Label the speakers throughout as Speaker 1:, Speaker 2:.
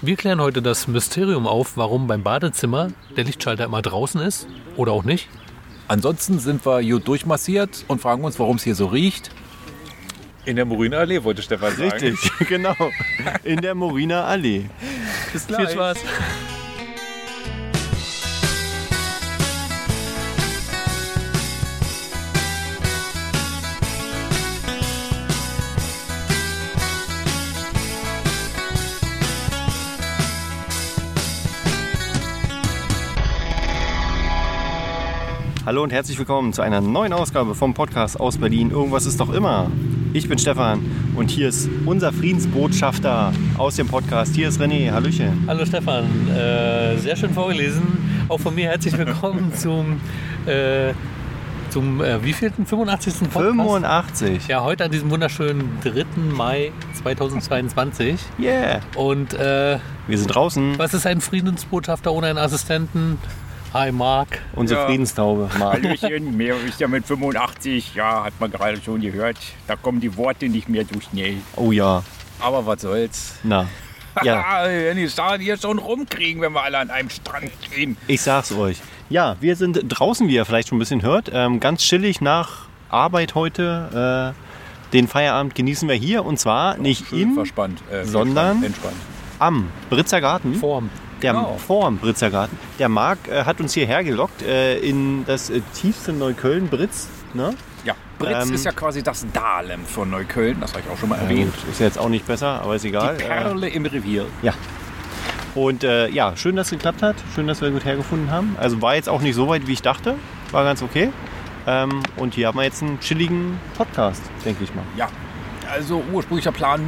Speaker 1: Wir klären heute das Mysterium auf, warum beim Badezimmer der Lichtschalter immer draußen ist oder auch nicht.
Speaker 2: Ansonsten sind wir gut durchmassiert und fragen uns, warum es hier so riecht.
Speaker 3: In der Muriner Allee, wollte Stefan sagen.
Speaker 4: Richtig, genau. In der Moriner Allee.
Speaker 2: Bis
Speaker 1: Viel Spaß.
Speaker 4: Hallo und herzlich willkommen zu einer neuen Ausgabe vom Podcast aus Berlin. Irgendwas ist doch immer. Ich bin Stefan und hier ist unser Friedensbotschafter aus dem Podcast. Hier ist René. Hallöchen.
Speaker 1: Hallo Stefan, äh, sehr schön vorgelesen. Auch von mir herzlich willkommen zum, äh, zum äh, wievielten? 85. Podcast?
Speaker 4: 85.
Speaker 1: Ja, heute an diesem wunderschönen 3. Mai 2022.
Speaker 4: Yeah.
Speaker 1: Und äh,
Speaker 4: Wir sind draußen.
Speaker 1: was ist ein Friedensbotschafter ohne einen Assistenten? Hi Marc.
Speaker 4: Unsere
Speaker 3: Ja.
Speaker 4: Friedenstaube. Mal.
Speaker 3: Hallöchen, mir ist ja mit 85, ja, hat man gerade schon gehört. Da kommen die Worte nicht mehr so schnell.
Speaker 4: Oh ja.
Speaker 3: Aber was soll's?
Speaker 4: Na. Ja,
Speaker 3: Ah, wenn die Sachen hier schon rumkriegen, wenn wir alle an einem Strand stehen.
Speaker 4: ich sag's euch. Ja, wir sind draußen, wie ihr vielleicht schon ein bisschen hört. Ähm, ganz chillig nach Arbeit heute. Äh, den Feierabend genießen wir hier und zwar nicht
Speaker 3: Schön
Speaker 4: im,
Speaker 3: verspannt. äh,
Speaker 4: sondern-
Speaker 3: Entspannt. entspannt.
Speaker 4: am Britzer Garten.
Speaker 1: Form.
Speaker 4: Der
Speaker 3: Genau.
Speaker 4: vorm Britzer Garten. Der Marc äh, hat uns hierher gelockt äh, in das äh, tiefste Neukölln, Britz. Ne?
Speaker 3: Ja, Britz
Speaker 4: Ähm,
Speaker 3: ist ja quasi das Dahlem von Neukölln, das habe ich auch schon mal
Speaker 4: Ja,
Speaker 3: erwähnt.
Speaker 4: gut, ist jetzt auch nicht besser, aber ist egal.
Speaker 3: die Perle im Revier.
Speaker 4: Äh, ja. Und äh, ja, schön, dass es geklappt hat. Schön, dass wir gut hergefunden haben. Also war jetzt auch nicht so weit, wie ich dachte. War ganz okay. Ähm, und hier haben wir jetzt einen chilligen Podcast, denke ich mal.
Speaker 3: Ja. Also ursprünglicher Plan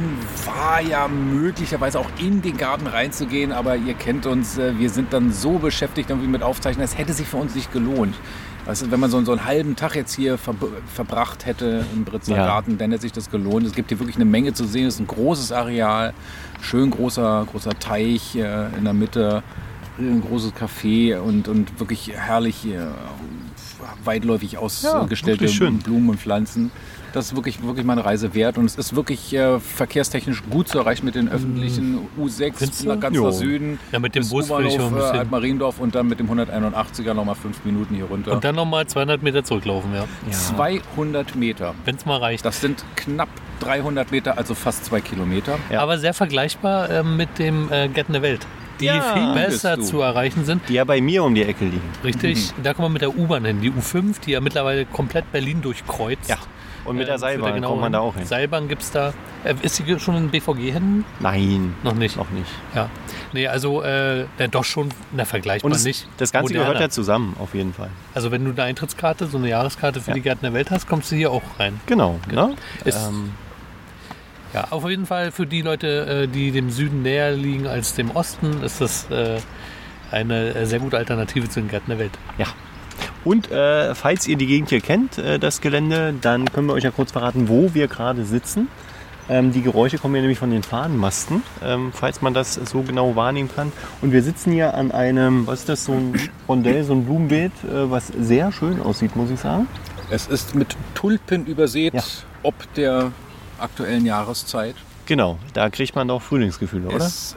Speaker 3: war ja möglicherweise auch in den Garten reinzugehen, aber ihr kennt uns, äh, wir sind dann so beschäftigt irgendwie mit Aufzeichnen, es hätte sich für uns nicht gelohnt. Also wenn man so, so einen halben Tag jetzt hier ver verbracht hätte im Britzer
Speaker 4: Ja.
Speaker 3: Garten, dann hätte sich das gelohnt. Es gibt hier wirklich eine Menge zu sehen, es ist ein großes Areal, schön großer, großer Teich äh, in der Mitte, ein großes Café und, und wirklich herrlich äh, weitläufig ausgestellte
Speaker 4: wirklich schön.
Speaker 3: Blumen und Pflanzen. Das ist wirklich, wirklich mal eine Reise wert und es ist wirklich äh, verkehrstechnisch gut zu erreichen mit den öffentlichen
Speaker 1: Hm. Findest
Speaker 3: U6
Speaker 1: du?
Speaker 3: nach ganz
Speaker 4: Jo.
Speaker 3: nach Süden.
Speaker 1: Ja, mit dem
Speaker 3: bis
Speaker 1: Bus würde ich auch
Speaker 3: U-Bahnhof,
Speaker 1: ein
Speaker 3: äh,
Speaker 1: bisschen-
Speaker 3: Altmariendorf und dann mit dem 181er nochmal fünf Minuten hier runter.
Speaker 1: Und dann nochmal 200 Meter zurücklaufen, ja.
Speaker 3: 200 Meter.
Speaker 1: Wenn es mal reicht.
Speaker 3: Das sind knapp 300 Meter, also fast zwei Kilometer.
Speaker 4: Ja.
Speaker 1: Aber sehr vergleichbar ähm, mit dem äh, Gärtner der Welt. Die
Speaker 4: Ja,
Speaker 1: viel besser
Speaker 3: bist du.
Speaker 1: zu erreichen sind.
Speaker 4: Die ja bei mir um die Ecke liegen.
Speaker 1: Richtig, da kommt man mit der U-Bahn hin. Die U5, die ja mittlerweile komplett Berlin durchkreuzt.
Speaker 4: Und mit
Speaker 1: Äh, führt
Speaker 4: der
Speaker 1: da
Speaker 4: Seilbahn
Speaker 1: genau
Speaker 4: kommt man
Speaker 1: hin.
Speaker 4: da auch hin.
Speaker 1: Seilbahn gibt es da. Äh, ist sie schon in BVG-Händen?
Speaker 4: Nein,
Speaker 1: Noch nicht.
Speaker 4: noch nicht.
Speaker 1: Ja. Nee, also äh, na, doch schon, na, vergleichbar
Speaker 4: Und es,
Speaker 1: nicht.
Speaker 4: das Ganze
Speaker 1: Moderner.
Speaker 4: gehört ja zusammen, auf jeden Fall.
Speaker 1: Also wenn du eine Eintrittskarte, so eine Jahreskarte für
Speaker 4: Ja.
Speaker 1: die Gärten der Welt hast, kommst du hier auch rein.
Speaker 4: Genau. Ne?
Speaker 1: Ist-
Speaker 4: ähm,
Speaker 1: Ja, auf jeden Fall für die Leute, äh, die dem Süden näher liegen als dem Osten, ist das äh, eine äh, sehr gute Alternative zu den Gärten der Welt.
Speaker 4: ja. Und äh, falls ihr die Gegend hier kennt, äh, das Gelände, dann können wir euch ja kurz verraten, wo wir gerade sitzen. Ähm, die Geräusche kommen hier nämlich von den Fahnenmasten, ähm, falls man das so genau wahrnehmen kann. Und wir sitzen hier an einem, was ist das, so ein Rondell, so ein Blumenbeet, äh, was sehr schön aussieht, muss ich sagen.
Speaker 3: Es ist mit Tulpen übersät,
Speaker 4: Ja.
Speaker 3: ob der aktuellen Jahreszeit.
Speaker 4: Genau, da kriegt man doch Frühlingsgefühle, oder?
Speaker 3: Es,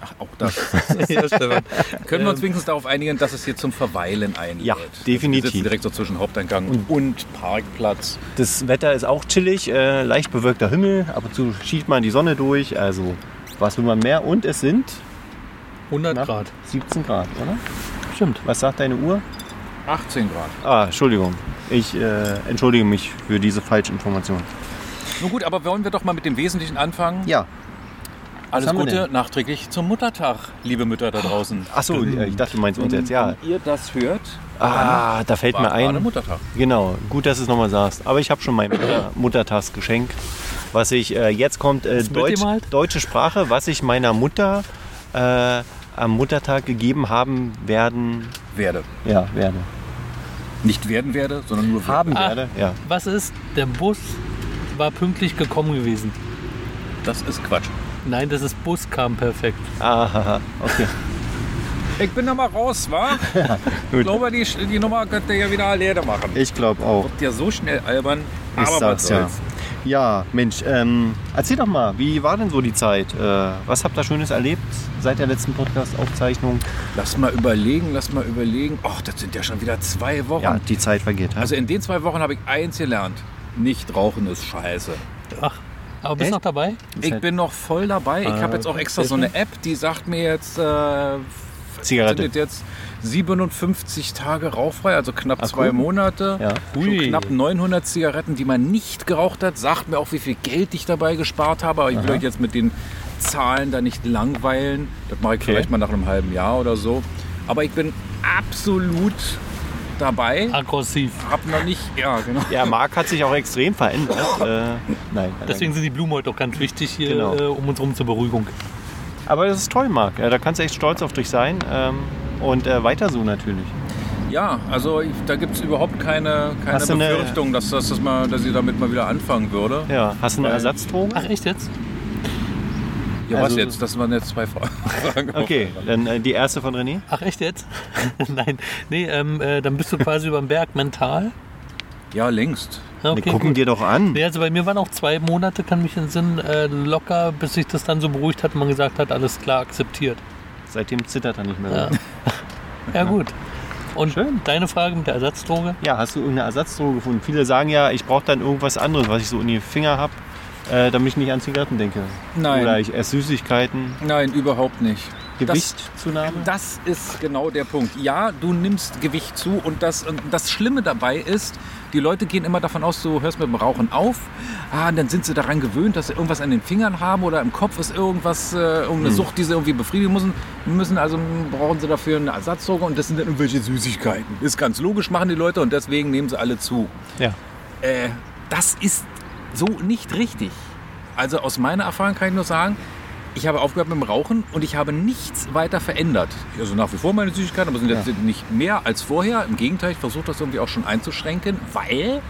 Speaker 3: ja, auch das. Können wir uns wenigstens darauf einigen, dass es hier zum Verweilen einlädt?
Speaker 4: Ähm,
Speaker 3: Also
Speaker 4: Ja, definitiv.
Speaker 3: Wir sitzen direkt so zwischen Haupteingang und, Parkplatz.
Speaker 4: Das Wetter ist auch chillig, äh, leicht bewölkter Himmel, ab und zu schiebt man die Sonne durch, also was will man mehr? Und es sind
Speaker 1: 100
Speaker 4: knapp
Speaker 1: Grad.
Speaker 4: 17 Grad, oder?
Speaker 1: Stimmt.
Speaker 4: Was sagt deine Uhr?
Speaker 3: 18 Grad.
Speaker 4: Ah, Entschuldigung. Ich äh, entschuldige mich für diese Falschinformation.
Speaker 3: Nun gut, aber wollen wir doch mal mit dem Wesentlichen anfangen.
Speaker 4: Ja.
Speaker 3: Alles
Speaker 4: haben wir
Speaker 3: Gute nachträglich zum Muttertag, liebe Mütter da draußen.
Speaker 4: Achso, äh, ich dachte, du meinst uns jetzt, ja.
Speaker 3: Wenn ihr das hört,
Speaker 4: Ah, da fällt
Speaker 3: war
Speaker 4: mir
Speaker 3: gerade
Speaker 4: ein.
Speaker 3: Muttertag.
Speaker 4: Genau, gut, dass du es nochmal sagst. Aber ich habe schon mein Mutter Muttertagsgeschenk, was ich äh, jetzt kommt, äh,
Speaker 1: wird
Speaker 4: Deutsch,
Speaker 1: gemalt?
Speaker 4: deutsche Sprache, was ich meiner Mutter äh, am Muttertag gegeben haben werden.
Speaker 3: Werde.
Speaker 4: Ja, werde.
Speaker 3: Nicht werden werde, sondern nur werde.
Speaker 4: Haben
Speaker 1: Ah.
Speaker 4: werde, ja.
Speaker 1: Was ist? Der Bus war pünktlich gekommen gewesen.
Speaker 3: Ah, Das ist Quatsch.
Speaker 1: Nein, das ist Bus kam perfekt.
Speaker 4: Aha, Ah, okay.
Speaker 3: Ich bin da mal raus, wa? ich glaube, die, die Nummer könnt ihr ja wieder alleine machen.
Speaker 4: Ich glaube auch.
Speaker 3: Ja, so schnell albern,
Speaker 4: Ich
Speaker 3: aber was
Speaker 4: sag's ja.
Speaker 3: soll's.
Speaker 4: Ja, Mensch, ähm, erzähl doch mal, wie war denn so die Zeit? Äh, was habt ihr Schönes erlebt seit der letzten Podcast-Aufzeichnung?
Speaker 3: Lass mal überlegen, lass mal überlegen. Och, das sind ja schon wieder zwei Wochen.
Speaker 4: Ja, die Zeit vergeht.
Speaker 3: Also in den zwei Wochen habe ich eins gelernt. Nicht rauchen ist scheiße.
Speaker 1: Ach, aber bist
Speaker 4: Echt?
Speaker 1: noch dabei?
Speaker 3: Ich bin noch voll dabei. Ich habe
Speaker 4: halt Äh,
Speaker 3: jetzt auch extra so eine App, die sagt mir jetzt, äh,
Speaker 4: Zigarette.
Speaker 3: sind jetzt 57 Tage rauchfrei, also knapp
Speaker 4: Ah,
Speaker 3: zwei
Speaker 4: cool.
Speaker 3: Monate.
Speaker 4: Ja.
Speaker 3: Schon knapp 900 Zigaretten, die man nicht geraucht hat. Sagt mir auch, wie viel Geld ich dabei gespart habe. Aber ich will euch jetzt mit den Zahlen da nicht langweilen. Das mache ich
Speaker 4: Okay.
Speaker 3: vielleicht mal nach einem halben Jahr oder so. Aber ich bin absolut dabei.
Speaker 4: Ah.
Speaker 1: Aggressiv.
Speaker 3: Hab noch nicht, ja genau.
Speaker 4: Ja, Marc hat sich auch extrem verändert. äh, nein.
Speaker 1: Deswegen sind die Blumen heute auch ganz wichtig hier
Speaker 4: Genau.
Speaker 1: äh, um uns rum zur Beruhigung.
Speaker 4: Aber das ist toll, Marc. Ja, da kannst du echt stolz auf dich sein. Ähm, und äh, weiter so natürlich.
Speaker 3: Ja, also ich, da gibt es überhaupt keine, keine
Speaker 4: Hast du eine-
Speaker 3: Befürchtung, dass, dass, das mal, dass ich damit mal wieder anfangen würde.
Speaker 4: Ja. Hast du eine Ersatzdroge?
Speaker 1: Ach, echt jetzt?
Speaker 3: Ja,
Speaker 4: Also-
Speaker 3: was jetzt? Das waren jetzt zwei Fra- Fragen.
Speaker 4: Okay, dann äh, die erste von René.
Speaker 1: Ach, echt jetzt? Nein. Nee, ähm, äh, dann bist du quasi über dem Berg mental.
Speaker 3: Ja, längst.
Speaker 1: Ja,
Speaker 4: Wir gucken
Speaker 1: gut.
Speaker 4: dir doch an.
Speaker 1: Nee, also bei mir waren auch zwei Monate, kann mich entsinnen, äh, locker, bis sich das dann so beruhigt hat und man gesagt hat, alles klar, akzeptiert.
Speaker 4: Seitdem zittert er nicht mehr.
Speaker 1: Ja,
Speaker 4: Ja,
Speaker 1: ja gut. Und
Speaker 4: Schön.
Speaker 1: deine Frage mit der Ersatzdroge?
Speaker 4: hast du irgendeine Ersatzdroge gefunden? Viele sagen ja, ich brauche dann irgendwas anderes, was ich so in die Finger habe, äh, damit ich nicht an Zigaretten denke.
Speaker 3: Nein.
Speaker 4: Oder ich esse Süßigkeiten.
Speaker 3: Nein, überhaupt nicht.
Speaker 4: Gewichtszunahme?
Speaker 3: Das ist genau der Punkt. Ja, du nimmst Gewicht zu und das, und das Schlimme dabei ist, die Leute gehen immer davon aus, du hörst mit dem Rauchen auf. Ah, und dann sind sie daran gewöhnt, dass sie irgendwas an den Fingern haben oder im Kopf ist irgendwas, äh, irgendeine Sucht, die sie irgendwie befriedigen müssen. müssen. Also mm, brauchen sie dafür eine Ersatzdroge und das sind dann irgendwelche Süßigkeiten. Ist ganz logisch, machen die Leute und deswegen nehmen sie alle zu.
Speaker 4: Ja.
Speaker 3: Äh, das ist so nicht richtig. Also aus meiner Erfahrung kann ich nur sagen, ich habe aufgehört mit dem Rauchen und ich habe nichts weiter verändert. Also nach wie vor meine Süßigkeiten, aber sind jetzt nicht mehr als vorher. Im Gegenteil, ich versuche das irgendwie auch schon einzuschränken, weil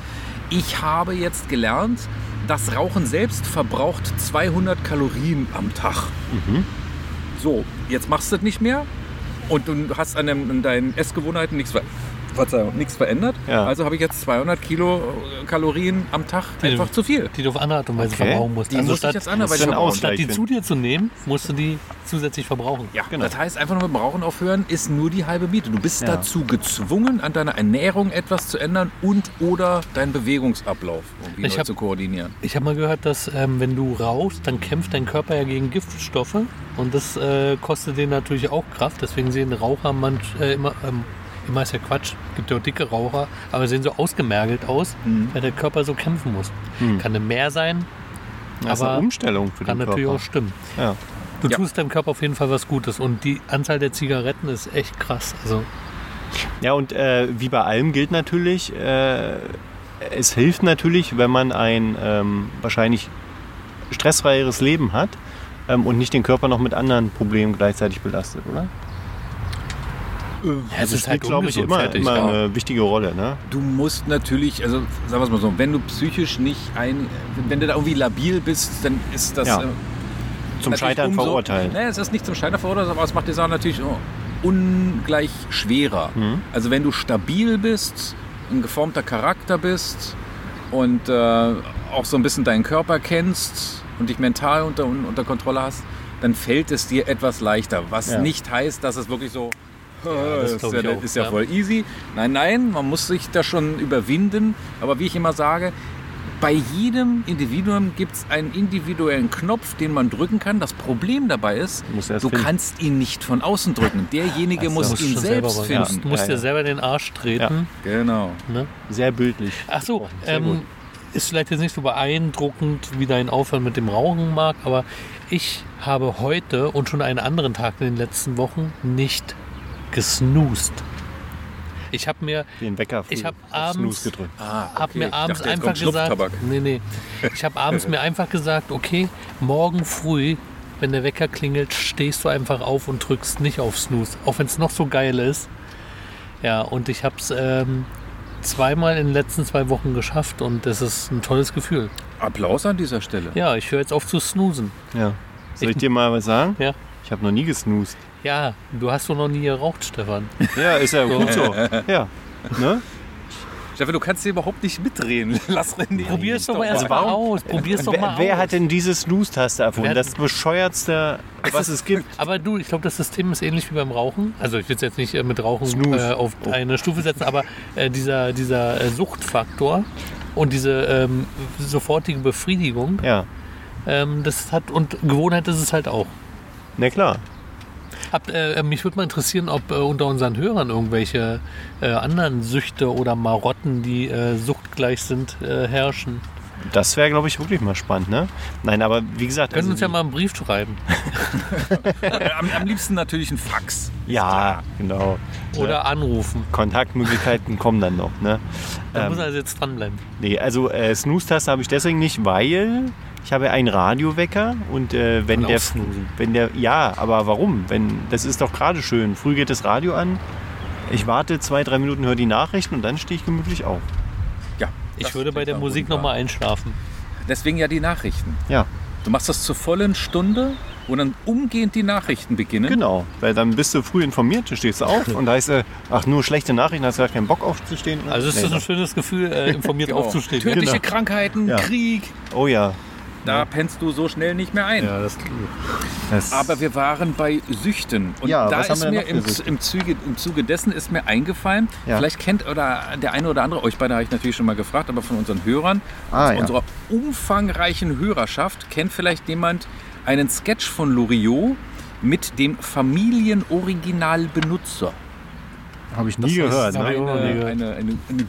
Speaker 3: ich habe jetzt gelernt, das Rauchen selbst verbraucht 200 Kalorien am Tag.
Speaker 4: Mhm.
Speaker 3: So, jetzt machst du das nicht mehr und du hast an, dem, an deinen Essgewohnheiten nichts, ver Verzeihung, nichts verändert.
Speaker 4: Ja.
Speaker 3: Also habe ich jetzt 200 Kilokalorien am Tag einfach zu viel.
Speaker 1: Die du auf andere Art und Weise
Speaker 4: Okay.
Speaker 1: verbrauchen musst.
Speaker 3: Die
Speaker 4: Also
Speaker 3: muss ich jetzt anderweitig
Speaker 4: dann
Speaker 3: verbrauchen.
Speaker 4: aus-
Speaker 1: statt die
Speaker 4: Gleich
Speaker 1: zu dir zu nehmen, musst du die zusätzlich verbrauchen.
Speaker 3: Ja,
Speaker 4: Genau.
Speaker 3: das heißt, einfach nur mit dem Rauchen aufhören ist nur die halbe Miete. Du bist
Speaker 4: Ja.
Speaker 3: dazu gezwungen, an deiner Ernährung etwas zu ändern und oder deinen Bewegungsablauf irgendwie
Speaker 1: Ich
Speaker 3: neu
Speaker 1: hab-
Speaker 3: zu koordinieren.
Speaker 1: Ich habe mal gehört, dass ähm, wenn du rauchst, dann kämpft dein Körper ja gegen Giftstoffe und das äh, kostet den natürlich auch Kraft. Deswegen sehen Raucher manch, äh, immer, ähm, immer ist ja Quatsch, gibt ja auch dicke Raucher, aber sehen so ausgemergelt aus,
Speaker 3: Mhm.
Speaker 1: weil der Körper so kämpfen muss. Kann dann mehr sein,
Speaker 4: Das ist eine
Speaker 1: aber
Speaker 4: Umstellung für
Speaker 1: kann
Speaker 4: den
Speaker 1: natürlich
Speaker 4: Körper.
Speaker 1: auch stimmen.
Speaker 4: Ja.
Speaker 1: Du
Speaker 3: Ja.
Speaker 1: tust deinem Körper auf jeden Fall was Gutes und die Anzahl der Zigaretten ist echt krass. Also
Speaker 4: Ja, und äh, wie bei allem gilt natürlich, äh, es hilft natürlich, wenn man ein ähm, wahrscheinlich stressfreieres Leben hat ähm, und nicht den Körper noch mit anderen Problemen gleichzeitig belastet, oder?
Speaker 1: es ist halt
Speaker 4: glaube ich,
Speaker 1: ungesund,
Speaker 4: immer,
Speaker 1: fertig,
Speaker 4: immer
Speaker 1: ja.
Speaker 4: eine wichtige Rolle. Ne?
Speaker 3: Du musst natürlich, also sagen wir es mal so, wenn du psychisch nicht ein, wenn du da irgendwie labil bist, dann ist das
Speaker 4: Ja.
Speaker 3: äh,
Speaker 4: Zum
Speaker 3: natürlich
Speaker 4: Scheitern
Speaker 3: umso-
Speaker 1: ne?
Speaker 4: verurteilt.
Speaker 3: Naja, es ist nicht zum Scheitern verurteilt, aber es macht die Sache natürlich oh, ungleich schwerer.
Speaker 1: Mhm.
Speaker 3: Also wenn du stabil bist, ein geformter Charakter bist und äh, auch so ein bisschen deinen Körper kennst und dich mental unter, unter Kontrolle hast, dann fällt es dir etwas leichter. Was
Speaker 4: Ja.
Speaker 3: nicht heißt, dass es wirklich so
Speaker 1: das
Speaker 3: das ist,
Speaker 1: glaub
Speaker 3: ja,
Speaker 1: ich auch,
Speaker 3: ist ja
Speaker 1: ja.
Speaker 3: voll easy. Nein, nein, man muss sich da schon überwinden. Aber wie ich immer sage, bei jedem Individuum gibt es einen individuellen Knopf, den man drücken kann. Das Problem dabei ist,
Speaker 4: Muss
Speaker 3: du
Speaker 4: erst finden.
Speaker 3: kannst ihn nicht von außen drücken. Derjenige
Speaker 4: Ach so.
Speaker 3: muss
Speaker 4: Musst
Speaker 3: ihn
Speaker 1: schon
Speaker 3: selbst
Speaker 1: selber wollen.
Speaker 3: finden.
Speaker 1: Du musst
Speaker 4: Ja,
Speaker 1: dir
Speaker 4: ja.
Speaker 1: selber den Arsch treten.
Speaker 3: Genau.
Speaker 1: Ne?
Speaker 4: Sehr bildlich.
Speaker 1: Ach so,
Speaker 4: gesprochen. Oh, Sehr gut.
Speaker 1: ähm, ist vielleicht jetzt nicht so beeindruckend, wie dein Aufhören mit dem Rauchen mag, aber ich habe heute und schon einen anderen Tag in den letzten Wochen nicht gesnoost. Ich habe mir,
Speaker 4: den Wecker früh
Speaker 1: Ich hab
Speaker 4: auf
Speaker 1: abends-
Speaker 4: Snooze gedrückt.
Speaker 3: Ah,
Speaker 1: hab
Speaker 3: okay.
Speaker 1: mir abends
Speaker 3: ich dachte, jetzt
Speaker 1: einfach
Speaker 3: kommt
Speaker 1: gesagt,
Speaker 3: Schnupftabak.
Speaker 1: nee, nee, ich habe abends mir einfach gesagt, okay, morgen früh, wenn der Wecker klingelt, stehst du einfach auf und drückst nicht auf Snooze, auch wenn es noch so geil ist. Ja, und ich habe es ähm, zweimal in den letzten zwei Wochen geschafft und das ist ein tolles Gefühl.
Speaker 3: Applaus an dieser Stelle.
Speaker 1: Ja, ich höre jetzt auf zu snoosen.
Speaker 4: Ja. Soll ich dir mal was sagen?
Speaker 1: Ja.
Speaker 4: Ich habe noch nie gesnoost.
Speaker 1: Ja, du hast doch noch nie geraucht, Stefan.
Speaker 4: Ja, ist ja gut so. Ja. Ne?
Speaker 3: Stefan, du kannst hier überhaupt nicht mitreden. Lass René.
Speaker 1: Probier es doch mal
Speaker 4: Also
Speaker 1: erst mal
Speaker 4: warum-
Speaker 1: aus. Probier es doch mal
Speaker 4: Wer, wer
Speaker 1: aus.
Speaker 4: hat denn diese Snooze-Taste erfunden?
Speaker 1: Wer-
Speaker 4: Das bescheuertste, was es gibt.
Speaker 1: Aber du, ich glaube, das System ist ähnlich wie beim Rauchen. Also ich will es jetzt nicht äh, mit Rauchen
Speaker 4: Snooze.
Speaker 1: äh, auf eine Stufe setzen, aber äh, dieser, dieser äh, Suchtfaktor und diese ähm, sofortige Befriedigung,
Speaker 4: Ja,
Speaker 1: ähm, das hat und Gewohnheit ist es halt auch.
Speaker 4: na klar.
Speaker 1: Habt, äh, äh, mich würde mal interessieren, ob äh, unter unseren Hörern irgendwelche äh, anderen Süchte oder Marotten, die äh, suchtgleich sind, äh, herrschen.
Speaker 4: Das wäre, glaube ich, wirklich mal spannend, ne? Nein, aber wie gesagt.
Speaker 1: Können
Speaker 4: also
Speaker 1: uns ja
Speaker 4: die-
Speaker 1: mal einen Brief schreiben.
Speaker 3: Am, am liebsten natürlich ein Fax.
Speaker 4: Ja, genau.
Speaker 1: Oder anrufen.
Speaker 4: Kontaktmöglichkeiten kommen dann noch, ne?
Speaker 1: Da
Speaker 4: Ähm,
Speaker 1: muss also jetzt dranbleiben.
Speaker 4: Nee, also äh, Snooze-Taste habe ich deswegen nicht, weil ich habe einen Radiowecker und äh, wenn
Speaker 1: Kann
Speaker 4: der,
Speaker 1: auch snoosen.
Speaker 4: wenn der, ja, aber warum? Wenn das ist doch gerade schön. Früh geht das Radio an. Ich warte zwei, drei Minuten, höre die Nachrichten und dann stehe ich gemütlich auf.
Speaker 3: Ja.
Speaker 1: Ich
Speaker 3: das
Speaker 1: würde bei
Speaker 3: klingt
Speaker 1: der
Speaker 3: nach
Speaker 1: Musik
Speaker 3: wunderbar.
Speaker 1: nochmal einschlafen.
Speaker 3: Deswegen ja die Nachrichten.
Speaker 4: Ja,
Speaker 3: Du machst das zur vollen Stunde, wo dann umgehend die Nachrichten beginnen.
Speaker 4: genau. Weil dann bist du früh informiert, du stehst auf und heißt, äh, ach nur schlechte Nachrichten, hast gar keinen Bock aufzustehen.
Speaker 1: Also es
Speaker 4: Nee,
Speaker 1: ist ein schönes Gefühl, äh, informiert
Speaker 3: Genau.
Speaker 1: aufzustehen.
Speaker 3: Tödliche
Speaker 4: Genau.
Speaker 3: Krankheiten,
Speaker 4: Ja.
Speaker 3: Krieg,
Speaker 4: Oh ja.
Speaker 3: da pennst du so schnell nicht mehr ein.
Speaker 4: das, das,
Speaker 3: Aber wir waren bei Süchten. Und
Speaker 4: Ja,
Speaker 3: da
Speaker 4: was haben
Speaker 3: ist
Speaker 4: wir denn
Speaker 3: mir
Speaker 4: noch
Speaker 3: im,
Speaker 4: für Süchte?
Speaker 3: im, Zuge, im Zuge dessen ist mir eingefallen,
Speaker 4: Ja.
Speaker 3: vielleicht kennt oder der eine oder andere, euch beide habe ich natürlich schon mal gefragt, aber von unseren Hörern,
Speaker 4: Ah,
Speaker 3: aus
Speaker 4: ja.
Speaker 3: unserer umfangreichen Hörerschaft, kennt vielleicht jemand einen Sketch von Loriot mit dem Familienoriginalbenutzer.
Speaker 4: habe ich nie gehört.
Speaker 3: ist
Speaker 4: Ne?
Speaker 3: eine, eine, eine, eine
Speaker 4: Hast du dir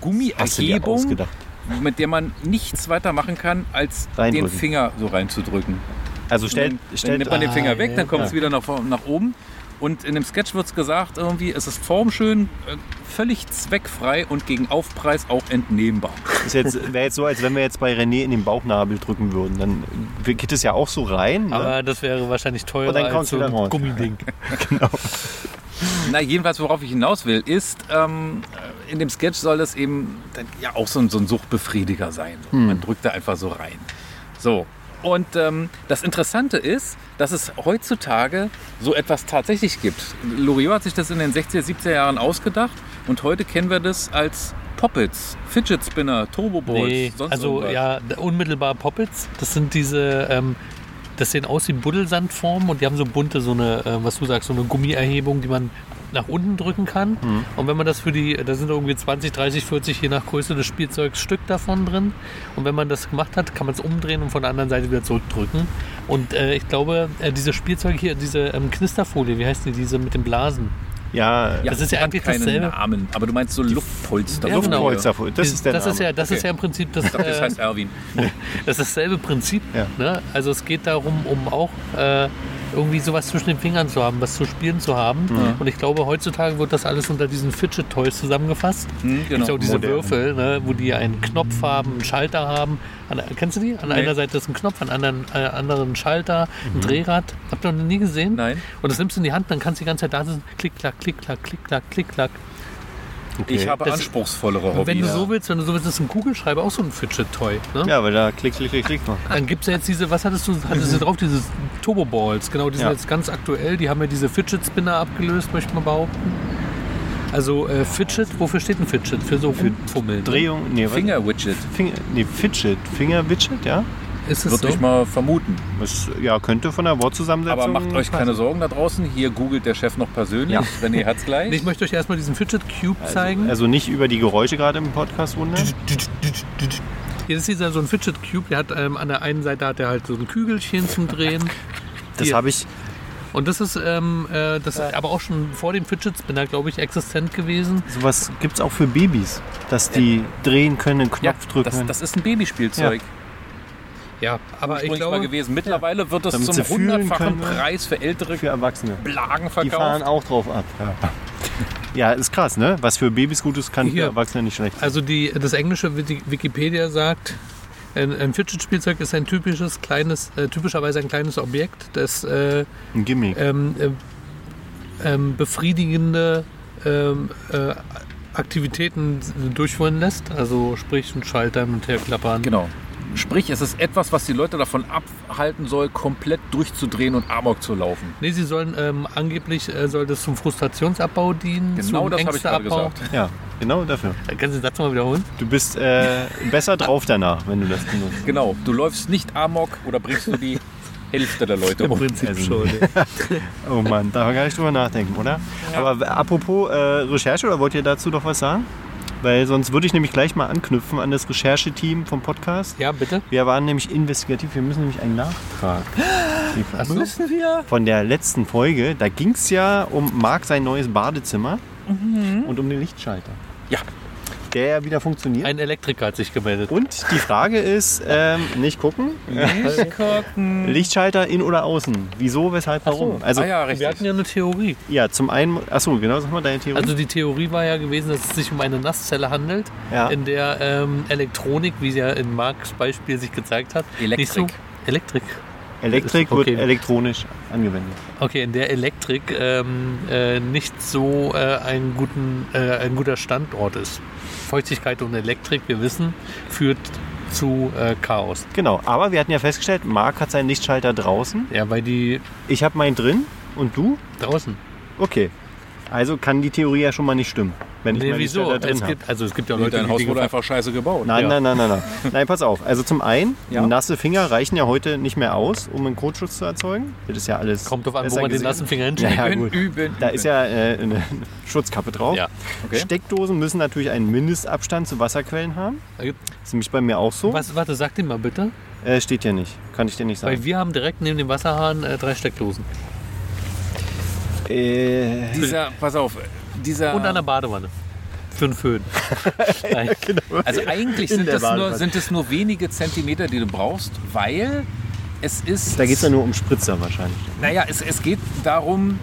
Speaker 3: Gummierhebung,
Speaker 4: ausgedacht.
Speaker 3: mit der man nichts weiter machen kann, als den
Speaker 4: Reindrücken.
Speaker 3: Finger so reinzudrücken.
Speaker 4: Also
Speaker 3: dann,
Speaker 4: stellt,
Speaker 3: dann
Speaker 4: stellt
Speaker 3: nimmt man den
Speaker 1: ah,
Speaker 3: Finger weg,
Speaker 1: ja,
Speaker 3: dann kommt
Speaker 4: ja.
Speaker 3: es wieder nach, vorn- nach oben. Und in dem Sketch wird es gesagt, irgendwie, es ist formschön, äh, völlig zweckfrei und gegen Aufpreis auch entnehmbar.
Speaker 4: Ist jetzt, wäre jetzt so, als wenn wir jetzt bei René in den Bauchnabel drücken würden. Dann geht es ja auch so rein. Ne?
Speaker 1: Aber das wäre wahrscheinlich teurer
Speaker 4: Und dann
Speaker 1: als
Speaker 4: kommst
Speaker 1: so
Speaker 4: du
Speaker 1: ein
Speaker 4: wieder raus.
Speaker 1: Gummiding.
Speaker 3: Na, jedenfalls, worauf ich hinaus will, ist, ähm, äh, in dem Sketch soll das eben dann ja auch so ein, so ein Suchtbefriediger sein. So.
Speaker 1: Hm.
Speaker 3: Man drückt da einfach so rein. So. Und ähm, das Interessante ist, dass es heutzutage so etwas tatsächlich gibt. Loriot hat sich das in den 60er, 70er Jahren ausgedacht und heute kennen wir das als Poppets, Fidget Spinner, Turbo Balls,
Speaker 1: Nee,
Speaker 3: sonst
Speaker 1: also
Speaker 3: irgendwas.
Speaker 1: ja, d- unmittelbar Poppets. Das sind diese, ähm, das sehen aus wie Buddelsandformen und die haben so bunte, so eine, äh, was du sagst, so eine Gummierhebung, die man nach unten drücken kann.
Speaker 3: Mhm.
Speaker 1: Und wenn man das für die, da sind irgendwie 20, 30, 40, je nach Größe des Spielzeugs, Stück davon drin. Und wenn man das gemacht hat, kann man es umdrehen und von der anderen Seite wieder zurückdrücken. Und äh, ich glaube, äh, diese Spielzeuge hier, diese ähm, Knisterfolie, wie heißt die, diese mit den Blasen?
Speaker 4: ja,
Speaker 3: Ja,
Speaker 1: das ist ja
Speaker 3: hat
Speaker 1: eigentlich
Speaker 3: keinen
Speaker 1: dasselbe.
Speaker 3: Namen, aber du meinst so Luftpolster.
Speaker 1: Ja, genau.
Speaker 4: Luftpolster, das ist der
Speaker 1: das
Speaker 4: Name.
Speaker 1: ist ja, das ist
Speaker 3: Okay.
Speaker 1: ja im Prinzip das.
Speaker 3: Das
Speaker 1: äh,
Speaker 3: heißt Erwin.
Speaker 1: Das ist dasselbe Prinzip.
Speaker 4: Ja.
Speaker 1: Ne? Also es geht darum, um auch äh, irgendwie sowas zwischen den Fingern zu haben, was zu spielen zu haben. Und ich glaube, heutzutage wird das alles unter diesen Fidget Toys zusammengefasst.
Speaker 3: Hm,
Speaker 1: Genau.
Speaker 3: genau.
Speaker 1: Gibt auch diese
Speaker 4: Modern.
Speaker 1: Würfel, ne, wo die einen Knopf haben, einen Schalter haben. An, kennst du die? An einer Seite ist ein Knopf, an anderen, äh, anderen ein Schalter, ein Drehrad. Habt ihr noch nie gesehen?
Speaker 3: Nein.
Speaker 1: Und das nimmst du in die Hand, dann kannst du die ganze Zeit da sitzen. Klick, klack, klick, klack, klick, klack, klick, klack.
Speaker 3: Ich habe
Speaker 1: Das-
Speaker 3: anspruchsvollere
Speaker 1: Und
Speaker 3: Hobbys.
Speaker 1: wenn du so willst, wenn du so willst, ist ein Kugelschreiber auch so ein Fidget Toy. Ne?
Speaker 4: ja, weil da klick, klick, klick, klick.
Speaker 1: Dann gibt es ja jetzt diese, was hattest du, hattest du drauf, diese Turbo Balls, genau, die sind
Speaker 4: Ja.
Speaker 1: jetzt ganz aktuell, die haben ja diese Fidget Spinner abgelöst, möchte man behaupten. Also äh, Fidget, wofür steht ein Fidget? Für so Fummeln. ne?
Speaker 4: Drehung, nee, was-
Speaker 3: Finger-Widget.
Speaker 4: Finger, nee, Fidget, Fingerwidget, ja.
Speaker 1: Ist es
Speaker 3: Würde
Speaker 1: so?
Speaker 3: ich mal vermuten.
Speaker 4: Das, ja, könnte von der Wortzusammensetzung.
Speaker 3: Aber macht euch keine Sorgen da draußen. Hier googelt der Chef noch persönlich.
Speaker 4: Ja.
Speaker 3: René hat's gleich.
Speaker 1: Ich möchte euch erstmal diesen Fidget Cube zeigen.
Speaker 4: Also nicht über die Geräusche gerade im Podcast wundern.
Speaker 1: Hier ist dieser so ein Fidget Cube, der hat ähm, an der einen Seite hat er halt so ein Kügelchen zum Drehen.
Speaker 4: Das
Speaker 1: Hier.
Speaker 4: habe ich,
Speaker 1: Und das ist, ähm, äh, das ist aber auch schon vor dem Fidget Spinner, glaube ich, existent gewesen.
Speaker 4: sowas gibt es auch für Babys, dass die drehen können, einen
Speaker 3: ja,
Speaker 4: Knopf drücken
Speaker 3: das,
Speaker 4: können.
Speaker 3: das ist ein Babyspielzeug.
Speaker 1: Ja, aber ich
Speaker 3: Ursprünglich mal
Speaker 1: glaube,
Speaker 3: gewesen. Mittlerweile wird es
Speaker 4: Damit
Speaker 3: zum
Speaker 4: sie fühlen
Speaker 3: hundertfachen
Speaker 4: können. ne?
Speaker 3: Preis für ältere
Speaker 4: für Erwachsene.
Speaker 3: Plagen
Speaker 4: Die fahren
Speaker 3: verkauft.
Speaker 4: auch drauf ab. Ja. ja, ist krass, ne? Was für Babys gut ist, kann
Speaker 1: Hier.
Speaker 4: für Erwachsene nicht schlecht sein.
Speaker 1: Also die, das englische Wiki- Wikipedia sagt, ein, ein Fidget-Spielzeug ist ein typisches kleines, äh, typischerweise ein kleines Objekt, das äh,
Speaker 4: Ein Gimmick.
Speaker 1: ähm, äh, ähm, befriedigende ähm, äh, Aktivitäten durchführen lässt. Also sprich ein Schaltern und herklappern.
Speaker 3: Genau. Sprich, es ist etwas, was die Leute davon abhalten soll, komplett durchzudrehen und Amok zu laufen.
Speaker 1: Nee, sie sollen ähm, angeblich äh, soll das zum Frustrationsabbau dienen,
Speaker 3: Genau
Speaker 1: zum
Speaker 3: das habe ich gerade
Speaker 1: Ängsteabbau.
Speaker 3: gesagt.
Speaker 4: Ja, genau dafür.
Speaker 1: Dann kannst du den Satz mal wiederholen.
Speaker 4: Du bist äh, besser drauf danach, wenn du das benutzt.
Speaker 3: Genau, du läufst nicht amok oder bringst du die Hälfte der Leute um.
Speaker 1: Prinzip
Speaker 4: also-
Speaker 1: schon.
Speaker 4: Oh Mann, darf man gar nicht drüber nachdenken, oder? Aber w- apropos äh, Recherche, oder wollt ihr dazu noch was sagen? Weil sonst würde ich nämlich gleich mal anknüpfen an das Rechercheteam vom Podcast.
Speaker 1: Ja, bitte.
Speaker 4: Wir waren nämlich investigativ, wir müssen nämlich einen Nachtrag liefern.
Speaker 1: Müssen wir?
Speaker 4: von der letzten Folge, da ging es ja um Marc sein neues Badezimmer und um den Lichtschalter.
Speaker 3: Ja.
Speaker 4: Der ja wieder funktioniert.
Speaker 1: Ein Elektriker hat sich gemeldet.
Speaker 4: und die Frage ist, ähm, nicht gucken,
Speaker 3: Nicht gucken.
Speaker 4: Lichtschalter in oder außen? Wieso, weshalb, warum? Also,
Speaker 3: ah ja,
Speaker 1: Wir hatten
Speaker 3: richtig.
Speaker 1: ja eine Theorie.
Speaker 4: ja, zum einen, achso, genau, sag mal deine Theorie.
Speaker 1: Also die Theorie war ja gewesen, dass es sich um eine Nasszelle handelt,
Speaker 4: Ja.
Speaker 1: in der ähm, Elektronik, wie es ja in Marks Beispiel sich gezeigt hat, nicht so Elektrik.
Speaker 3: Elektrik.
Speaker 4: Elektrik
Speaker 1: Okay.
Speaker 4: wird elektronisch angewendet.
Speaker 1: Okay, in der Elektrik ähm, äh, nicht so äh, ein, guten, äh, ein guter Standort ist. Feuchtigkeit und Elektrik, wir wissen, führt zu äh, Chaos.
Speaker 4: Genau, aber wir hatten ja festgestellt, Marc hat seinen Lichtschalter draußen,
Speaker 1: Ja, weil die
Speaker 4: ich habe meinen drin und du?
Speaker 1: draußen.
Speaker 4: Okay. Also kann die Theorie ja schon mal nicht stimmen. Wenn ich
Speaker 1: Nee,
Speaker 4: meinen
Speaker 1: wieso?
Speaker 4: Lichtschalter drin
Speaker 1: Es
Speaker 4: hab.
Speaker 1: gibt, also es gibt ja
Speaker 3: Nee,
Speaker 1: Leute,
Speaker 3: dein
Speaker 1: die
Speaker 3: Haus
Speaker 1: Dinge
Speaker 3: wurde einfach scheiße gebaut.
Speaker 4: Nein,
Speaker 1: Ja.
Speaker 4: nein, nein, nein, nein. Nein, pass auf. Also zum einen,
Speaker 3: Ja.
Speaker 4: nasse Finger reichen ja heute nicht mehr aus, um einen Kotschutz zu erzeugen. Das ist ja alles.
Speaker 1: Kommt drauf an, wo
Speaker 4: besser
Speaker 1: man den
Speaker 4: gesehen.
Speaker 1: nassen Finger
Speaker 4: Ja,
Speaker 1: hinschlägt.
Speaker 4: ja,
Speaker 3: Üben,
Speaker 4: gut.
Speaker 3: üben,
Speaker 4: Da ist ja äh, eine Schutzkappe drauf.
Speaker 1: Ja.
Speaker 3: Okay.
Speaker 4: Steckdosen müssen natürlich einen Mindestabstand zu Wasserquellen haben. Das ist nämlich bei mir auch so.
Speaker 1: Was, warte, sag den mal bitte.
Speaker 4: Äh, steht hier nicht. Kann ich dir nicht sagen.
Speaker 1: Weil wir haben direkt neben dem Wasserhahn äh, drei Steckdosen.
Speaker 4: Äh,
Speaker 3: Dieser, pass auf,
Speaker 4: Ah.
Speaker 3: dieser.
Speaker 1: Und an der Badewanne. Für den Föhn. Nein.
Speaker 3: Also eigentlich
Speaker 4: In
Speaker 3: sind
Speaker 4: der
Speaker 3: es, nur,
Speaker 4: Badewanne.
Speaker 3: sind es nur wenige Zentimeter, die du brauchst, weil es ist.
Speaker 4: da geht es ja nur um Spritzer wahrscheinlich.
Speaker 3: Naja, es, es geht darum,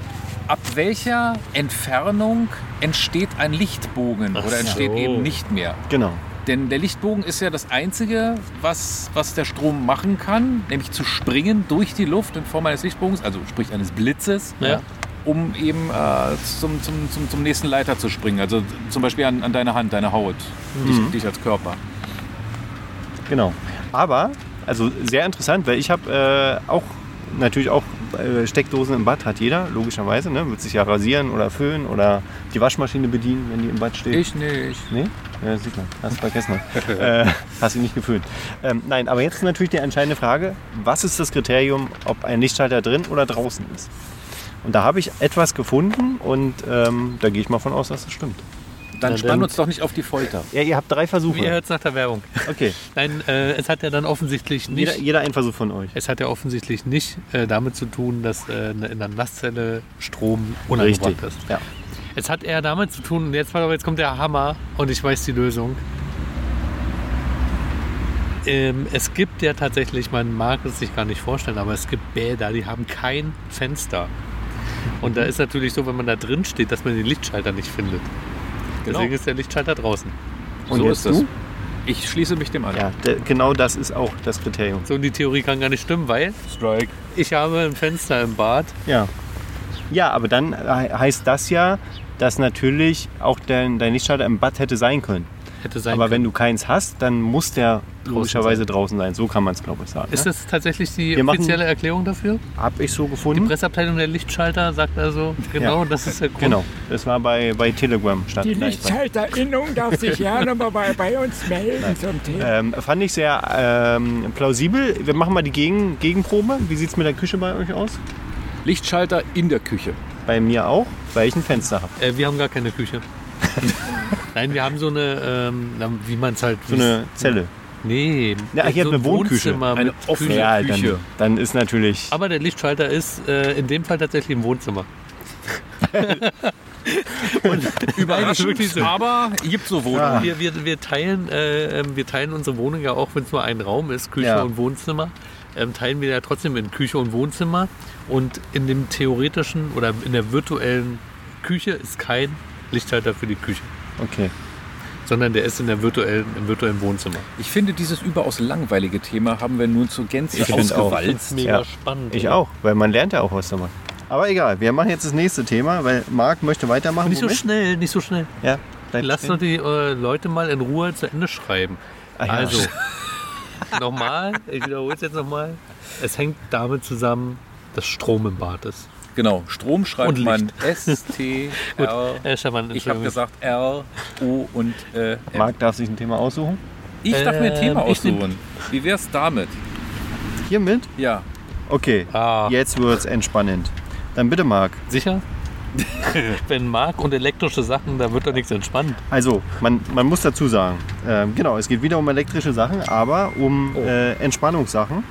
Speaker 3: ab welcher Entfernung entsteht ein Lichtbogen
Speaker 1: Ach
Speaker 3: oder entsteht
Speaker 1: so.
Speaker 3: eben nicht mehr.
Speaker 4: Genau.
Speaker 3: Denn der Lichtbogen ist ja das Einzige, was, was der Strom machen kann, nämlich zu springen durch die Luft in Form eines Lichtbogens, also sprich eines Blitzes,
Speaker 1: Ja.
Speaker 3: um eben äh, zum, zum, zum, zum nächsten Leiter zu springen. Also zum Beispiel an, an deine Hand, deine Haut,
Speaker 4: Mhm.
Speaker 3: dich, dich als Körper.
Speaker 4: Genau. Aber, also sehr interessant, weil ich habe äh, auch natürlich auch äh, Steckdosen im Bad, hat jeder, logischerweise. Ne? Wird sich ja rasieren oder föhnen oder die Waschmaschine bedienen, wenn die im Bad steht.
Speaker 3: Ich nicht.
Speaker 4: Nee? Ja, sieht man. Hast du vergessen. äh, hast dich nicht geföhnt. Ähm, nein, aber jetzt ist natürlich die entscheidende Frage, was ist das Kriterium, ob ein Lichtschalter drin oder draußen ist? Und da habe ich etwas gefunden und ähm, da gehe ich mal von aus, dass das stimmt.
Speaker 3: Dann
Speaker 1: Na,
Speaker 3: spann
Speaker 1: dann-
Speaker 3: uns doch nicht auf die Folter.
Speaker 4: Ja, ihr habt drei Versuche.
Speaker 1: Ihr hört nach der Werbung.
Speaker 4: Okay,
Speaker 1: Nein, äh, es hat ja dann offensichtlich
Speaker 4: jeder,
Speaker 1: nicht.
Speaker 4: jeder ein Versuch von euch.
Speaker 1: Es hat ja offensichtlich nicht äh, damit zu tun, dass äh, in einer Nasszelle Strom unangebracht ist.
Speaker 4: Ja.
Speaker 1: Es hat eher damit zu tun, und jetzt, warte mal, jetzt kommt der Hammer und ich weiß die Lösung. Ähm, es gibt ja tatsächlich, man mag es sich gar nicht vorstellen, aber es gibt Bäder, die haben kein Fenster. Und da ist natürlich so, wenn man da drin steht, dass man den Lichtschalter nicht findet.
Speaker 4: Genau.
Speaker 1: Deswegen ist der Lichtschalter draußen.
Speaker 4: Und
Speaker 3: so
Speaker 4: jetzt
Speaker 3: ist das.
Speaker 4: du?
Speaker 3: Ich schließe mich dem an.
Speaker 4: Ja, de, genau das ist auch das Kriterium.
Speaker 1: So, und die Theorie kann gar nicht stimmen, weil
Speaker 3: Strike.
Speaker 1: ich habe ein Fenster im Bad.
Speaker 4: Ja. Ja, aber dann he- heißt das ja, dass natürlich auch dein, dein Lichtschalter im Bad hätte sein können.
Speaker 1: Hätte sein
Speaker 4: aber
Speaker 1: können.
Speaker 4: wenn du keins hast, dann muss der
Speaker 1: Draußen
Speaker 4: logischerweise draußen sein. So kann man es, glaube ich, sagen.
Speaker 1: Ist das tatsächlich die
Speaker 4: Wir machen- Hm?
Speaker 1: offizielle Erklärung dafür?
Speaker 4: Habe ich so
Speaker 1: Die
Speaker 4: gefunden.
Speaker 1: Presseabteilung der Lichtschalter sagt also, genau, das ist der Grund.
Speaker 4: genau. Das war bei, bei Telegram stand.
Speaker 5: Die
Speaker 4: gleich bei.
Speaker 5: Lichtschalterinnung darf sich gerne mal bei, bei uns melden zum Thema.
Speaker 4: Ähm, fand ich sehr ähm, plausibel. Wir machen mal die Gegen Gegenprobe. Wie sieht es mit der Küche bei euch aus?
Speaker 3: Lichtschalter in der Küche.
Speaker 4: Bei mir auch, weil ich ein Fenster habe.
Speaker 1: Äh, wir haben gar keine Küche. Nein, wir haben so eine, ähm, na, wie man es halt.
Speaker 4: So eine Zelle.
Speaker 1: Nee,
Speaker 4: Ja, hier
Speaker 1: so
Speaker 4: hat eine Wohnküche.
Speaker 1: Wohnzimmer
Speaker 3: Eine
Speaker 1: mit
Speaker 3: offene-
Speaker 1: Küche.
Speaker 4: Ja,
Speaker 3: Küche.
Speaker 4: dann, dann ist natürlich.
Speaker 1: Aber der Lichtschalter ist äh, in dem Fall tatsächlich im Wohnzimmer.
Speaker 3: Überraschend,
Speaker 1: wirklich so.
Speaker 3: aber gibt so Wohnungen.
Speaker 4: Ah.
Speaker 1: Wir, wir, wir, teilen, äh, ähm, wir teilen unsere Wohnung ja auch, wenn es nur ein Raum ist, Küche
Speaker 4: Ja.
Speaker 1: und Wohnzimmer, ähm, teilen wir ja trotzdem in Küche und Wohnzimmer. Und in dem theoretischen oder in der virtuellen Küche ist kein Lichtschalter für die Küche,
Speaker 4: Okay.
Speaker 1: sondern der ist in der virtuellen, im virtuellen Wohnzimmer.
Speaker 3: Ich finde, dieses überaus langweilige Thema haben wir nun zur Gänze
Speaker 4: Ich find's auch.
Speaker 3: ausgewalzt.
Speaker 1: Mega
Speaker 4: Ja.
Speaker 1: spannend.
Speaker 4: Ich
Speaker 1: oder?
Speaker 4: auch, weil man lernt ja auch was dabei. Aber egal, wir machen jetzt das nächste Thema, weil Marc möchte weitermachen.
Speaker 1: Nicht so
Speaker 4: Moment.
Speaker 1: schnell, nicht so schnell.
Speaker 4: ja, bleib
Speaker 1: Lass doch
Speaker 4: stehen.
Speaker 1: die äh, Leute mal in Ruhe zu Ende schreiben.
Speaker 4: Ah, ja.
Speaker 1: Also, nochmal, ich wiederhole es jetzt nochmal. Es hängt damit zusammen, dass Strom im Bad ist.
Speaker 3: Genau, Strom schreibt
Speaker 1: Und Licht.
Speaker 3: man S, T,
Speaker 1: Gut,
Speaker 3: R.
Speaker 1: äh, Stefan,
Speaker 3: Ich habe
Speaker 1: Entschuldigung.
Speaker 3: gesagt R, O und äh, M.
Speaker 4: Marc darf sich ein Thema aussuchen.
Speaker 3: Ich darf
Speaker 4: äh,
Speaker 3: mir ein Thema
Speaker 1: Ähm, ich nehm-
Speaker 3: aussuchen. Wie wär's damit?
Speaker 4: Hiermit?
Speaker 3: Ja.
Speaker 4: Okay,
Speaker 1: Ah.
Speaker 4: jetzt wird's entspannend. Dann bitte, Marc.
Speaker 1: Sicher? Wenn Mark und elektrische Sachen, da wird doch nichts entspannt.
Speaker 4: Also, man, man muss dazu sagen, ähm, genau, es geht wieder um elektrische Sachen, aber um
Speaker 1: Oh.
Speaker 4: äh, Entspannungssachen.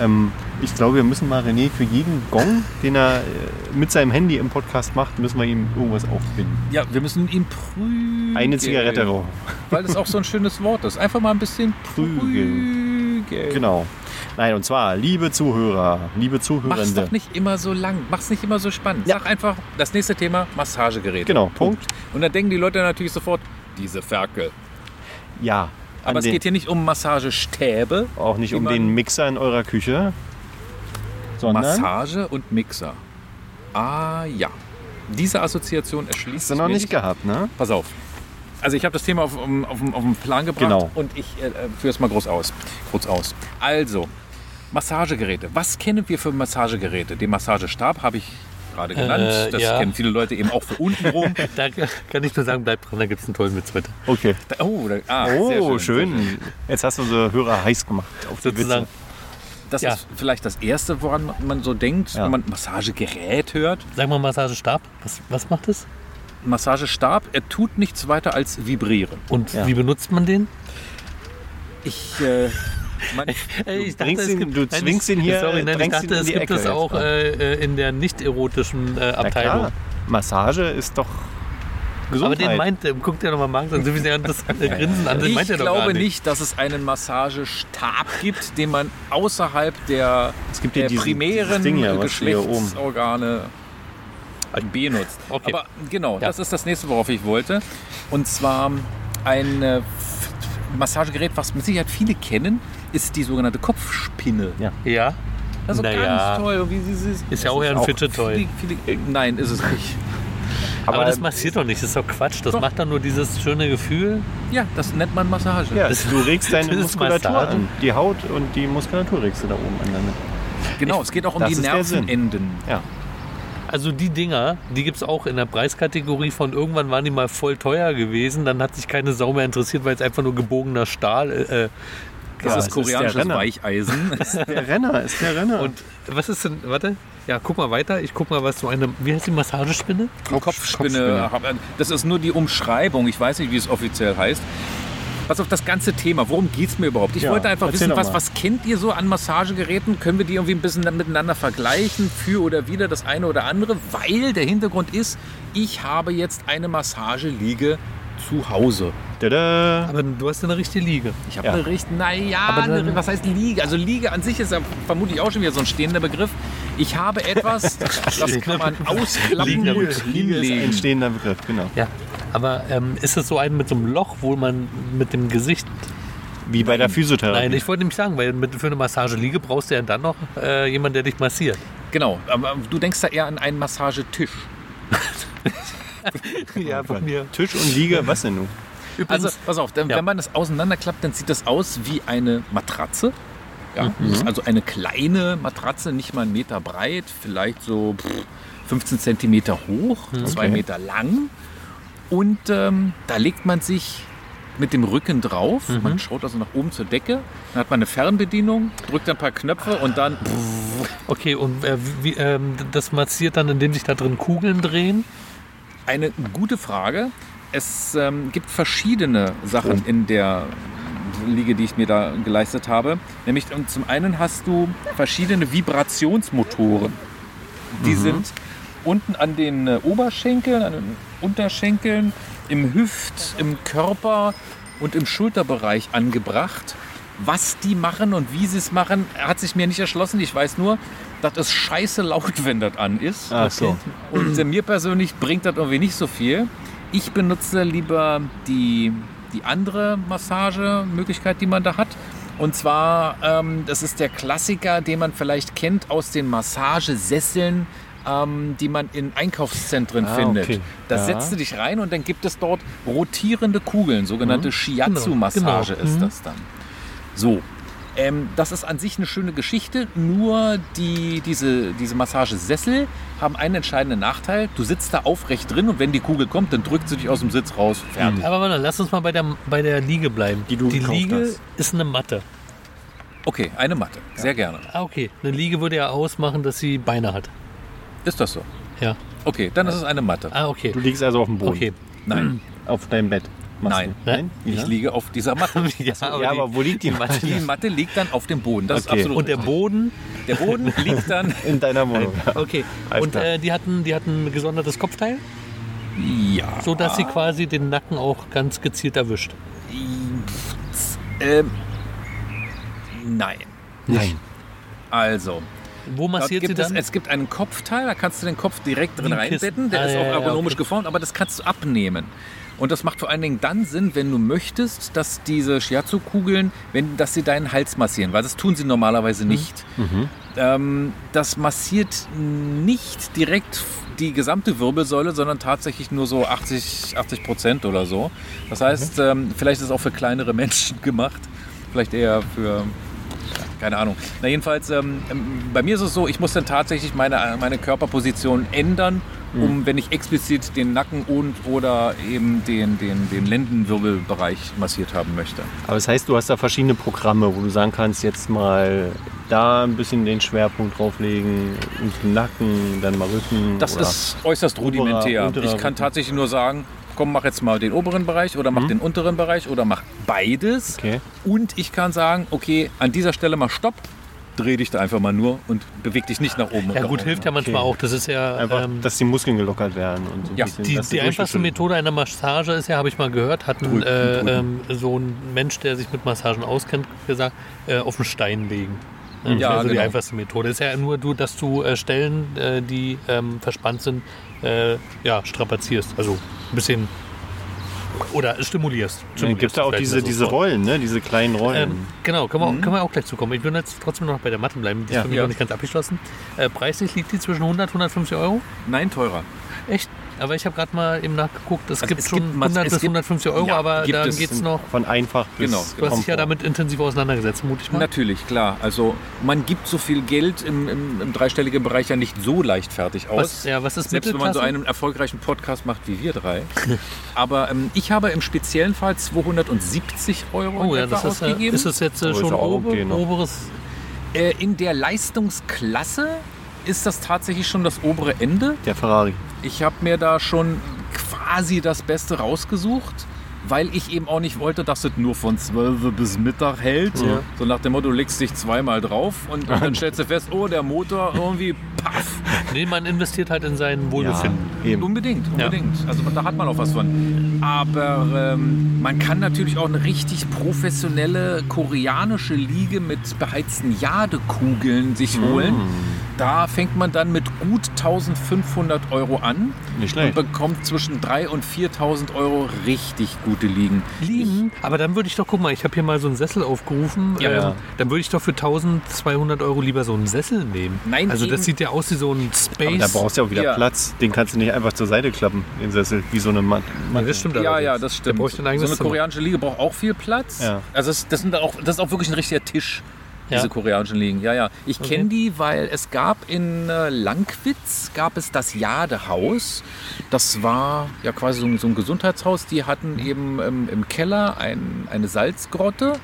Speaker 4: Ähm, ich glaube, wir müssen mal René für jeden Gong, den er äh, mit seinem Handy im Podcast macht, müssen wir ihm irgendwas aufbinden.
Speaker 3: Ja, wir müssen ihn prügeln.
Speaker 4: Eine Zigarette rauchen.
Speaker 3: Weil das auch so ein schönes Wort ist. Einfach mal ein bisschen prügeln.
Speaker 4: Prügeln. Genau. Nein, und zwar, liebe Zuhörer, liebe
Speaker 3: Mach's
Speaker 4: Zuhörende.
Speaker 3: doch nicht immer so lang. Mach's nicht immer so spannend. Sag einfach, das nächste Thema, Massagegerät.
Speaker 4: Genau, Punkt.
Speaker 3: Und dann denken die Leute natürlich sofort, diese Ferkel.
Speaker 4: Ja. an
Speaker 3: Aber es
Speaker 4: den-
Speaker 3: geht hier nicht um Massagestäbe,
Speaker 4: auch nicht
Speaker 3: wie
Speaker 4: um
Speaker 3: man-
Speaker 4: den Mixer in eurer Küche, sondern
Speaker 3: Massage und Mixer. Ah ja. Diese Assoziation erschließt
Speaker 4: hast du noch
Speaker 3: sich mir
Speaker 4: nicht gehabt, ne?
Speaker 3: Pass auf. Also ich habe das Thema auf, auf, auf, um, auf den Plan gebracht
Speaker 4: Genau.
Speaker 3: und ich äh, führe es mal groß aus. Kurz aus. Also, Massagegeräte. Was kennen wir für Massagegeräte? Den Massagestab habe ich gerade genannt. das
Speaker 1: Äh, ja.
Speaker 3: kennen viele Leute eben auch für untenrum.
Speaker 1: Da kann ich nur sagen, bleib dran, da gibt es einen tollen Witz heute.
Speaker 4: Okay.
Speaker 3: Da- oh, da, ah, sehr
Speaker 4: Oh,
Speaker 3: schön.
Speaker 4: schön. Jetzt hast du unsere Hörer heiß gemacht auf die
Speaker 1: Sozusagen.
Speaker 4: Witze.
Speaker 3: Das
Speaker 1: Ja.
Speaker 3: ist vielleicht das Erste, woran man so denkt,
Speaker 4: Ja.
Speaker 3: wenn man Massagegerät hört.
Speaker 1: Sag mal Massagestab, was, was macht das?
Speaker 3: Massagestab, er tut nichts weiter als vibrieren.
Speaker 1: Und
Speaker 4: Ja.
Speaker 1: wie benutzt man den?
Speaker 3: Ich, äh, mein,
Speaker 1: Ich
Speaker 4: bringst ihn- du zwingst ihn hier,
Speaker 1: Sorry, nein, ich
Speaker 4: drängst
Speaker 1: dachte,
Speaker 4: ihn in
Speaker 1: es
Speaker 4: die
Speaker 1: gibt
Speaker 4: Ecke
Speaker 1: es
Speaker 4: jetzt
Speaker 1: auch äh, äh, in der nicht erotischen äh,
Speaker 4: Na
Speaker 1: Abteilung.
Speaker 4: klar, Massage ist doch
Speaker 1: Aber
Speaker 4: Gesundheit.
Speaker 1: den meint, äh, guckt ja nochmal Marc, dann sind wir das äh, Grinsen an, den
Speaker 3: Ich
Speaker 1: meint er doch
Speaker 3: glaube
Speaker 1: gar
Speaker 3: nicht.
Speaker 1: nicht.
Speaker 3: dass es einen Massagestab gibt, den man außerhalb der,
Speaker 4: Es gibt ja
Speaker 3: der
Speaker 4: diesen-
Speaker 3: primären
Speaker 4: dieses Ding hier, was hier oben-
Speaker 3: Geschlechtsorgane benutzt.
Speaker 1: Okay.
Speaker 3: Aber genau,
Speaker 1: Ja.
Speaker 3: das ist das nächste, worauf ich wollte. Und zwar ähm, ein äh, F- F- Massagegerät, was mit Sicherheit viele kennen, ist die sogenannte Kopfspinne.
Speaker 4: Ja.
Speaker 1: Ja,
Speaker 3: Also
Speaker 1: Naja.
Speaker 3: ganz toll. Wie sie, sie,
Speaker 1: Ist ja auch eher ein Fidget-Toy.
Speaker 3: Viele, viele, äh, nein, ist es nicht.
Speaker 1: aber, das massiert doch nicht, das ist doch Quatsch. Das
Speaker 3: Doch.
Speaker 1: macht doch nur dieses schöne Gefühl.
Speaker 3: Ja, das nennt man Massage.
Speaker 4: Ja,
Speaker 1: Das-
Speaker 4: du regst deine
Speaker 1: das ist
Speaker 4: Muskulatur
Speaker 1: Massage.
Speaker 4: an. Die Haut und die Muskulatur regst du da oben an damit.
Speaker 3: Genau, es geht auch um
Speaker 4: Das
Speaker 3: die
Speaker 4: ist der Sinn.
Speaker 3: Nervenenden.
Speaker 1: Also die Dinger, die gibt es auch in der Preiskategorie von irgendwann waren die mal voll teuer gewesen, dann hat sich keine Sau mehr interessiert, weil es einfach nur gebogener Stahl äh, äh,
Speaker 3: Das ist
Speaker 4: Ja, es ist der
Speaker 3: koreanisches
Speaker 4: Renner.
Speaker 3: Weicheisen.
Speaker 4: Der Renner ist der Renner.
Speaker 1: Und was ist denn, warte, ja, guck mal weiter, ich guck mal, was so eine, wie heißt die Massagespinne?
Speaker 3: Die Kopfspinne. Das ist nur die Umschreibung. Ich weiß nicht, wie es offiziell heißt. Pass auf das ganze Thema. Worum geht es mir überhaupt? Ich
Speaker 4: Ja,
Speaker 3: wollte einfach
Speaker 4: erzähl
Speaker 3: wissen,
Speaker 4: doch
Speaker 3: was,
Speaker 4: mal.
Speaker 3: was kennt ihr so an Massagegeräten? Können wir die irgendwie ein bisschen miteinander vergleichen? Für oder wieder das eine oder andere? Weil der Hintergrund ist, ich habe jetzt eine Massageliege zu Hause.
Speaker 4: Tada.
Speaker 1: Aber du hast ja eine richtige Liege.
Speaker 3: Ich habe
Speaker 4: Ja.
Speaker 3: eine richtig, naja,
Speaker 1: Aber dann-
Speaker 3: eine, was heißt Liege? Also Liege an sich ist ja vermutlich auch schon wieder so ein stehender Begriff. Ich habe etwas, das kann man ausklappen
Speaker 1: Liegen-
Speaker 3: und
Speaker 4: Liege ist
Speaker 3: hinlegen.
Speaker 4: ein stehender Begriff, genau.
Speaker 1: Ja, aber ähm, ist das so ein mit so einem Loch, wo man mit dem Gesicht...
Speaker 4: Wie bei der Physiotherapie.
Speaker 1: Nein, ich wollte nämlich sagen, weil mit, für eine Massageliege brauchst du ja dann noch äh, jemanden, der dich massiert.
Speaker 3: Genau, aber du denkst da eher an einen Massagetisch.
Speaker 1: Ja, von mir.
Speaker 4: Tisch und Liege, was denn nun?
Speaker 1: Übrigens,
Speaker 3: Also, pass auf, denn,
Speaker 1: Ja.
Speaker 3: wenn man das auseinanderklappt, dann sieht das aus wie eine Matratze.
Speaker 1: Mhm.
Speaker 3: Ja, das ist also eine kleine Matratze, nicht mal einen Meter breit, vielleicht so pff, 15 Zentimeter hoch,
Speaker 1: Mhm.
Speaker 3: zwei Meter lang. Und ähm, da legt man sich mit dem Rücken drauf.
Speaker 1: Mhm.
Speaker 3: Man schaut also nach oben zur Decke. Dann hat man eine Fernbedienung, drückt ein paar Knöpfe und dann
Speaker 1: okay, und äh, wie, ähm, das massiert dann, indem sich da drin Kugeln drehen?
Speaker 3: Eine gute Frage. Es ähm, gibt verschiedene Sachen in der Liege, die ich mir da geleistet habe. Nämlich ähm, zum einen hast du verschiedene Vibrationsmotoren. Die
Speaker 4: Mhm.
Speaker 3: sind unten an den äh, Oberschenkeln, an den Unterschenkeln, im Hüft, im Körper und im Schulterbereich angebracht. Was die machen und wie sie es machen, hat sich mir nicht erschlossen. Ich weiß nur, dass es scheiße laut, wenn das an ist.
Speaker 4: Ach so.
Speaker 3: Und äh, mir persönlich bringt das irgendwie nicht so viel. Ich benutze lieber die, die andere Massagemöglichkeit, die man da hat. Und zwar, ähm, das ist der Klassiker, den man vielleicht kennt aus den Massagesesseln, ähm, die man in Einkaufszentren
Speaker 4: Ah,
Speaker 3: findet.
Speaker 4: okay.
Speaker 3: Da
Speaker 4: Ja.
Speaker 3: setzt du dich rein und dann gibt es dort rotierende Kugeln, sogenannte Shiatsu-Massage
Speaker 1: genau.
Speaker 3: ist
Speaker 1: Mhm.
Speaker 3: das dann. So, Ähm, das ist an sich eine schöne Geschichte, nur die, diese, diese Massagesessel haben einen entscheidenden Nachteil. Du sitzt da aufrecht drin und wenn die Kugel kommt, dann drückt sie dich aus dem Sitz raus. Fertig.
Speaker 1: Aber warte, lass uns mal bei der, bei der Liege bleiben.
Speaker 4: Die du gekauft
Speaker 1: Liege
Speaker 4: hast.
Speaker 1: ist eine Matte.
Speaker 4: Mhm.
Speaker 3: Okay, eine Matte. Sehr gerne.
Speaker 1: Ah, okay. Eine Liege würde ja ausmachen, dass sie Beine hat.
Speaker 3: Ist das so?
Speaker 1: Ja.
Speaker 3: Okay, dann ist es eine Matte.
Speaker 1: Ah, okay.
Speaker 4: Du liegst also auf dem Boden.
Speaker 1: Okay.
Speaker 3: Nein,
Speaker 4: Auf deinem Bett. machst
Speaker 3: Nein.
Speaker 4: du. Nein?
Speaker 3: ich
Speaker 4: ja?
Speaker 3: liege auf dieser Matte.
Speaker 4: ja, aber wo liegt die Matte?
Speaker 3: Die Matte liegt dann auf dem Boden. Das
Speaker 4: Okay.
Speaker 3: ist absolut
Speaker 1: Und der Boden.
Speaker 3: der Boden liegt dann.
Speaker 4: In deiner Wohnung.
Speaker 1: Okay.
Speaker 4: Alles
Speaker 1: Und
Speaker 4: klar.
Speaker 1: äh, die, hatten, die hatten ein gesondertes Kopfteil,
Speaker 3: Ja.
Speaker 1: sodass sie quasi den Nacken auch ganz gezielt erwischt.
Speaker 3: Ähm, nein.
Speaker 4: Nein.
Speaker 3: Also,
Speaker 1: Wo
Speaker 3: dort
Speaker 1: massiert sie
Speaker 3: gibt es,
Speaker 1: dann?
Speaker 3: es gibt einen Kopfteil, da kannst du den Kopf direkt drin
Speaker 1: Wie ein Kissen.
Speaker 3: reinbetten. Der
Speaker 1: Ah,
Speaker 3: ist
Speaker 1: ja,
Speaker 3: auch
Speaker 1: ja,
Speaker 3: ergonomisch
Speaker 1: okay.
Speaker 3: geformt, aber das kannst du abnehmen. Und das macht vor allen Dingen dann Sinn, wenn du möchtest, dass diese Shiatsu-Kugeln, wenn, dass sie deinen Hals massieren, weil das tun sie normalerweise
Speaker 1: Mhm.
Speaker 3: nicht. Ähm, das massiert nicht direkt die gesamte Wirbelsäule, sondern tatsächlich nur so 80, 80 Prozent oder so. Das
Speaker 1: Mhm.
Speaker 3: heißt, ähm, vielleicht ist es auch für kleinere Menschen gemacht. Vielleicht eher für, keine Ahnung. Na jedenfalls, ähm, ähm, bei mir ist es so, ich muss dann tatsächlich meine, äh, meine Körperposition ändern, um, wenn ich explizit den Nacken und oder eben den, den, den Lendenwirbelbereich massiert haben möchte.
Speaker 4: Aber das heißt, du hast da verschiedene Programme, wo du sagen kannst, jetzt mal da ein bisschen den Schwerpunkt drauflegen, und den Nacken, dann mal Rücken.
Speaker 3: Das
Speaker 4: oder-
Speaker 3: ist äußerst rudimentär.
Speaker 4: unterer
Speaker 3: ich kann
Speaker 4: Rücken.
Speaker 3: tatsächlich nur sagen, komm, mach jetzt mal den oberen Bereich oder mach den unteren Bereich oder mach beides.
Speaker 4: Okay.
Speaker 3: Und ich kann sagen, okay, an dieser Stelle mal Stopp, dreh dich da einfach mal nur und beweg dich nicht nach oben. und
Speaker 1: ja
Speaker 3: nach
Speaker 1: gut,
Speaker 3: unten.
Speaker 1: hilft ja manchmal auch. Das ist ja
Speaker 4: Einfach,
Speaker 1: ähm,
Speaker 4: dass die Muskeln gelockert werden. Und so ein
Speaker 3: Ja,
Speaker 4: bisschen,
Speaker 1: die,
Speaker 4: dass sie
Speaker 1: die einfachste
Speaker 4: durchgeschüttelt
Speaker 1: Methode einer Massage ist ja, habe ich mal gehört, hat ein, äh, ähm, so ein Mensch, der sich mit Massagen auskennt, gesagt, äh, auf den Stein legen. Ähm, Das
Speaker 3: Ja,
Speaker 1: wäre so die
Speaker 3: genau.
Speaker 1: einfachste Methode. Ist ja nur, du, dass du äh, Stellen, äh, die ähm, verspannt sind, äh, ja, strapazierst. Also ein bisschen oder stimulierst.
Speaker 4: Dann
Speaker 1: stimulierst
Speaker 4: gibt es ja Ne, auch
Speaker 1: vielleicht
Speaker 4: diese,
Speaker 1: das
Speaker 4: diese
Speaker 1: Wort.
Speaker 4: Rollen, ne? diese kleinen Rollen.
Speaker 1: Ähm, genau, können wir, auch- können wir auch gleich zukommen. Ich will jetzt trotzdem noch bei der Matte bleiben. Die ist
Speaker 4: Ja.
Speaker 1: für mich
Speaker 3: Ja.
Speaker 1: noch nicht ganz abgeschlossen. Äh, preislich liegt die zwischen 100 und 150 Euro.
Speaker 3: Nein, teurer.
Speaker 1: Echt? Aber ich habe gerade mal eben nachgeguckt, es
Speaker 3: Also
Speaker 1: gibt
Speaker 3: es
Speaker 1: schon
Speaker 3: gibt Mas-
Speaker 1: 100
Speaker 3: es
Speaker 1: bis
Speaker 3: gibt-
Speaker 1: 150 Euro,
Speaker 3: Ja,
Speaker 1: aber
Speaker 3: gibt
Speaker 1: da
Speaker 3: es.
Speaker 1: geht es noch.
Speaker 4: Von einfach bis
Speaker 3: Genau.
Speaker 1: Du hast dich ja
Speaker 4: Komfort.
Speaker 1: damit intensiv auseinandergesetzt, mute ich mal.
Speaker 3: Natürlich, klar. Also man gibt so viel Geld im, im, im dreistelligen Bereich ja nicht so leichtfertig aus.
Speaker 1: was, ja, was ist
Speaker 3: Selbst wenn man so einen erfolgreichen Podcast macht wie wir drei. Aber ähm, ich habe im speziellen Fall 270 Euro in
Speaker 1: Oh ja,
Speaker 3: etwa
Speaker 1: das ist, äh,
Speaker 3: ausgegeben.
Speaker 1: ist das jetzt äh,
Speaker 4: Aber ist
Speaker 1: schon
Speaker 4: ja auch
Speaker 1: ober,
Speaker 4: okay
Speaker 3: ne?
Speaker 4: noch.
Speaker 1: oberes.
Speaker 3: äh, in der Leistungsklasse ist das tatsächlich schon das obere Ende.
Speaker 4: Der Ferrari.
Speaker 3: Ich habe mir da schon quasi das Beste rausgesucht, weil ich eben auch nicht wollte, dass es nur von 12 bis Mittag hält. So nach dem Motto, du legst dich zweimal drauf und dann stellst du fest, oh, der Motor irgendwie paff.
Speaker 1: Nee, man investiert halt in sein Wohlbefinden.
Speaker 4: eben.
Speaker 3: Unbedingt, unbedingt. Also da hat man auch was von. Aber ähm, man kann natürlich auch eine richtig professionelle koreanische Liege mit beheizten Jadekugeln sich holen. Da fängt man dann mit gut 1500 Euro an
Speaker 4: Nicht
Speaker 3: und
Speaker 4: schlecht.
Speaker 3: bekommt zwischen 3.000 und 4.000 Euro richtig gute Liegen.
Speaker 1: Liegen, aber dann würde ich doch, guck mal, ich habe hier mal so einen Sessel aufgerufen.
Speaker 3: Ja.
Speaker 1: ähm, Dann würde ich doch für 1200 Euro lieber so einen Sessel nehmen.
Speaker 3: Nein,
Speaker 1: Also
Speaker 3: eben-
Speaker 1: das sieht ja aus wie so ein Space.
Speaker 4: Da brauchst du ja auch wieder
Speaker 3: Ja.
Speaker 4: Platz. Den kannst du nicht einfach zur Seite klappen, den Sessel, wie so eine Matte.
Speaker 1: Man, das stimmt
Speaker 3: Ja,
Speaker 1: allerdings.
Speaker 3: ja, das
Speaker 1: Da
Speaker 3: stimmt.
Speaker 1: brauche ich ein
Speaker 3: so
Speaker 1: eigenes
Speaker 3: eine
Speaker 1: Zimmer.
Speaker 3: koreanische Liege braucht auch viel Platz.
Speaker 4: Ja.
Speaker 3: Also das, das, sind auch, das ist auch wirklich ein richtiger Tisch,
Speaker 1: Ja.
Speaker 3: diese koreanischen Liegen. Ja, ja. Ich
Speaker 1: Okay.
Speaker 3: kenne die, weil es gab in äh, Langwitz gab es das Jadehaus. Das war ja quasi so ein, so ein Gesundheitshaus. Die hatten eben ähm, im Keller ein, eine Salzgrotte.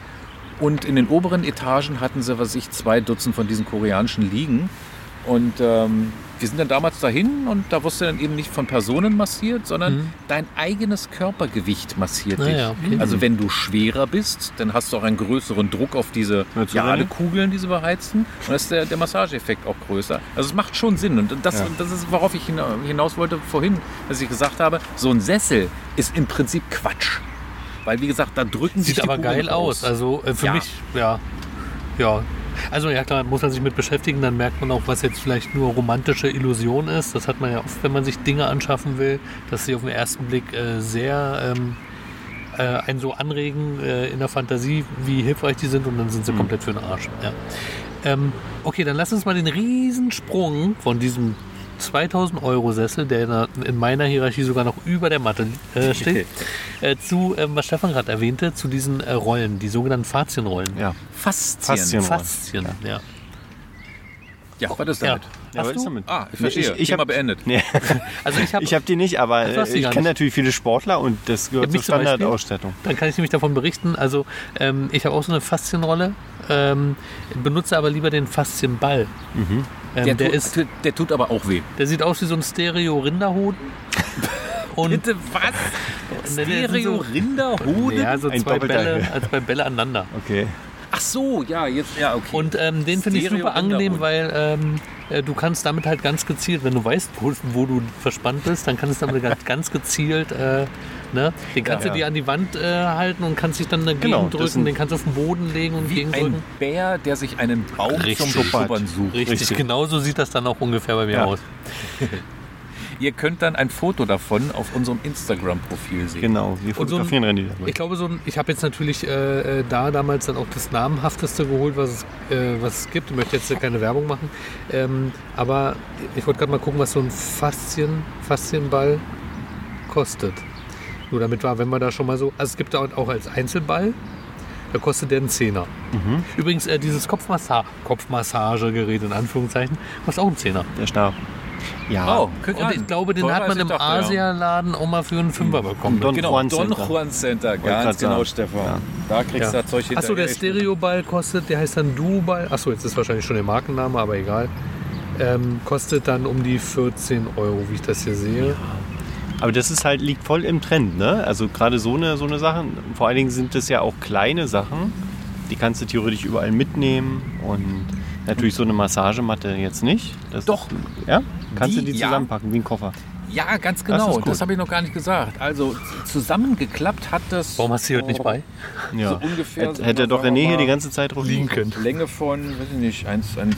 Speaker 3: Und in den oberen Etagen hatten sie, was weiß ich, zwei Dutzend von diesen koreanischen Liegen. Und ähm, wir sind dann damals dahin und da wirst du dann eben nicht von Personen massiert, sondern dein eigenes Körpergewicht massiert
Speaker 1: Mhm. Ah
Speaker 3: dich.
Speaker 1: ja, okay.
Speaker 3: Also wenn du schwerer bist, dann hast du auch einen größeren Druck auf diese
Speaker 4: Na, zu
Speaker 3: Jadekugeln, die sie beheizen. Und dann ist der, der Massageeffekt auch größer. Also es macht schon Sinn. Und das,
Speaker 4: Ja.
Speaker 3: das ist, worauf ich hina- hinaus wollte vorhin, dass ich gesagt habe, so ein Sessel ist im Prinzip Quatsch. Weil wie gesagt, da drücken sich
Speaker 1: Sieht
Speaker 3: die
Speaker 1: aber
Speaker 3: Kugeln
Speaker 1: geil aus. Also äh, für
Speaker 3: Ja.
Speaker 1: mich, ja. Ja. Also ja klar, muss man sich mit beschäftigen, dann merkt man auch, was jetzt vielleicht nur romantische Illusion ist. Das hat man ja oft, wenn man sich Dinge anschaffen will, dass sie auf den ersten Blick äh, sehr ähm, äh, einen so anregen äh, in der Fantasie, wie hilfreich die sind und dann sind sie komplett für den Arsch. Ja. Ähm, okay, dann lass uns mal den Riesensprung von diesem 2000 Euro Sessel, der in der- in meiner Hierarchie sogar noch über der Matte äh, steht, äh, zu, ähm, was Stefan gerade erwähnte, zu diesen äh, Rollen, die sogenannten Faszienrollen.
Speaker 4: Ja. genau.
Speaker 3: Faszien.
Speaker 4: Faszien.
Speaker 1: Faszien, ja.
Speaker 3: Ja, was ist
Speaker 1: ja.
Speaker 3: damit?
Speaker 1: Hast
Speaker 4: was
Speaker 1: du?
Speaker 4: ist damit?
Speaker 3: Ah, ich verstehe.
Speaker 4: Ich, ich
Speaker 3: Thema
Speaker 4: habe
Speaker 3: beendet.
Speaker 4: nee,
Speaker 1: Also ich habe
Speaker 4: ich hab die nicht, aber
Speaker 1: Das weiß
Speaker 4: äh,
Speaker 1: ich
Speaker 4: ich
Speaker 1: gar
Speaker 4: kenne
Speaker 1: nicht.
Speaker 4: natürlich viele Sportler und das gehört
Speaker 1: Ja,
Speaker 4: zur
Speaker 1: mich zum Beispiel.
Speaker 4: Standardausstattung.
Speaker 1: Dann kann ich nämlich davon berichten. Also ähm, ich habe auch so eine Faszienrolle, ähm, benutze aber lieber den Faszienball.
Speaker 4: Mhm.
Speaker 1: Ähm, der,
Speaker 3: Der, tut,
Speaker 1: ist,
Speaker 3: tut- der tut aber auch weh.
Speaker 1: der sieht aus wie so ein Stereo-Rinderhoden. Und Nee, nee,
Speaker 3: was?
Speaker 1: das sind so-
Speaker 3: Stereo-Rinderhude?
Speaker 1: ja, so
Speaker 4: Ein
Speaker 1: zwei
Speaker 4: Doppelteil.
Speaker 1: Bälle, also zwei Bälle aneinander.
Speaker 4: Okay.
Speaker 3: Ach so, ja, jetzt, ja, okay.
Speaker 1: Und ähm, den finde ich
Speaker 3: Stereo
Speaker 1: super angenehm,
Speaker 3: Rinderhoden.
Speaker 1: weil ähm, äh, du kannst damit halt ganz gezielt, wenn du weißt, wo, wo du verspannt bist, dann kannst du damit ganz, ganz gezielt, äh, ne, den kannst
Speaker 4: ja.
Speaker 1: du dir an die Wand äh, halten und kannst dich dann dagegen
Speaker 4: Genau, das
Speaker 1: drücken,
Speaker 4: sind-
Speaker 1: den kannst du auf den Boden legen und
Speaker 3: wie
Speaker 1: gegen
Speaker 3: ein
Speaker 1: drücken.
Speaker 3: Bär, der sich einen Baum zum
Speaker 4: Richtig.
Speaker 3: Beschnuppern sucht.
Speaker 1: Richtig,
Speaker 4: Richtig.
Speaker 1: genau so sieht das dann auch ungefähr bei mir
Speaker 4: Ja.
Speaker 1: aus.
Speaker 3: Ihr könnt dann ein Foto davon auf unserem Instagram-Profil sehen.
Speaker 4: Genau,
Speaker 1: Und so
Speaker 4: wir
Speaker 1: ein-
Speaker 4: fotografieren Randy dabei.
Speaker 1: Ich glaube, so ein, ich habe jetzt natürlich äh, äh, da damals dann auch das namenhafteste geholt, was es, äh, was es gibt. Ich möchte jetzt hier keine Werbung machen. Ähm, aber ich wollte gerade mal gucken, was so ein Faszien, Faszienball kostet. Nur damit war, wenn wir da schon mal so. Also es gibt da auch als Einzelball, da kostet der einen Zehner.
Speaker 3: Mhm.
Speaker 1: Übrigens, äh, dieses Kopfmassa Kopfmassagegerät in Anführungszeichen kostet auch einen Zehner.
Speaker 4: Der Stab. Ja.
Speaker 3: Oh, könnt ihr-
Speaker 1: Und ich glaube, den
Speaker 3: Teurer
Speaker 1: hat
Speaker 3: als
Speaker 1: man
Speaker 3: ich
Speaker 1: im
Speaker 3: dachte, ja.
Speaker 1: Asialaden auch mal für einen Fünfer bekommen.
Speaker 4: Don
Speaker 3: Genau,
Speaker 4: Juan
Speaker 3: Don
Speaker 4: Center.
Speaker 3: Juan Center,
Speaker 4: grad
Speaker 3: ganz genau,
Speaker 4: sagen.
Speaker 3: Stefan. Da kriegst du
Speaker 1: Ja.
Speaker 3: das Zeug hinterher.
Speaker 1: Achso, der Stereoball kostet, der heißt dann Duoball. Achso, jetzt ist wahrscheinlich schon der Markenname, aber egal. Ähm, kostet dann um die 14 Euro, wie ich das hier sehe.
Speaker 4: Aber das ist halt, liegt voll im Trend, ne? Also gerade so eine, so eine Sache. Vor allen Dingen sind das ja auch kleine Sachen. Die kannst du theoretisch überall mitnehmen. Und natürlich so eine Massagematte jetzt nicht. Das
Speaker 3: Doch.
Speaker 4: ja? Kannst
Speaker 3: Die,
Speaker 4: du die
Speaker 3: ja.
Speaker 4: zusammenpacken wie ein Koffer.
Speaker 3: Ja, ganz
Speaker 4: Das ist
Speaker 3: genau.
Speaker 4: gut.
Speaker 3: Das habe ich noch gar nicht gesagt. Also zusammengeklappt hat das. Oh,
Speaker 1: Warum hast du hier heute nicht bei?
Speaker 4: Ja.
Speaker 3: So ungefähr
Speaker 4: Hätte,
Speaker 3: so
Speaker 4: hätte doch
Speaker 3: sagen wir
Speaker 4: René hier
Speaker 3: mal
Speaker 4: die ganze Zeit drauf liegen können.
Speaker 3: Länge von, weiß ich nicht, 1, 1,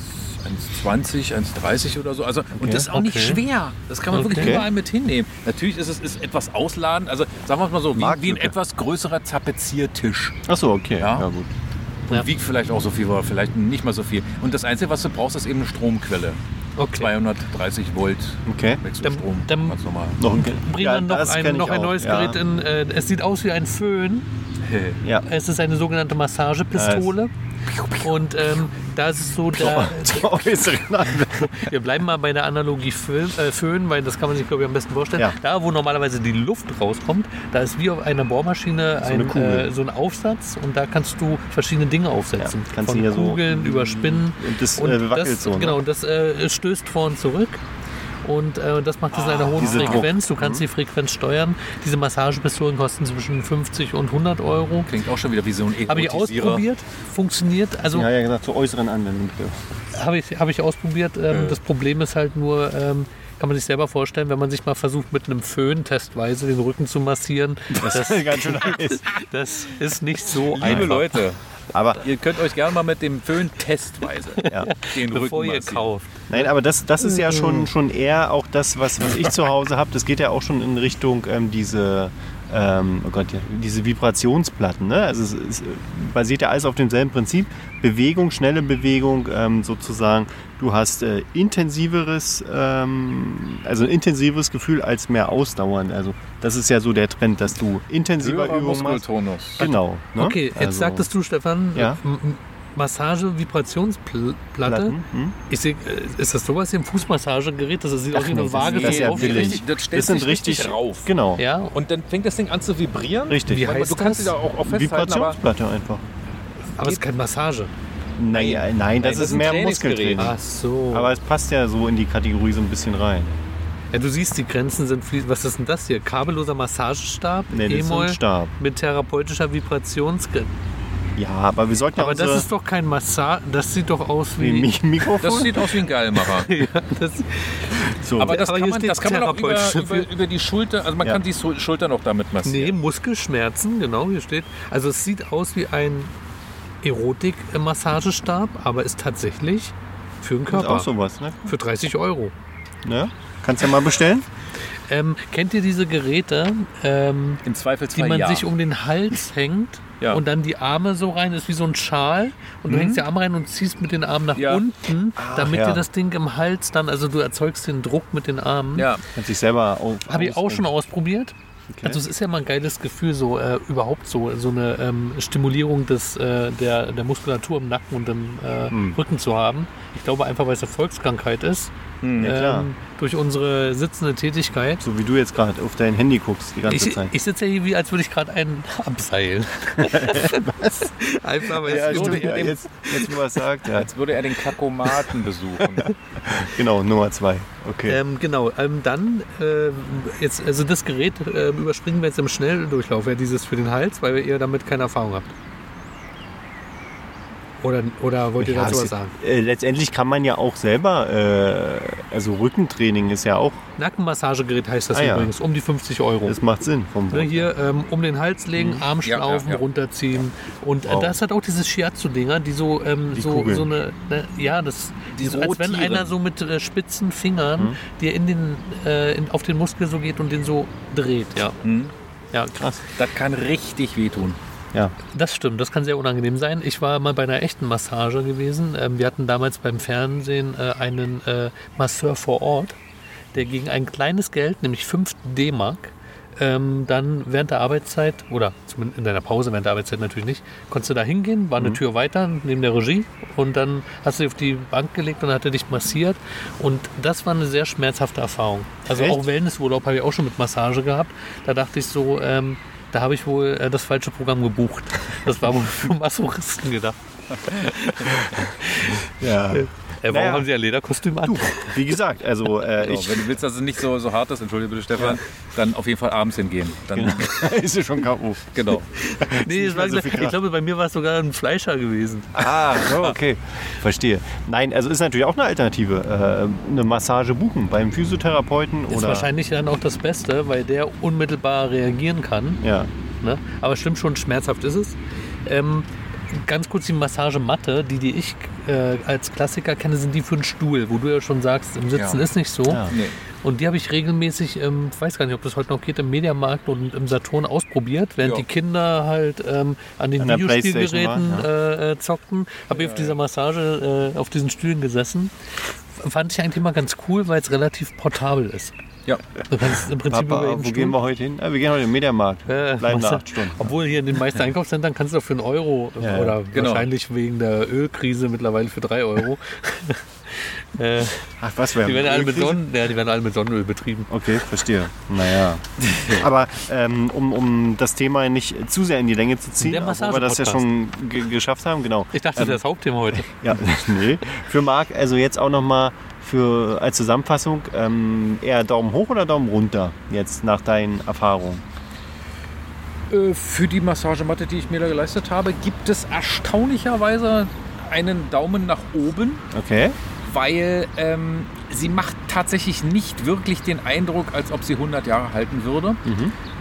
Speaker 3: 1,20, 1,30 oder so. Also, Und das ist auch nicht
Speaker 1: Okay.
Speaker 3: schwer. Das kann man wirklich
Speaker 4: Okay.
Speaker 3: überall mit hinnehmen. Natürlich ist es ist etwas ausladend. Also sagen wir es mal so, wie, wie ein
Speaker 4: Marktlücke.
Speaker 3: etwas größerer Tapeziertisch.
Speaker 4: Achso, okay.
Speaker 3: Ja.
Speaker 4: Ja, gut.
Speaker 1: Ja.
Speaker 3: Wiegt vielleicht auch so viel, aber vielleicht nicht mal so viel. Und das Einzige, was du brauchst, ist eben eine Stromquelle.
Speaker 1: Okay.
Speaker 3: 230 Volt
Speaker 4: Okay.
Speaker 3: Wechselstrom.
Speaker 1: Dann-
Speaker 3: ganz normal.
Speaker 4: Noch ein,
Speaker 1: Bringen
Speaker 4: Ja,
Speaker 1: wir noch,
Speaker 4: das kenn
Speaker 1: ein,
Speaker 4: ich
Speaker 1: noch ein
Speaker 4: auch.
Speaker 1: neues
Speaker 4: ja.
Speaker 1: Gerät in. Äh, es sieht aus wie ein Föhn.
Speaker 4: Ja.
Speaker 1: Es ist eine sogenannte Massagepistole. Und ähm, da ist es so, da,
Speaker 4: Oh, jetzt René.
Speaker 1: wir bleiben mal bei der Analogie Föhn, äh, Föhn weil das kann man sich, glaube ich, am besten vorstellen.
Speaker 4: Ja.
Speaker 1: Da, wo normalerweise die Luft rauskommt, da ist wie auf einer Bohrmaschine
Speaker 4: eine
Speaker 1: ein,
Speaker 4: Kugel.
Speaker 1: äh, so ein Aufsatz und da kannst du verschiedene Dinge aufsetzen.
Speaker 4: Ja, kannst
Speaker 1: Von
Speaker 4: du hier so-
Speaker 1: Kugeln über Spinnen.
Speaker 4: Und das
Speaker 1: Und
Speaker 4: äh, wackelt
Speaker 1: das,
Speaker 4: so. ne?
Speaker 1: Genau, und das äh, stößt vor und zurück. Und äh, das macht es in einer hohen
Speaker 4: Ah, diese Mhm.
Speaker 1: Frequenz. Du kannst die Frequenz steuern. Diese Massagepistolen kosten zwischen 50 und 100 Euro.
Speaker 3: Klingt auch schon wieder wie so ein
Speaker 1: Habe ich
Speaker 3: Erotisierer.
Speaker 1: ausprobiert, funktioniert. Also
Speaker 4: Ja, ja, gesagt, zur äußeren Anwendung.
Speaker 1: habe ich, habe ich ausprobiert. Ähm, Das Problem ist halt nur, ähm, kann man sich selber vorstellen, wenn man sich mal versucht, mit einem Föhn testweise den Rücken zu massieren. Das,
Speaker 4: Ganz schön heiß.
Speaker 1: das ist nicht so
Speaker 3: Liebe
Speaker 1: einfach.
Speaker 3: Leute,
Speaker 4: Aber
Speaker 3: ihr könnt euch gerne mal mit dem Föhn testweise
Speaker 4: Ja.
Speaker 3: den
Speaker 1: Bevor
Speaker 3: Rücken
Speaker 1: ihr
Speaker 3: massieren.
Speaker 1: kauft.
Speaker 4: Nein, aber das, das ist ja
Speaker 1: Mhm.
Speaker 4: schon, schon eher auch das, was, was ich zu Hause habe. Das geht ja auch schon in Richtung ähm, diese, ähm, oh Gott, ja, diese Vibrationsplatten. Ne? Also es, es basiert ja alles auf demselben Prinzip. Bewegung, schnelle Bewegung ähm, sozusagen. Du hast äh, intensiveres, ähm, also ein intensiveres Gefühl als mehr ausdauernd. Also das ist ja so der Trend, dass du intensiver
Speaker 3: Höherer
Speaker 4: Übungen machst.
Speaker 3: Muskeltonus.
Speaker 4: Genau. Ne?
Speaker 1: Okay, jetzt
Speaker 4: also,
Speaker 1: sagtest du, Stefan,
Speaker 4: Ja.
Speaker 1: M- M- Massage, Vibrationsplatte.
Speaker 4: Platten, hm?
Speaker 1: Ich sehe, äh, ist das sowas hier ein Fußmassagegerät? Das sieht aus wie
Speaker 4: nee,
Speaker 1: eine
Speaker 4: das
Speaker 1: Waage,
Speaker 4: ist- das ist
Speaker 1: die
Speaker 4: ja
Speaker 1: aufsteht.
Speaker 4: billig.
Speaker 3: Das stellt
Speaker 4: Das sind
Speaker 3: sich richtig,
Speaker 4: richtig-
Speaker 3: rauf.
Speaker 4: Genau.
Speaker 1: Ja, und,
Speaker 3: Und dann fängt das Ding an zu vibrieren.
Speaker 4: Richtig.
Speaker 1: Wie
Speaker 3: Weil
Speaker 1: heißt
Speaker 3: du kannst
Speaker 1: das?
Speaker 3: sie da auch, auch festhalten, aber
Speaker 4: Vibrationsplatte einfach.
Speaker 1: aber es ist keine Massage.
Speaker 4: Nein, nein, das,
Speaker 3: das
Speaker 4: ist
Speaker 3: ist ein
Speaker 4: mehr
Speaker 3: Trainingsgerät.
Speaker 4: Muskeltraining.
Speaker 1: Ach so.
Speaker 4: Aber es passt ja so in die Kategorie so ein bisschen rein.
Speaker 1: ja, du siehst, die Grenzen sind fließend. Was ist denn das hier? Kabelloser Massagestab,
Speaker 4: Nee, das ist
Speaker 1: E-Moll
Speaker 4: ein Stab.
Speaker 1: mit therapeutischer Vibrationsgrenze.
Speaker 4: Ja, aber wir sollten ja
Speaker 1: Aber das
Speaker 4: unsere-
Speaker 1: ist doch kein Massage. Das sieht doch aus
Speaker 4: Nee,
Speaker 1: wie.
Speaker 4: Mi- Mikrofon.
Speaker 3: das sieht aus wie ein Geilmacher.
Speaker 1: Das,
Speaker 4: so.
Speaker 3: Aber das
Speaker 1: Aber
Speaker 3: kann
Speaker 1: hier
Speaker 3: man,
Speaker 1: steht
Speaker 3: das kann man auch über,
Speaker 1: therapeutische
Speaker 3: über, über die Schulter, also man
Speaker 4: Ja.
Speaker 3: kann die Schul- Schulter noch damit
Speaker 1: nee,
Speaker 3: massieren.
Speaker 1: Muskelschmerzen, genau, hier steht. Also es sieht aus wie ein Erotik-Massagestab, aber ist tatsächlich für den
Speaker 4: das ist
Speaker 1: Körper.
Speaker 4: auch sowas, ne?
Speaker 1: Für 30 Euro.
Speaker 4: ne? Kannst ja mal bestellen.
Speaker 1: Ähm, kennt ihr diese Geräte, ähm,
Speaker 3: Im
Speaker 1: die
Speaker 3: Zweifelsfall
Speaker 1: man
Speaker 3: ja.
Speaker 1: sich um den Hals hängt
Speaker 3: Ja.
Speaker 1: und dann die Arme so rein, ist wie so ein Schal und du hängst die Arme rein und ziehst mit den Armen nach
Speaker 3: Ja.
Speaker 1: unten, damit
Speaker 4: ja.
Speaker 1: dir das Ding im Hals dann, also du erzeugst den Druck mit den Armen.
Speaker 3: ja.
Speaker 4: Kannst dich selber auf.
Speaker 1: Habe ich auch schon
Speaker 4: ausdenken.
Speaker 1: ausprobiert. Also es ist ja mal ein geiles Gefühl, so äh, überhaupt so, so eine ähm, Stimulierung des, äh, der, der Muskulatur im Nacken und im äh, Rücken zu haben. Ich glaube einfach, weil es eine Volkskrankheit ist.
Speaker 4: Ja, klar.
Speaker 1: ähm, durch unsere sitzende Tätigkeit.
Speaker 4: So wie du jetzt gerade auf dein Handy guckst die ganze
Speaker 1: Ich,
Speaker 4: Zeit.
Speaker 1: ich sitze ja hier, wie als würde ich gerade einen abseilen. Einfach, weil
Speaker 4: ja,
Speaker 1: es so
Speaker 4: stimmt, ja, jetzt, jetzt wo er es sagt. Ja,
Speaker 3: Als würde er den Kakomaten besuchen.
Speaker 4: genau, Nummer zwei. Okay.
Speaker 1: Ähm, genau, ähm, dann ähm, jetzt, also das Gerät ähm, überspringen wir jetzt im Schnelldurchlauf, ja, dieses für den Hals, weil ihr damit keine Erfahrung habt. Oder, oder wollt ihr
Speaker 4: Ja,
Speaker 1: dazu
Speaker 4: es-
Speaker 1: was sagen?
Speaker 4: Äh, letztendlich kann man ja auch selber, äh, also Rückentraining ist ja auch,
Speaker 1: Nackenmassagegerät heißt das
Speaker 4: Ah, ja.
Speaker 1: übrigens, um die 50 Euro.
Speaker 4: das Mhm. macht Sinn vom
Speaker 1: Ne,
Speaker 4: Wort.
Speaker 1: hier ähm, um den Hals legen, Arm
Speaker 3: Ja,
Speaker 1: schlaufen,
Speaker 3: ja, ja.
Speaker 1: runterziehen. Und äh,
Speaker 4: Wow.
Speaker 1: das hat auch diese Shiatsu-Dinger, die so, ähm,
Speaker 4: Die
Speaker 1: so,
Speaker 4: Kugeln.
Speaker 1: so eine, ne, ja, das
Speaker 3: Die
Speaker 1: so, als wenn
Speaker 3: rotieren.
Speaker 1: einer so mit äh, spitzen
Speaker 4: Mhm.
Speaker 1: Fingern dir in den, äh, in, auf den Muskel so geht und den so dreht. Ja,
Speaker 4: Mhm.
Speaker 3: Hm?
Speaker 1: ja krass.
Speaker 3: Das kann richtig wehtun.
Speaker 4: Ja.
Speaker 1: Das stimmt, das kann sehr unangenehm sein. Ich war mal bei einer echten Massage gewesen. Ähm, wir hatten damals beim Fernsehen äh, einen äh, Masseur vor Ort, der gegen ein kleines Geld, nämlich 5 D-Mark, ähm, dann während der Arbeitszeit, oder zumindest in deiner Pause während der Arbeitszeit natürlich nicht, konntest du da hingehen,
Speaker 4: Mhm.
Speaker 1: war eine Tür weiter neben der Regie und dann hast du dich auf die Bank gelegt und dann hat er dich massiert. Und das war eine sehr schmerzhafte Erfahrung. Also
Speaker 4: Echt?
Speaker 1: auch Wellnessurlaub habe ich auch schon mit Massage gehabt. Da dachte ich so, ähm, da habe ich wohl äh, das falsche Programm gebucht. Das war wohl für Masochisten gedacht.
Speaker 4: ja.
Speaker 1: Äh, warum
Speaker 4: Naja.
Speaker 1: haben sie ein Lederkostüm an?
Speaker 4: Du, wie gesagt, also
Speaker 1: Genau,
Speaker 4: äh,
Speaker 3: So,
Speaker 4: ich,
Speaker 3: wenn du willst, dass es nicht so, so hart ist, entschuldige bitte, Stefan, dann auf jeden Fall abends hingehen. Dann,
Speaker 4: ist ja schon K.O.
Speaker 3: genau.
Speaker 1: nee,
Speaker 4: nicht
Speaker 1: das war,
Speaker 4: mehr so viel
Speaker 1: ich
Speaker 4: Kraft.
Speaker 1: glaube, bei mir war es sogar ein Fleischer gewesen.
Speaker 4: Ah, so, okay. Verstehe. Nein, also ist natürlich auch eine Alternative. Äh, eine Massage buchen beim Physiotherapeuten
Speaker 1: Ist
Speaker 4: oder.
Speaker 1: wahrscheinlich dann auch das Beste, weil der unmittelbar reagieren kann.
Speaker 4: Ja.
Speaker 1: Ne? Aber stimmt schon, schmerzhaft ist es. Ähm, ganz kurz die Massagematte, die, die ich äh, als Klassiker kenne, sind die für einen Stuhl, wo du ja schon sagst, im Sitzen
Speaker 3: Ja.
Speaker 1: ist nicht so.
Speaker 4: Ja.
Speaker 3: Nee.
Speaker 1: Und die habe ich regelmäßig, ähm, ich weiß gar nicht, ob das heute noch geht, im Mediamarkt und im Saturn ausprobiert, während
Speaker 3: Ja.
Speaker 1: die Kinder halt ähm, an den
Speaker 4: An der
Speaker 1: Videospielgeräten
Speaker 4: Playstation
Speaker 1: äh, äh, zockten. Habe ich auf dieser Massage, äh, auf diesen Stühlen gesessen. F- Fand ich eigentlich immer ganz cool, weil es relativ portabel ist.
Speaker 3: Ja,
Speaker 1: Du kannst im Prinzip
Speaker 4: Papa,
Speaker 1: über
Speaker 4: wo
Speaker 1: jeden
Speaker 4: gehen
Speaker 1: Stuhl...
Speaker 4: wir heute hin? Ah, wir gehen heute in den Mediamarkt.
Speaker 1: Äh,
Speaker 4: Bleiben da
Speaker 1: Masse-
Speaker 4: acht Stunden.
Speaker 1: Obwohl hier in den meisten Einkaufszentren kannst du auch für einen Euro äh,
Speaker 4: Ja, ja.
Speaker 1: oder
Speaker 3: Genau.
Speaker 1: wahrscheinlich wegen der Ölkrise mittlerweile für drei Euro. äh,
Speaker 4: Ach, was wir
Speaker 1: die, werden alle
Speaker 4: haben-
Speaker 1: mit Sonnen, ja, die werden alle mit Sonnenöl betrieben.
Speaker 4: Okay, verstehe. Naja. Aber ähm, um, um das Thema nicht zu sehr in die Länge zu ziehen,
Speaker 1: Der
Speaker 4: obwohl wir das ja schon ge geschafft haben, genau.
Speaker 1: Ich dachte, das ist das Hauptthema heute.
Speaker 4: Ja, nee. Für Marc, also jetzt auch nochmal für als Zusammenfassung, ähm, eher Daumen hoch oder Daumen runter, jetzt nach deinen Erfahrungen.
Speaker 3: Äh, für die Massagematte, die ich mir da geleistet habe, gibt es erstaunlicherweise einen Daumen nach oben,
Speaker 4: Okay.
Speaker 3: weil ähm, sie macht tatsächlich nicht wirklich den Eindruck, als ob sie 100 Jahre halten würde.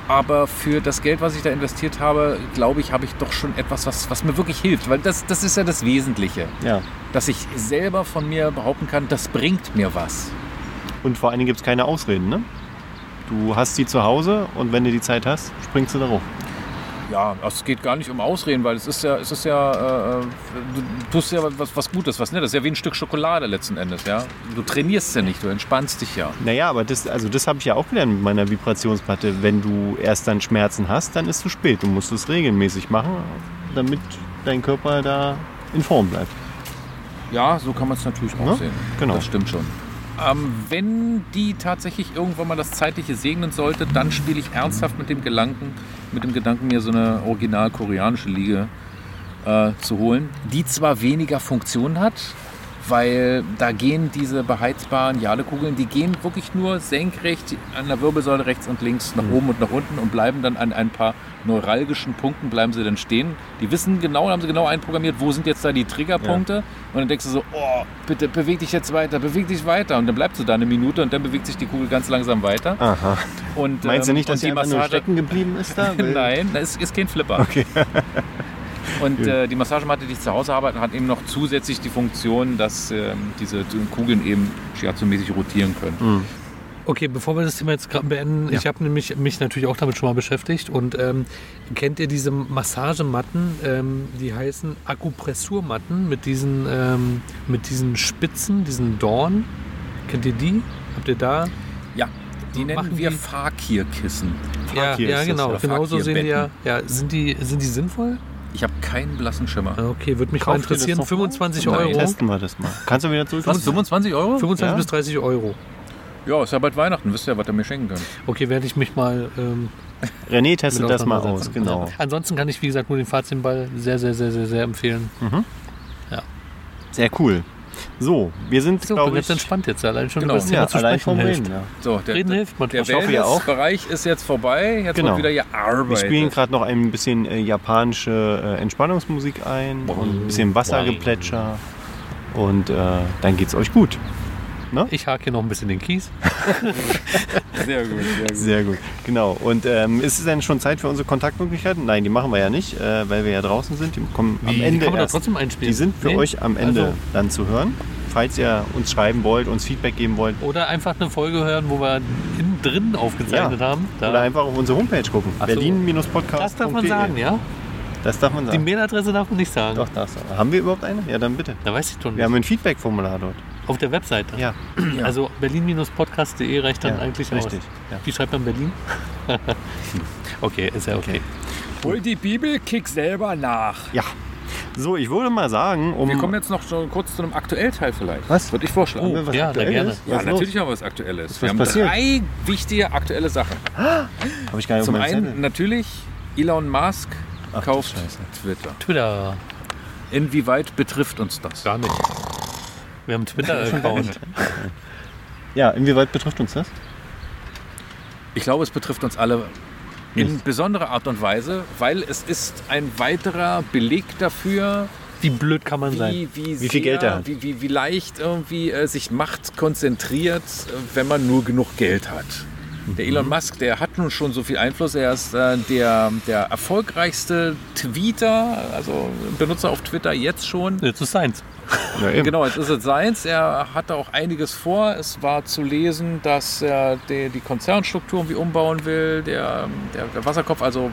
Speaker 3: Aber für das Geld, was ich da investiert habe, glaube ich, habe ich doch schon etwas, was, was mir wirklich hilft. Weil das, das ist ja das Wesentliche,
Speaker 4: Ja.
Speaker 3: dass ich selber von mir behaupten kann, das bringt mir was.
Speaker 4: Und vor allen Dingen gibt es keine Ausreden, ne? Du hast die zu Hause und wenn du die Zeit hast, springst du darauf.
Speaker 3: Ja, es geht gar nicht um Ausreden, weil es ist ja, es ist ja, äh, du tust ja was, was Gutes, was Nettes. Ja, wie ein Stück Schokolade letzten Endes, ja. Du trainierst ja nicht, du entspannst dich ja.
Speaker 4: Naja, aber das, also das habe ich ja auch gelernt mit meiner Vibrationsplatte. Wenn du erst dann Schmerzen hast, dann ist es zu spät. Du musst es regelmäßig machen, damit dein Körper da in Form bleibt.
Speaker 3: Ja, so kann man es natürlich auch
Speaker 4: Ne?
Speaker 3: sehen.
Speaker 4: Genau.
Speaker 3: Das stimmt schon. Ähm, wenn die tatsächlich irgendwann mal das Zeitliche segnen sollte, dann spiele ich ernsthaft mit dem Gedanken, mit dem Gedanken, mir so eine original koreanische Liege äh, zu holen, die zwar weniger Funktion hat, weil da gehen diese beheizbaren Jalekugeln, die gehen wirklich nur senkrecht an der Wirbelsäule rechts und links nach
Speaker 4: Mhm.
Speaker 3: oben und nach unten und bleiben dann an ein paar neuralgischen Punkten bleiben sie dann stehen. Die wissen genau, haben sie genau einprogrammiert, wo sind jetzt da die Triggerpunkte und dann denkst du so, oh, bitte beweg dich jetzt weiter, beweg dich weiter und dann bleibst du da eine Minute und dann bewegt sich die Kugel ganz langsam weiter.
Speaker 4: Aha.
Speaker 3: Und,
Speaker 4: Ah, Meinst du
Speaker 3: ähm,
Speaker 4: nicht,
Speaker 3: und
Speaker 4: dass die
Speaker 3: die
Speaker 4: einfach nur
Speaker 3: Massage
Speaker 4: stecken geblieben ist da? Weil-
Speaker 3: Nein, das ist, ist kein Flipper.
Speaker 4: Okay.
Speaker 3: Und äh, die Massagematte, die ich zu Hause habe, hat eben noch
Speaker 4: Mhm.
Speaker 3: zusätzlich die Funktion, dass ähm, diese Kugeln eben shiatsu-mäßig rotieren können.
Speaker 1: Okay, bevor wir das Thema jetzt gerade beenden, ich habe nämlich mich natürlich auch damit schon mal beschäftigt und ähm, kennt ihr diese Massagematten, ähm, die heißen Akupressurmatten mit diesen, ähm, mit diesen Spitzen, diesen Dorn? Kennt ihr die? Habt ihr da?
Speaker 3: Ja, die nennen
Speaker 1: Machen
Speaker 3: wir
Speaker 1: die-
Speaker 3: Fakirkissen.
Speaker 1: Ja,
Speaker 4: Fakir
Speaker 1: ja,
Speaker 4: ist das,
Speaker 1: genau.
Speaker 4: oder
Speaker 1: Genau so sehen die ja.
Speaker 3: Fakirbetten.
Speaker 1: ja sind, die, sind die sinnvoll?
Speaker 3: Ich habe keinen blassen Schimmer.
Speaker 1: Ah, Okay, würde mich mal
Speaker 4: Kauft ihr das
Speaker 1: interessieren.
Speaker 4: noch mal?
Speaker 1: 25
Speaker 3: Nein.
Speaker 1: Euro.
Speaker 4: Testen wir das mal. Kannst du wieder zurück?
Speaker 2: Was, 25 Euro?
Speaker 1: 25
Speaker 4: Ja.
Speaker 1: bis 30 Euro.
Speaker 3: Ja, ist ja bald Weihnachten. Wisst ihr, was ihr mir schenken könnt?
Speaker 1: Okay, werde ich mich mal ähm,
Speaker 4: René testet
Speaker 1: mit
Speaker 4: das mal aus.
Speaker 1: auseinandersetzen.
Speaker 4: Genau.
Speaker 1: Ja. Ansonsten kann ich, wie gesagt, nur den Fahrzehnball sehr, sehr, sehr, sehr, sehr empfehlen.
Speaker 4: Sehr cool. So, wir sind,
Speaker 1: So, bin
Speaker 4: glaube ich,
Speaker 1: ganz entspannt jetzt allein schon
Speaker 3: Genau.
Speaker 1: über das Thema
Speaker 4: ja,
Speaker 1: zu
Speaker 4: allein vom
Speaker 1: sprechen
Speaker 4: Reden.
Speaker 1: hilft.
Speaker 4: Ja.
Speaker 3: So, der,
Speaker 1: Reden hilft manchmal.
Speaker 3: der
Speaker 1: Ich hoffe
Speaker 4: ja auch.
Speaker 3: Wellnessbereich ist jetzt vorbei. Jetzt
Speaker 4: Genau.
Speaker 3: wird wieder gearbeitet.
Speaker 4: Wir spielen gerade noch ein bisschen äh, japanische äh, Entspannungsmusik ein und ein bisschen Wassergeplätscher. Und äh, dann geht's euch gut.
Speaker 1: Ich hake hier noch ein bisschen den Kies.
Speaker 3: Sehr gut, sehr gut.
Speaker 4: Sehr gut. Genau. Und ähm, ist es denn schon Zeit für unsere Kontaktmöglichkeiten? Nein, die machen wir ja nicht, äh, weil wir ja draußen sind. Die kommen am
Speaker 1: die
Speaker 4: Ende
Speaker 1: kann man da
Speaker 4: erst.
Speaker 1: trotzdem einspielen.
Speaker 4: Die sind für
Speaker 1: Nee.
Speaker 4: euch am Ende
Speaker 1: Also,
Speaker 4: dann zu hören. Falls ihr uns schreiben wollt, uns Feedback geben wollt
Speaker 1: oder einfach eine Folge hören, wo wir innen drin aufgezeichnet
Speaker 4: Ja.
Speaker 1: haben. Da-
Speaker 4: oder einfach auf unsere Homepage gucken.
Speaker 1: Ach so.
Speaker 4: Berlin-podcast.
Speaker 1: das darf man sagen, ja?
Speaker 4: Das darf man
Speaker 1: Die
Speaker 4: sagen.
Speaker 1: Mailadresse darf man nicht sagen.
Speaker 4: Doch, darfst du. Haben wir überhaupt eine? Ja, dann bitte.
Speaker 1: Da weiß ich doch nicht.
Speaker 4: Wir haben ein Feedback-Formular dort.
Speaker 1: Auf der Webseite.
Speaker 4: Ja,
Speaker 1: Also berlin-podcast.de reicht dann
Speaker 4: ja,
Speaker 1: eigentlich
Speaker 4: richtig.
Speaker 1: aus.
Speaker 4: Ja. Hm.
Speaker 1: Wie schreibt man Berlin? okay, ist ja okay.
Speaker 5: Hol die Bibel, kick selber nach.
Speaker 4: ja. So, ich würde mal sagen, um.
Speaker 3: Wir kommen jetzt noch so kurz zu einem aktuellen Teil vielleicht.
Speaker 4: Was? Oh.
Speaker 3: Würde ich vorschlagen.
Speaker 4: Haben wir was
Speaker 1: Oh, ja, na
Speaker 4: Aktuelles?
Speaker 1: gerne.
Speaker 3: Ja,
Speaker 4: Was ist
Speaker 3: natürlich haben wir was Aktuelles. wir
Speaker 4: was
Speaker 3: haben
Speaker 4: passiert?
Speaker 3: drei wichtige aktuelle Sachen.
Speaker 4: los? Hab ich gar nicht auf
Speaker 3: Zum
Speaker 4: meinem
Speaker 3: einen
Speaker 4: Zettel.
Speaker 3: natürlich Elon Musk
Speaker 4: Ach,
Speaker 3: kauft
Speaker 4: Scheiße.
Speaker 3: Twitter.
Speaker 1: Twitter.
Speaker 3: Inwieweit betrifft uns das?
Speaker 1: Gar nicht. Wir haben einen Twitter-Account.
Speaker 4: Ja, inwieweit betrifft uns das?
Speaker 3: Ich glaube, es betrifft uns alle in besonderer Art und Weise, weil es ist ein weiterer Beleg dafür,
Speaker 1: Wie blöd kann man sein?
Speaker 3: wie, wie,
Speaker 4: viel Geld er hat.
Speaker 3: Wie, wie, wie leicht irgendwie äh, sich Macht konzentriert, äh, wenn man nur genug Geld hat.
Speaker 4: Mhm.
Speaker 3: Der Elon Musk, der hat nun schon so viel Einfluss. Er ist äh, der, der erfolgreichste Tweeter, also Benutzer auf Twitter jetzt schon.
Speaker 1: Jetzt ist seins.
Speaker 4: Ja, eben.
Speaker 3: Genau, jetzt ist es seins. Er hatte auch einiges vor. Es war zu lesen, dass er die, die Konzernstruktur irgendwie umbauen will. Der, der, der Wasserkopf, also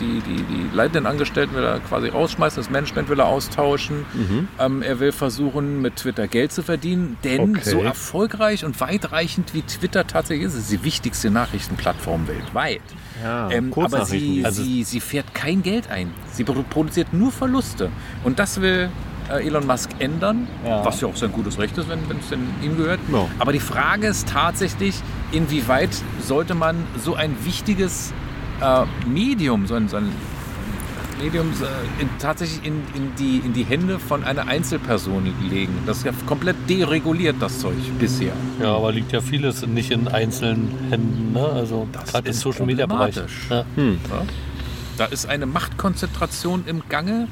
Speaker 3: die, die, die leitenden Angestellten will er quasi rausschmeißen, das Management will er austauschen.
Speaker 4: Mhm.
Speaker 3: Ähm, er will versuchen, mit Twitter Geld zu verdienen, denn
Speaker 1: Okay.
Speaker 3: so erfolgreich und weitreichend wie Twitter tatsächlich ist, ist es die wichtigste Nachrichtenplattform weltweit.
Speaker 4: Ja,
Speaker 3: Ähm, aber
Speaker 4: Kurznachrichten.
Speaker 3: sie,
Speaker 1: Also-
Speaker 3: sie, sie fährt kein Geld ein. Sie produ- produziert nur Verluste. Und das will äh, Elon Musk ändern,
Speaker 4: Ja.
Speaker 3: was ja auch sein gutes Recht ist, wenn wenn es denn ihm gehört.
Speaker 4: Ja.
Speaker 3: Aber die Frage ist tatsächlich, inwieweit sollte man so ein wichtiges äh, Medium, so ein, so ein Medium äh, in, tatsächlich in, in, die, in die Hände von einer Einzelperson legen. Das ist ja komplett dereguliert, das Zeug bisher.
Speaker 1: Ja,
Speaker 4: Hm.
Speaker 1: aber liegt ja vieles nicht in einzelnen Händen. Ne? Also gerade im
Speaker 3: ist
Speaker 1: Social Media Bereich.
Speaker 3: problematisch.
Speaker 1: Ja.
Speaker 4: Hm.
Speaker 3: Da ist eine Machtkonzentration im Gange.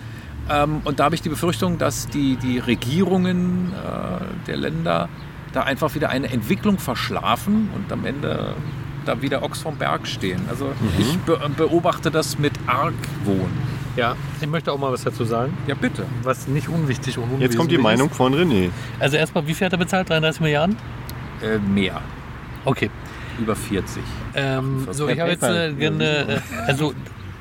Speaker 3: Ähm, und da habe ich die Befürchtung, dass die, die Regierungen äh, der Länder da einfach wieder eine Entwicklung verschlafen und am Ende da wieder Ochs vom Berg stehen. Also
Speaker 4: Mhm.
Speaker 3: ich be beobachte das mit Argwohn.
Speaker 1: ja, ich möchte auch mal was dazu sagen,
Speaker 3: Ja, bitte.
Speaker 1: was nicht unwichtig und
Speaker 4: Jetzt kommt die
Speaker 1: unwesentlich
Speaker 4: Meinung von René.
Speaker 1: Ist. Also erstmal, wie viel hat er bezahlt? 33 Milliarden?
Speaker 3: Äh, mehr.
Speaker 1: Okay.
Speaker 3: Über 40.
Speaker 1: Ähm, so, ich
Speaker 4: per
Speaker 1: habe jetzt
Speaker 4: PayPal.
Speaker 1: eine, eine äh, also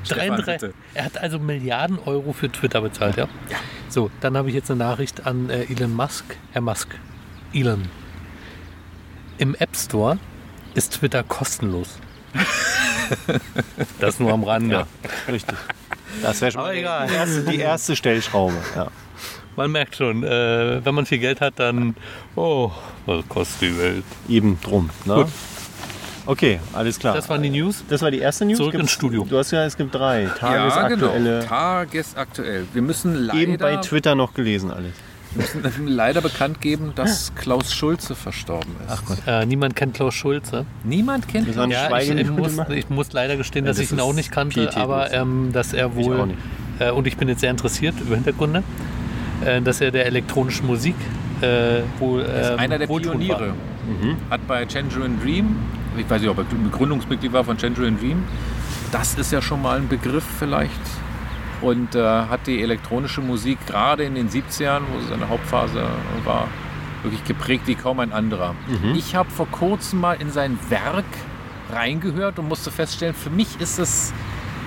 Speaker 3: Stefan,
Speaker 1: 33,
Speaker 3: bitte.
Speaker 1: er hat also Milliarden Euro für Twitter bezahlt, ja?
Speaker 3: Ja.
Speaker 1: So, dann habe ich jetzt eine Nachricht an äh, Elon Musk. Herr Musk, Elon, im App Store ist Twitter kostenlos. das nur am Rande.
Speaker 4: Richtig. Das wäre schon
Speaker 1: Aber
Speaker 4: mal
Speaker 1: egal.
Speaker 4: Die, erste, die erste Stellschraube. Ja.
Speaker 1: Man merkt schon, äh, wenn man viel Geld hat, dann, oh, was kostet die Welt?
Speaker 4: Eben drum. Ne?
Speaker 1: Gut.
Speaker 4: Okay, alles klar.
Speaker 1: Das waren die News.
Speaker 4: Das war die erste News.
Speaker 1: Zurück
Speaker 4: Gibt's-
Speaker 1: ins Studio. genau.
Speaker 4: Du hast ja, es gibt drei tagesaktuelle.
Speaker 3: genau. Tagesaktuell. Wir müssen
Speaker 4: Eben bei
Speaker 3: leider,
Speaker 4: Twitter noch gelesen alles.
Speaker 3: müssen leider bekannt geben, dass Klaus Schulze verstorben ist. Ach Gott.
Speaker 1: Äh, niemand kennt Klaus Schulze.
Speaker 3: Niemand kennt
Speaker 4: Das war eine
Speaker 1: Ja, ich, äh, ich,
Speaker 4: Schweigeminute
Speaker 1: muss,
Speaker 4: machen.
Speaker 1: ich muss leider gestehen,
Speaker 4: Ja,
Speaker 1: dass
Speaker 4: das
Speaker 1: ich ihn
Speaker 4: ist
Speaker 1: auch nicht kannte,
Speaker 4: pietätlos.
Speaker 1: aber ähm, dass er
Speaker 4: Ich auch
Speaker 1: wohl,
Speaker 4: nicht.
Speaker 1: äh, und ich bin jetzt sehr interessiert über Hintergründe, äh, dass er der elektronischen Musik äh, wohl. ähm,
Speaker 3: Einer der
Speaker 1: wohltuend
Speaker 3: Pioniere.
Speaker 1: war. Mhm.
Speaker 3: Hat bei Changerin Dream, ich weiß nicht, ob er Gründungsmitglied war von Changerin Dream, das ist ja schon mal ein Begriff vielleicht. Und äh, hat die elektronische Musik gerade in den 70ern, wo seine Hauptphase war, wirklich geprägt wie kaum ein anderer. Ich habe vor kurzem mal in sein Werk reingehört und musste feststellen, für mich ist es,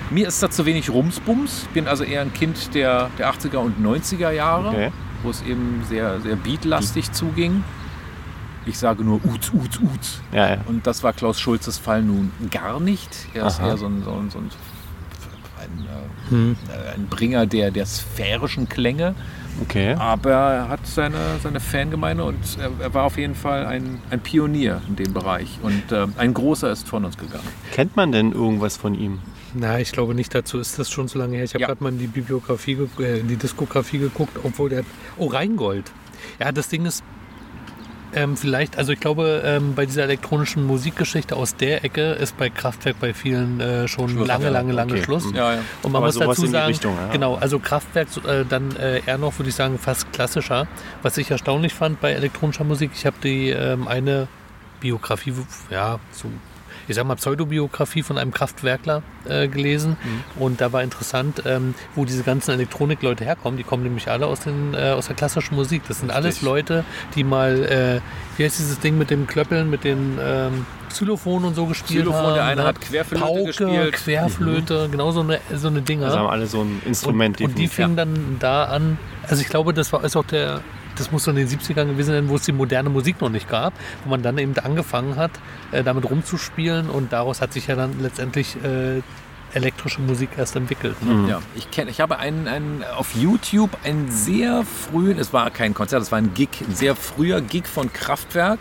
Speaker 3: mir ist da zu wenig Rumsbums. Ich bin also eher ein Kind der, der 80er und 90er Jahre,
Speaker 4: Okay.
Speaker 3: wo es eben sehr, sehr beatlastig zuging. Ich sage nur Uts, Uts, Uts.
Speaker 4: Ja, ja.
Speaker 3: Und das war Klaus Schulzes Fall nun gar nicht. Er ist
Speaker 4: Aha.
Speaker 3: eher so ein, so ein, so ein, ein, äh, äh, ein Bringer der, der sphärischen Klänge.
Speaker 4: Okay.
Speaker 3: Aber er hat seine, seine Fangemeinde und er, er war auf jeden Fall ein, ein Pionier in dem Bereich. Und ähm, ein großer ist von uns gegangen.
Speaker 4: Kennt man denn irgendwas von ihm?
Speaker 1: Na, ich glaube nicht dazu. Ist das schon so lange her? Ich habe
Speaker 3: Ja.
Speaker 1: gerade mal in die Bibliografie, ge- äh, in die Diskografie geguckt, obwohl der. Oh, Rheingold. Ja, das Ding ist ähm, vielleicht, also ich glaube, ähm, bei dieser elektronischen Musikgeschichte aus der Ecke ist bei Kraftwerk bei vielen äh, schon
Speaker 3: Schluss.
Speaker 1: lange,
Speaker 3: Ja,
Speaker 1: lange, lange
Speaker 4: okay.
Speaker 1: Schluss.
Speaker 4: Mhm.
Speaker 3: Ja, ja.
Speaker 1: Und man
Speaker 4: Aber
Speaker 1: muss
Speaker 4: sowas
Speaker 1: dazu
Speaker 4: in die
Speaker 1: sagen,
Speaker 4: Richtung, ja.
Speaker 1: genau, also Kraftwerk äh, dann äh, eher noch, würde ich sagen, fast klassischer. Was ich erstaunlich fand bei elektronischer Musik, ich habe die ähm, eine Biografie, ja, so, ich sag mal Pseudobiografie von einem Kraftwerkler äh, gelesen
Speaker 3: Mhm.
Speaker 1: und da war interessant, ähm, wo diese ganzen Elektronikleute herkommen. Die kommen nämlich alle aus, den, äh, aus der klassischen Musik. Das sind alles Leute, die mal, äh, wie heißt dieses Ding mit dem Klöppeln, mit dem ähm, Xylophon und so gespielt
Speaker 3: Xylophon,
Speaker 1: haben.
Speaker 3: der eine
Speaker 1: ne?
Speaker 3: hat Querflöte
Speaker 1: Pauke,
Speaker 3: gespielt.
Speaker 1: Querflöte, genau so eine, so eine Dinger.
Speaker 4: Mhm. Also haben alle so ein Instrument
Speaker 1: Und, und die
Speaker 4: definitiv.
Speaker 1: fingen dann da an. Also ich glaube, das war ist auch der, das muss so in den 70ern gewesen sein, wo es die moderne Musik noch nicht gab, wo man dann eben angefangen hat, äh, damit rumzuspielen und daraus hat sich ja dann letztendlich äh, elektrische Musik erst entwickelt.
Speaker 4: Mhm.
Speaker 1: Ne?
Speaker 3: Ja, ich kenne, ich habe einen, einen auf YouTube einen sehr frühen, es war kein Konzert, es war ein Gig, ein sehr früher Gig von Kraftwerk,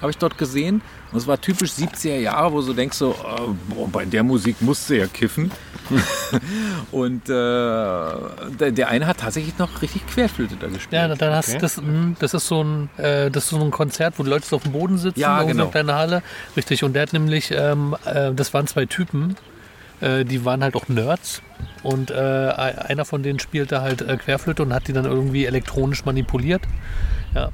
Speaker 3: habe ich dort gesehen. Und es war typisch 70er Jahre, wo du denkst so, äh, boah, bei der Musik musst du ja kiffen. Und äh, der, der eine hat tatsächlich noch richtig Querflöte da gespielt.
Speaker 1: Ja, dann hast das, mh, das ist so ein, äh, das ist so ein Konzert, wo die Leute so auf dem Boden sitzen,
Speaker 3: Ja,
Speaker 1: irgendwo
Speaker 3: genau.
Speaker 1: eine kleine Halle, richtig. Und der hat nämlich, ähm, äh, das waren zwei Typen, äh, die waren halt auch Nerds. Und äh, ein- einer von denen spielte halt äh, Querflöte und hat die dann irgendwie elektronisch manipuliert. Ja.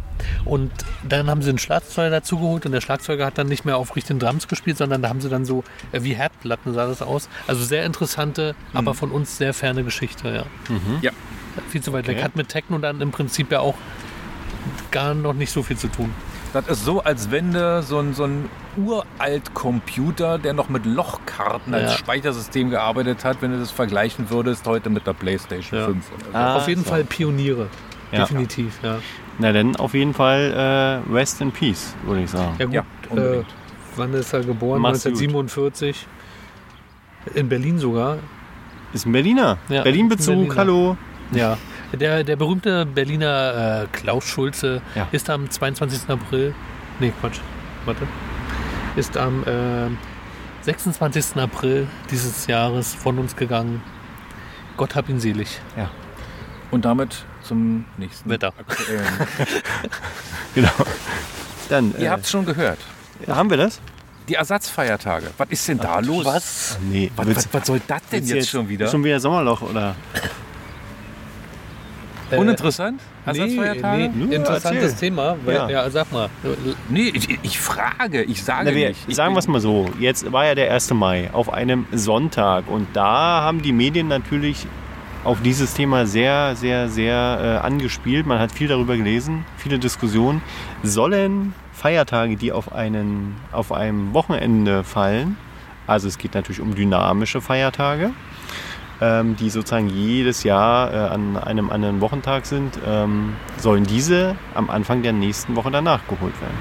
Speaker 1: Und dann haben sie einen Schlagzeuger dazu geholt und der Schlagzeuger hat dann nicht mehr auf richtigen Drums gespielt, sondern da haben sie dann so äh, wie Herdplatten sah das aus. Also sehr interessante, aber von uns sehr ferne Geschichte, ja
Speaker 3: Mhm. Ja.
Speaker 1: viel zu weit weg. Hat mit Techno dann im Prinzip ja auch gar noch nicht so viel zu tun.
Speaker 3: Das ist so, als wenn du so ein, so ein uralt Computer, der noch mit Lochkarten als
Speaker 1: Ja.
Speaker 3: Speichersystem gearbeitet hat, wenn du das vergleichen würdest heute mit der PlayStation 5 oder so.
Speaker 4: Ah,
Speaker 1: Auf jeden
Speaker 4: so.
Speaker 1: Fall Pioniere.
Speaker 4: Ja.
Speaker 1: Definitiv, ja.
Speaker 4: Na dann auf jeden Fall äh, Rest in Peace, würde ich sagen.
Speaker 1: Ja, gut.
Speaker 3: Ja,
Speaker 1: äh,
Speaker 3: unbedingt.
Speaker 1: wann ist er geboren?
Speaker 4: Mach's gut.
Speaker 1: 1947. In Berlin sogar.
Speaker 4: Ist ein Berliner.
Speaker 1: Ja,
Speaker 4: Berlin-Bezug,
Speaker 1: Berliner.
Speaker 4: hallo.
Speaker 1: Ja. Der, der berühmte Berliner äh, Klaus Schulze
Speaker 4: Ja.
Speaker 1: ist am 22. April. Nee, Quatsch. Warte. Ist am äh, 26. April dieses Jahres von uns gegangen. Gott hab ihn selig.
Speaker 3: Und damit zum nächsten
Speaker 1: Wetter.
Speaker 3: aktuellen.
Speaker 4: Genau. Dann
Speaker 3: Ihr
Speaker 4: äh,
Speaker 3: habt es schon gehört.
Speaker 4: haben wir das?
Speaker 3: Die Ersatzfeiertage. Was ist denn da los?
Speaker 1: Ah,
Speaker 4: Was? Nee.
Speaker 3: Was,
Speaker 4: Willst-
Speaker 3: was, was soll das denn
Speaker 4: willst
Speaker 3: jetzt,
Speaker 4: du
Speaker 3: schon wieder?
Speaker 4: Schon wieder Sommerloch oder?
Speaker 1: Äh,
Speaker 3: Uninteressant?
Speaker 1: Nee,
Speaker 3: Ersatzfeiertage?
Speaker 1: nee,
Speaker 4: Ja,
Speaker 1: interessantes
Speaker 4: erzähl.
Speaker 1: Thema. Weil, ja.
Speaker 4: Ja.
Speaker 1: sag mal.
Speaker 3: Nee, ich, ich frage, ich sage
Speaker 4: Na, wir,
Speaker 3: nicht. Ich
Speaker 4: sagen
Speaker 3: bin-
Speaker 4: wir es mal so, jetzt war ja der 1. Mai auf einem Sonntag und da haben die Medien natürlich auf dieses Thema sehr, sehr, sehr äh, angespielt. Man hat viel darüber gelesen, viele Diskussionen. Sollen Feiertage, die auf, einen, auf einem Wochenende fallen, also es geht natürlich um dynamische Feiertage, ähm, die sozusagen jedes Jahr äh, an einem anderen Wochentag sind, ähm, sollen diese am Anfang der nächsten Woche danach geholt werden.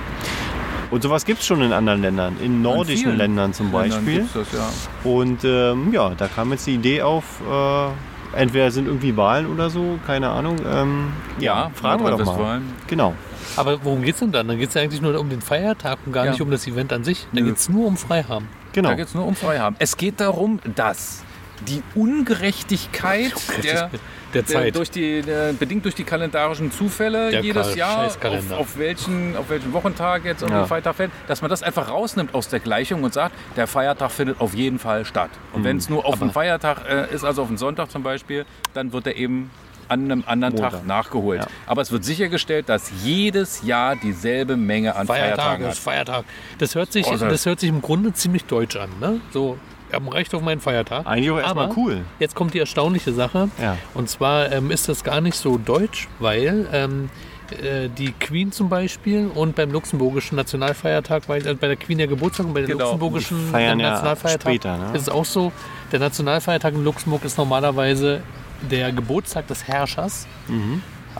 Speaker 4: Und sowas gibt es schon in anderen Ländern, in
Speaker 3: An
Speaker 4: nordischen
Speaker 3: vielen
Speaker 4: Ländern zum
Speaker 3: Ländern
Speaker 4: Beispiel.
Speaker 3: gibt's Das, ja.
Speaker 4: Und ähm, ja, da kam jetzt die Idee auf, äh, entweder sind irgendwie Wahlen oder so, keine Ahnung. Ähm, ja,
Speaker 3: ja,
Speaker 4: fragen wir doch mal.
Speaker 3: Nordrhein-Westfalen.
Speaker 4: Genau.
Speaker 1: Aber worum geht's denn dann? Dann geht's ja eigentlich nur um den Feiertag und gar
Speaker 3: Ja.
Speaker 1: nicht um das Event an sich. Dann
Speaker 3: Nö.
Speaker 1: geht's nur um Freihaben.
Speaker 4: Genau.
Speaker 3: Da geht es nur um Freihaben. Es geht darum, dass die Ungerechtigkeit der,
Speaker 1: Der
Speaker 3: der
Speaker 1: Zeit.
Speaker 3: durch die, der, bedingt durch die kalendarischen Zufälle
Speaker 1: Der
Speaker 3: jedes
Speaker 1: Kal-
Speaker 3: Jahr, auf,
Speaker 1: Scheißkalender.
Speaker 3: auf, welchen, auf welchen Wochentag jetzt irgendwie
Speaker 4: Ja.
Speaker 3: Feiertag fällt, dass man das einfach rausnimmt aus der Gleichung und sagt, der Feiertag findet auf jeden Fall statt. Und wenn es nur auf dem Feiertag äh, ist, also auf dem Sonntag zum Beispiel, dann wird er eben an einem anderen Tag
Speaker 4: Montag.
Speaker 3: nachgeholt.
Speaker 4: Ja.
Speaker 3: Aber es wird sichergestellt, dass jedes Jahr dieselbe Menge an
Speaker 1: Feiertag
Speaker 3: Feiertagen
Speaker 1: ist
Speaker 3: hat.
Speaker 1: Feiertag. Das hört, sich,
Speaker 3: halt. Oh, das-
Speaker 1: das hört sich im Grunde ziemlich deutsch an. Ne? So, wir haben Recht auf meinen Feiertag.
Speaker 4: Eigentlich auch erstmal
Speaker 1: Aber
Speaker 4: cool.
Speaker 1: Jetzt kommt die erstaunliche Sache.
Speaker 4: Ja.
Speaker 1: Und zwar ähm, ist das gar nicht so deutsch, weil ähm, äh, die Queen zum Beispiel und beim luxemburgischen Nationalfeiertag, weil äh, bei der Queen der Geburtstag und bei der
Speaker 2: Genau.
Speaker 1: luxemburgischen
Speaker 4: Die feiern
Speaker 1: äh,
Speaker 4: ja
Speaker 1: Nationalfeiertag
Speaker 4: später, ne?
Speaker 1: ist es auch so, der Nationalfeiertag in Luxemburg ist normalerweise der Geburtstag des Herrschers.
Speaker 4: Mhm.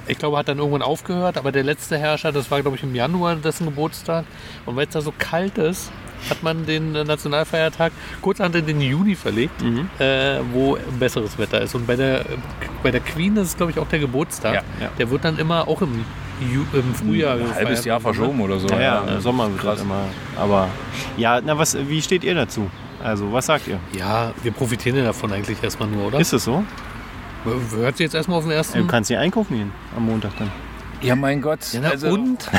Speaker 1: Ich glaube, hat dann irgendwann aufgehört, aber der letzte Herrscher, das war glaube ich im Januar dessen Geburtstag. Und weil es da so kalt ist, hat man den äh, Nationalfeiertag kurzerhand in den Juni verlegt,
Speaker 4: Mhm.
Speaker 1: äh, wo besseres Wetter ist. Und bei der, bei der Queen ist es glaube ich auch der Geburtstag.
Speaker 3: Ja,
Speaker 4: ja.
Speaker 1: Der wird dann immer auch im, Ju im Frühjahr
Speaker 3: Ein
Speaker 1: gefeiert. ne?
Speaker 3: halbes Jahr verschoben oder so.
Speaker 4: Ja, ja, im
Speaker 3: ja.
Speaker 4: Sommer wird das immer. Aber ja, na was, wie steht ihr dazu? Also, was sagt ihr?
Speaker 1: Ja, wir profitieren ja davon eigentlich erstmal nur, oder?
Speaker 4: Ist es so?
Speaker 1: Hört sie jetzt erstmal auf den ersten.
Speaker 4: Du kannst nicht einkaufen gehen am Montag dann.
Speaker 3: Ja, mein Gott. Also,
Speaker 1: Ja, na
Speaker 4: Also-
Speaker 1: und?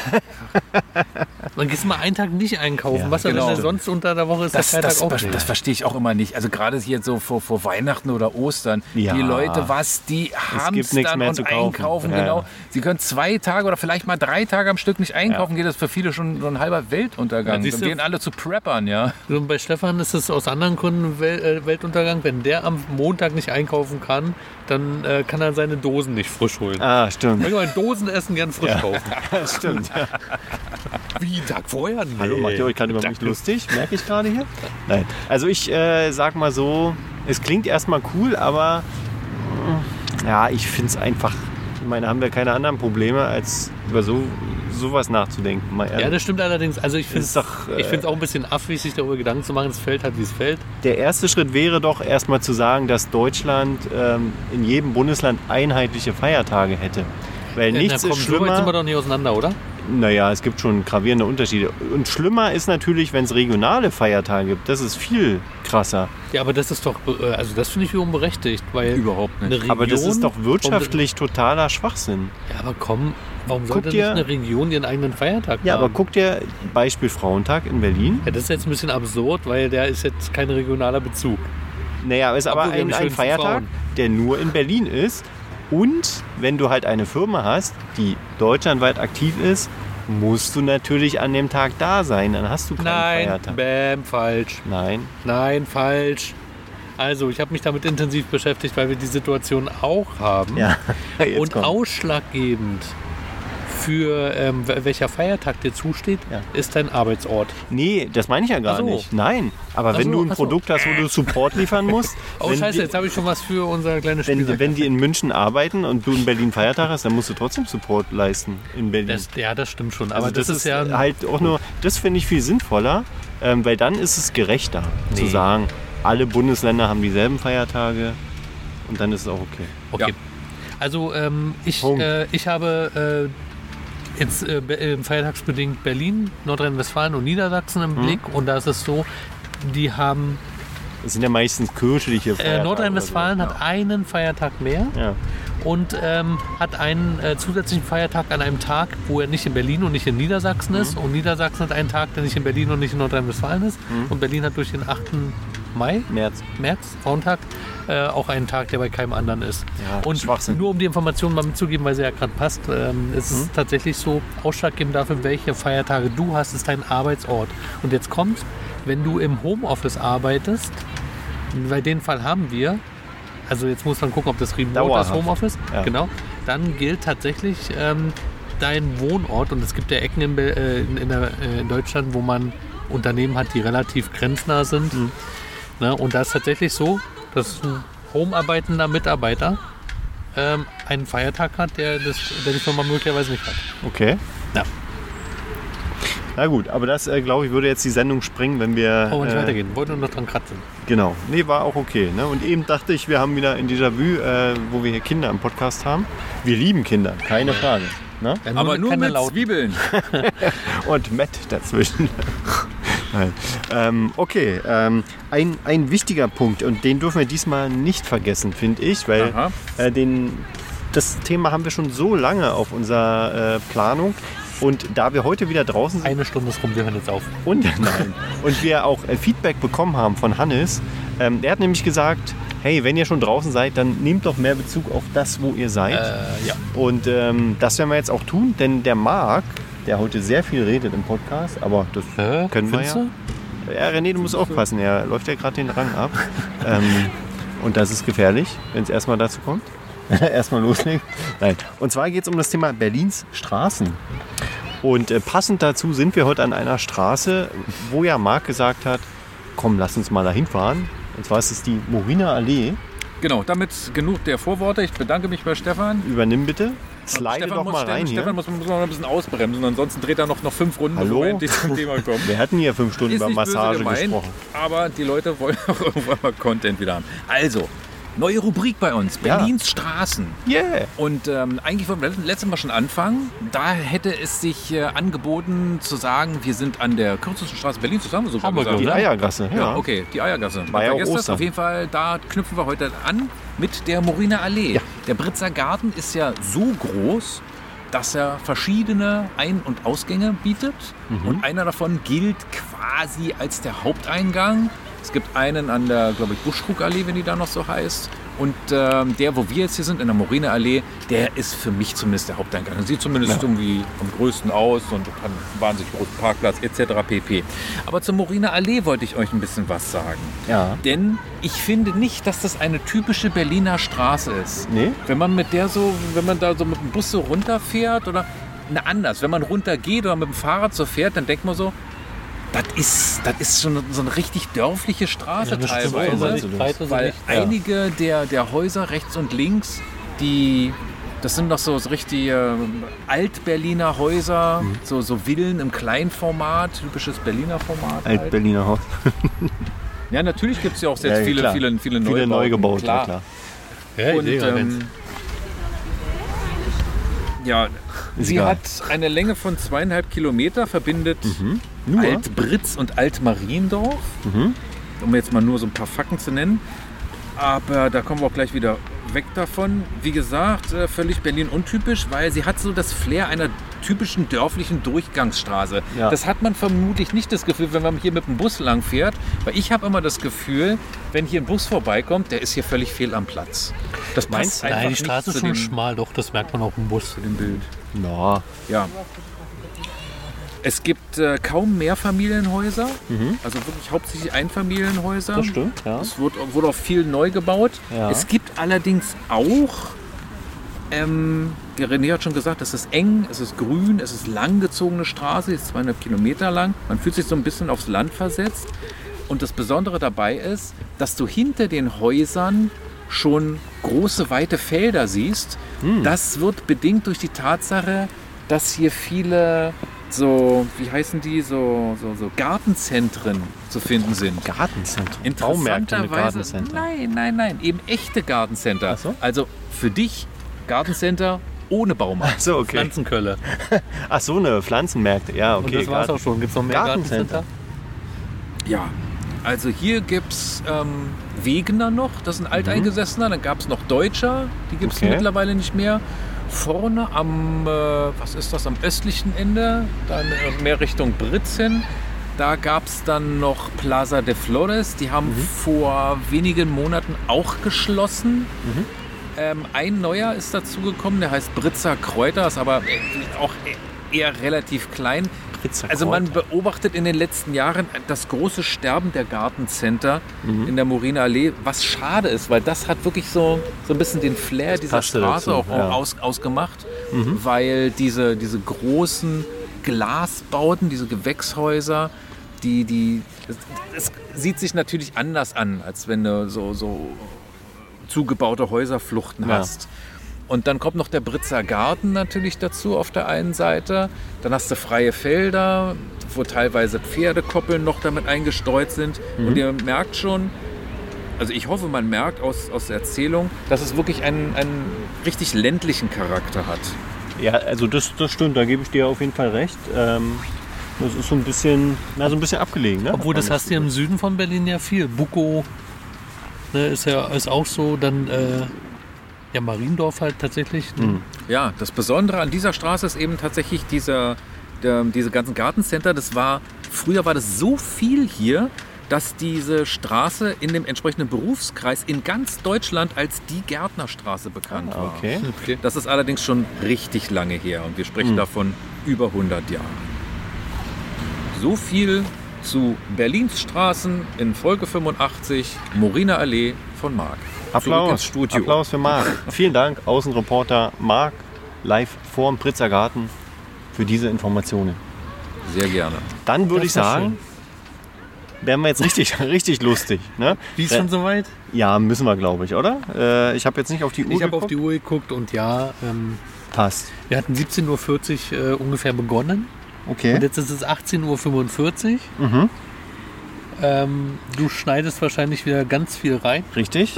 Speaker 1: Man geht mal einen Tag nicht einkaufen.
Speaker 4: Ja,
Speaker 1: Was denn
Speaker 3: genau.
Speaker 1: denn sonst unter der Woche ist
Speaker 3: Das,
Speaker 1: der
Speaker 3: das,
Speaker 1: Freitag
Speaker 3: das,
Speaker 1: auch
Speaker 3: das verstehe ich auch immer nicht. Also gerade hier so vor, vor Weihnachten oder Ostern.
Speaker 4: Ja.
Speaker 3: Die Leute, was, die haben
Speaker 4: gibt nichts mehr
Speaker 3: und
Speaker 4: zu kaufen.
Speaker 3: einkaufen.
Speaker 4: Ja.
Speaker 3: Genau. Sie können zwei Tage oder vielleicht mal drei Tage am Stück nicht einkaufen. Geht das für viele schon so ein halber Weltuntergang.
Speaker 1: Ja,
Speaker 3: Dann
Speaker 1: siehst du.
Speaker 3: gehen alle zu Preppern, ja.
Speaker 1: Und bei Stefan ist es aus anderen Gründen Wel äh, Weltuntergang. Wenn der am Montag nicht einkaufen kann, dann äh, kann er seine Dosen nicht frisch holen.
Speaker 4: Ah, stimmt.
Speaker 1: Ich mein Dosen essen gern frisch kaufen.
Speaker 4: stimmt. Ja.
Speaker 1: Wie, Tag vorher? Nee.
Speaker 4: Hallo, macht ihr euch gerade über mich lustig? Merke ich gerade hier? Nein. Also, ich äh, sag mal so, es klingt erstmal cool, aber mm, ja, ich finde es einfach. Ich meine, haben wir keine anderen Probleme, als über so sowas nachzudenken. Mal
Speaker 1: Ja,
Speaker 4: ehrlich.
Speaker 1: das stimmt allerdings. Also ich finde es
Speaker 4: Ist doch, äh,
Speaker 1: auch ein bisschen affig, sich darüber Gedanken zu machen. Es fällt halt, wie es fällt.
Speaker 4: Der erste Schritt wäre doch erstmal zu sagen, dass Deutschland ähm, in jedem Bundesland einheitliche Feiertage hätte. Weil
Speaker 1: Ja,
Speaker 4: nichts
Speaker 1: na
Speaker 4: ist
Speaker 1: komm, So weit sind wir
Speaker 4: schlimmer.
Speaker 1: doch nicht auseinander, oder?
Speaker 4: Naja, es gibt schon gravierende Unterschiede. Und schlimmer ist natürlich, wenn es regionale Feiertage gibt. Das ist viel krasser.
Speaker 1: Ja, aber das ist doch, äh, also das finde ich wiederum berechtigt, weil
Speaker 3: Überhaupt
Speaker 1: eine Region...
Speaker 4: Aber das ist doch wirtschaftlich totaler Schwachsinn.
Speaker 1: Ja, aber komm, warum
Speaker 4: Guck
Speaker 1: sollte nicht
Speaker 4: dir-
Speaker 1: eine Region ihren eigenen Feiertag
Speaker 4: Ja,
Speaker 1: haben?
Speaker 4: aber guck dir Beispiel Frauentag in Berlin.
Speaker 1: Ja, das ist jetzt ein bisschen absurd, weil der ist jetzt kein regionaler Bezug.
Speaker 4: Naja, ist aber
Speaker 1: Obwohl, wir haben
Speaker 4: ein,
Speaker 1: die
Speaker 4: ein
Speaker 1: schönsten
Speaker 4: Feiertag,
Speaker 1: Frauen.
Speaker 4: der nur in Berlin ist. Und wenn du halt eine Firma hast, die deutschlandweit aktiv ist, musst du natürlich an dem Tag da sein. Dann hast du keinen
Speaker 1: Nein,
Speaker 4: Feiertag.
Speaker 1: bäm, falsch.
Speaker 4: Nein.
Speaker 1: Nein, falsch. Also, ich habe mich damit intensiv beschäftigt, weil wir die Situation auch haben.
Speaker 4: Ja. Jetzt
Speaker 1: Und
Speaker 4: kommt's.
Speaker 1: ausschlaggebend für ähm, wel- welcher Feiertag dir zusteht,
Speaker 4: Ja.
Speaker 1: ist dein Arbeitsort.
Speaker 4: Nee, das meine ich ja gar
Speaker 1: Ach so.
Speaker 4: nicht. Nein. Aber
Speaker 1: Ach
Speaker 4: wenn
Speaker 1: so,
Speaker 4: du ein
Speaker 1: ach so.
Speaker 4: Produkt hast, wo du Support liefern musst,
Speaker 1: Oh
Speaker 4: wenn,
Speaker 1: scheiße,
Speaker 4: die,
Speaker 1: jetzt habe ich schon was für unser kleines Spiel.
Speaker 4: wenn, wenn die in München arbeiten und du in Berlin Feiertag hast, dann musst du trotzdem Support leisten in Berlin.
Speaker 1: das, ja, das stimmt schon. Aber
Speaker 4: Also
Speaker 1: das, ist ja...
Speaker 4: halt auch nur, das finde ich viel sinnvoller, ähm, weil dann ist es gerechter zu
Speaker 1: Nee.
Speaker 4: sagen, alle Bundesländer haben dieselben Feiertage und dann ist es auch okay.
Speaker 1: Okay.
Speaker 3: Ja.
Speaker 1: Also ähm, ich,
Speaker 4: Punkt.
Speaker 1: äh, ich habe äh, jetzt äh, be- äh, feiertagsbedingt Berlin, Nordrhein-Westfalen und Niedersachsen
Speaker 4: Hm.
Speaker 1: im Blick und da ist es so, die haben
Speaker 4: Es sind ja meistens kirchliche Feiertage.
Speaker 1: äh,
Speaker 4: oder
Speaker 1: Nordrhein-Westfalen hat einen Feiertag mehr
Speaker 4: So. Ja.
Speaker 1: und ähm, hat einen äh, zusätzlichen Feiertag an einem Tag, wo er nicht in Berlin und nicht in Niedersachsen
Speaker 4: Hm.
Speaker 1: ist und Niedersachsen hat einen Tag, der nicht in Berlin und nicht in Nordrhein-Westfalen ist
Speaker 4: Hm.
Speaker 1: und Berlin hat durch den 8. Mai
Speaker 4: März.
Speaker 1: März, Frauentag, äh, auch einen Tag, der bei keinem anderen ist.
Speaker 4: Ja,
Speaker 1: und
Speaker 4: Schwachsinn. Mhm.
Speaker 1: nur um die Information mal mitzugeben, weil sie ja gerade passt, ähm, es ist tatsächlich so, ausschlaggebend dafür, welche Feiertage du hast, ist dein Arbeitsort. Und jetzt kommt, wenn du im Homeoffice arbeitest, bei den Fall haben wir, also jetzt muss man gucken, ob das Remote ist,
Speaker 4: Dauerhaft.
Speaker 1: Homeoffice,
Speaker 4: Ja.
Speaker 1: genau, dann gilt tatsächlich ähm, dein Wohnort und es gibt ja Ecken in, Be- äh, in, in, der, äh, in Deutschland, wo man Unternehmen hat, die relativ grenznah sind. Ne? Und da ist tatsächlich so, dass ein homearbeitender Mitarbeiter ähm, einen Feiertag hat, der, das, der die Firma möglicherweise nicht hat.
Speaker 4: Okay.
Speaker 1: Ja.
Speaker 4: Na gut, aber das, äh, glaube ich, würde jetzt die Sendung springen, wenn wir...
Speaker 1: Wollen wir nicht
Speaker 4: äh,
Speaker 1: weitergehen, wollen nur noch dran kratzen.
Speaker 4: Genau. Nee, war auch okay. Ne? Und eben dachte ich, wir haben wieder ein Déjà-vu, äh, wo wir hier Kinder im Podcast haben. Wir lieben Kinder, keine Frage. Ne?
Speaker 1: Ja,
Speaker 3: Aber
Speaker 1: mit
Speaker 3: nur
Speaker 1: keine
Speaker 3: mit
Speaker 1: Lauten.
Speaker 3: Zwiebeln.
Speaker 4: und Matt dazwischen. Nein. Ähm, okay, ähm, ein, ein wichtiger Punkt und den dürfen wir diesmal nicht vergessen, finde ich, weil
Speaker 3: Aha.
Speaker 4: äh, den, das Thema haben wir schon so lange auf unserer äh, Planung und da wir heute wieder draußen sind
Speaker 1: Eine Stunde ist rum, wir hören jetzt auf.
Speaker 4: und, nein, und wir auch äh, Feedback bekommen haben von Hannes, ähm, der hat nämlich gesagt, hey, wenn ihr schon draußen seid, dann nehmt doch mehr Bezug auf das, wo ihr seid.
Speaker 1: Äh, ja.
Speaker 4: Und ähm, das werden wir jetzt auch tun, denn der Marc, der heute sehr viel redet im Podcast, aber das
Speaker 1: Äh,
Speaker 4: können wir
Speaker 1: findest
Speaker 4: ja.
Speaker 1: du?
Speaker 4: Ja, René, du musst aufpassen, er läuft ja gerade den Rang ab. ähm, und das ist gefährlich, wenn es erstmal dazu kommt. erstmal loslegen. Nein. Und zwar geht es um das Thema Berlins Straßen. Und äh, passend dazu sind wir heute an einer Straße, wo ja Marc gesagt hat, komm, lass uns mal dahin fahren. Und zwar ist es die Moriner Allee.
Speaker 3: Genau, damit genug der Vorworte. Ich bedanke mich bei Stefan.
Speaker 4: Übernimm bitte. Slide doch
Speaker 3: muss,
Speaker 4: mal rein
Speaker 3: Stefan
Speaker 4: hier.
Speaker 3: muss, muss noch ein bisschen ausbremsen, ansonsten dreht er noch, noch fünf Runden,
Speaker 4: Hallo?
Speaker 3: bevor wir endlich zum Thema kommen.
Speaker 4: Wir hatten hier fünf Stunden
Speaker 3: Ist
Speaker 4: über
Speaker 3: nicht böse
Speaker 4: Massage
Speaker 3: gemeint,
Speaker 4: gesprochen.
Speaker 3: Aber die Leute wollen auch irgendwann mal Content wieder haben. Also, neue Rubrik bei uns:
Speaker 4: Ja.
Speaker 3: Berlins Straßen.
Speaker 4: Yeah!
Speaker 3: Und ähm, eigentlich wollten wir letztes- letztes Mal schon anfangen. Da hätte es sich äh, angeboten zu sagen, wir sind an der kürzesten Straße Berlins zusammen. So
Speaker 1: Haben wir
Speaker 4: Die
Speaker 1: Ja.
Speaker 4: Eiergasse.
Speaker 3: Ja,
Speaker 4: Ja.
Speaker 3: okay, die Eiergasse.
Speaker 4: War ja auch
Speaker 3: Vergesst das.
Speaker 4: Ostern.
Speaker 3: Auf jeden Fall, da knüpfen wir heute an mit der Moriner Allee. Der Britzer Garten ist ja so groß, dass er verschiedene Ein- und Ausgänge bietet. Und einer davon gilt quasi als der Haupteingang. Es gibt einen an der, glaube ich, Buschruckallee, wenn die da noch so heißt. Und ähm, der, wo wir jetzt hier sind, in der Moriner Allee, der ist für mich zumindest der Haupteingang. Der sieht zumindest irgendwie am größten aus und hat einen wahnsinnig großen Parkplatz etc. pp. Aber zur Moriner Allee wollte ich euch ein bisschen was sagen.
Speaker 4: Ja.
Speaker 3: Denn ich finde nicht, dass das eine typische Berliner Straße ist.
Speaker 4: Nee?
Speaker 3: Wenn man mit der so, wenn man da so mit dem Bus so runterfährt oder na anders, wenn man runtergeht oder mit dem Fahrrad so fährt, dann denkt man so, das ist, das ist schon so eine richtig dörfliche Straße
Speaker 1: das stimmt, also
Speaker 3: teilweise.
Speaker 1: weil sie nicht breit ist und
Speaker 3: Weil
Speaker 1: nicht-
Speaker 3: einige der, der Häuser rechts und links, die, das sind doch so, so richtige ähm, Alt-Berliner Häuser,
Speaker 1: Mhm.
Speaker 3: so, so Villen im Kleinformat, typisches Berliner Format. halt.
Speaker 4: Alt-Berliner Haus.
Speaker 3: Ja, natürlich gibt es ja auch
Speaker 4: Ja,
Speaker 3: jetzt
Speaker 4: ja,
Speaker 3: viele,
Speaker 4: klar.
Speaker 3: viele, viele,
Speaker 4: Viele
Speaker 3: Neubauten,
Speaker 4: neu gebaut,
Speaker 3: klar.
Speaker 4: ja klar.
Speaker 1: Ja, ich
Speaker 3: Und,
Speaker 1: sehe gerade
Speaker 3: ähm,
Speaker 1: eins.
Speaker 3: ja, sie
Speaker 4: egal. Mhm.
Speaker 3: hat eine Länge von zweieinhalb Kilometer, verbindet Alt-Britz und Alt-Mariendorf,
Speaker 1: Mhm.
Speaker 3: um jetzt mal nur so ein paar Fakten zu nennen. Aber da kommen wir auch gleich wieder weg davon. Wie gesagt, äh, völlig Berlin untypisch, weil sie hat so das Flair einer typischen dörflichen Durchgangsstraße.
Speaker 4: Ja.
Speaker 3: Das hat man vermutlich nicht das Gefühl, wenn man hier mit dem Bus lang fährt, weil ich habe immer das Gefühl, wenn hier ein Bus vorbeikommt, der ist hier völlig fehl am Platz. Das meinst
Speaker 4: Meinst du?
Speaker 3: einfach
Speaker 1: Nein, die
Speaker 3: nicht
Speaker 1: Straße
Speaker 3: zu
Speaker 1: ist schon
Speaker 3: dem-
Speaker 1: schmal, doch, das merkt man auch im Bus.
Speaker 3: zu dem Bild.
Speaker 4: Ja.
Speaker 3: Ja. Es gibt äh, kaum Mehrfamilienhäuser, also wirklich hauptsächlich Einfamilienhäuser.
Speaker 4: Mhm. Das stimmt, ja.
Speaker 3: Es wurde, wurde auch viel neu gebaut.
Speaker 4: Ja.
Speaker 3: Es gibt allerdings auch, ähm, der René hat schon gesagt, es ist eng, es ist grün, es ist langgezogene Straße, die ist zweieinhalb Kilometer lang. Man fühlt sich so ein bisschen aufs Land versetzt. Und das Besondere dabei ist, dass du hinter den Häusern schon große, weite Felder siehst.
Speaker 4: Hm.
Speaker 3: Das wird bedingt durch die Tatsache, dass hier viele so, wie heißen die, so, so, so Gartenzentren zu finden sind.
Speaker 4: Gartenzentren. Baumärkte mit
Speaker 3: Interessanterweise.
Speaker 4: Gartenzentren.
Speaker 3: Nein, nein, nein. Eben echte Gartencenter.
Speaker 4: Ach so.
Speaker 3: Also für dich Gartencenter ohne Baumarkt.
Speaker 4: So, okay.
Speaker 1: Pflanzenkölle.
Speaker 4: Ach so, eine Pflanzenmärkte. Ja, okay.
Speaker 1: Und das war's
Speaker 4: Garten-
Speaker 1: auch schon. Gibt's noch mehr
Speaker 4: Gartencenter.
Speaker 1: Gartencenter?
Speaker 3: Ja. Also hier gibt es ähm, Wegener noch, das ist ein Alteingesessener. Dann gab es noch Deutscher, die gibt es
Speaker 4: Okay.
Speaker 3: mittlerweile nicht mehr. Vorne am, äh, was ist das, am östlichen Ende, dann äh, mehr Richtung Britz hin. Da gab es dann noch Plaza de Flores. Die haben vor wenigen Monaten auch geschlossen. Ähm, ein neuer ist dazugekommen, der heißt Britzer Kräuter, ist aber äh, auch e- eher relativ klein.
Speaker 4: Pizza
Speaker 3: Also man beobachtet in den letzten Jahren das große Sterben der Gartencenter
Speaker 4: Mhm.
Speaker 3: in der Moriner Allee, was schade ist, weil das hat wirklich so, so ein bisschen den Flair dieser
Speaker 4: passte
Speaker 3: Straße
Speaker 4: dazu,
Speaker 3: auch
Speaker 4: ja. Mhm.
Speaker 3: aus, ausgemacht, weil diese, diese großen Glasbauten, diese Gewächshäuser, die, die, es, es sieht sich natürlich anders an, als wenn du so, so zugebaute Häuserfluchten
Speaker 4: Ja.
Speaker 3: hast. Und dann kommt noch der Britzer Garten natürlich dazu auf der einen Seite. Dann hast du freie Felder, wo teilweise Pferdekoppeln noch damit eingestreut sind. Und ihr merkt schon, also ich hoffe, man merkt aus, aus der Erzählung, dass es wirklich einen, einen richtig ländlichen Charakter hat.
Speaker 4: Ja, also das, das stimmt, da gebe ich dir auf jeden Fall recht. Ähm, das ist so ein bisschen, na, so ein bisschen abgelegen, ne?
Speaker 1: Obwohl, das hast du ja im Süden von Berlin ja viel. Buko ne, ist ja ist auch so. Dann äh, ja, Mariendorf halt tatsächlich.
Speaker 3: Ja, das Besondere an dieser Straße ist eben tatsächlich dieser, der, diese ganzen Gartencenter. Das war, früher war das so viel hier, dass diese Straße in dem entsprechenden Berufskreis in ganz Deutschland als die Gärtnerstraße bekannt war.
Speaker 4: Ah, Okay.
Speaker 1: Hm.
Speaker 4: Hm.
Speaker 3: Das ist allerdings schon richtig lange her und wir sprechen davon über 100 Jahre. So viel zu Berlins Straßen in Folge 85, Moriner Allee von Mark. Zurück
Speaker 4: Applaus.
Speaker 3: ins Studio.
Speaker 4: Applaus für Marc. Vielen Dank, Außenreporter Marc, live vorm Pritzergarten, für diese Informationen.
Speaker 3: Sehr gerne.
Speaker 4: Dann würde
Speaker 1: Das
Speaker 4: ich
Speaker 1: war
Speaker 4: sagen, wären wir jetzt richtig, richtig lustig. Ne?
Speaker 1: Die ist schon soweit?
Speaker 4: Ja, müssen wir, glaube ich, oder? Äh, ich habe jetzt nicht auf die Uhr
Speaker 1: Ich habe
Speaker 4: geguckt.
Speaker 1: auf die Uhr geguckt und ja, ähm,
Speaker 4: Passt.
Speaker 1: wir hatten 17.40 Uhr äh, ungefähr begonnen. Und
Speaker 4: Okay.
Speaker 1: jetzt ist es 18.45 Uhr. Ähm, du schneidest wahrscheinlich wieder ganz viel rein.
Speaker 4: Richtig?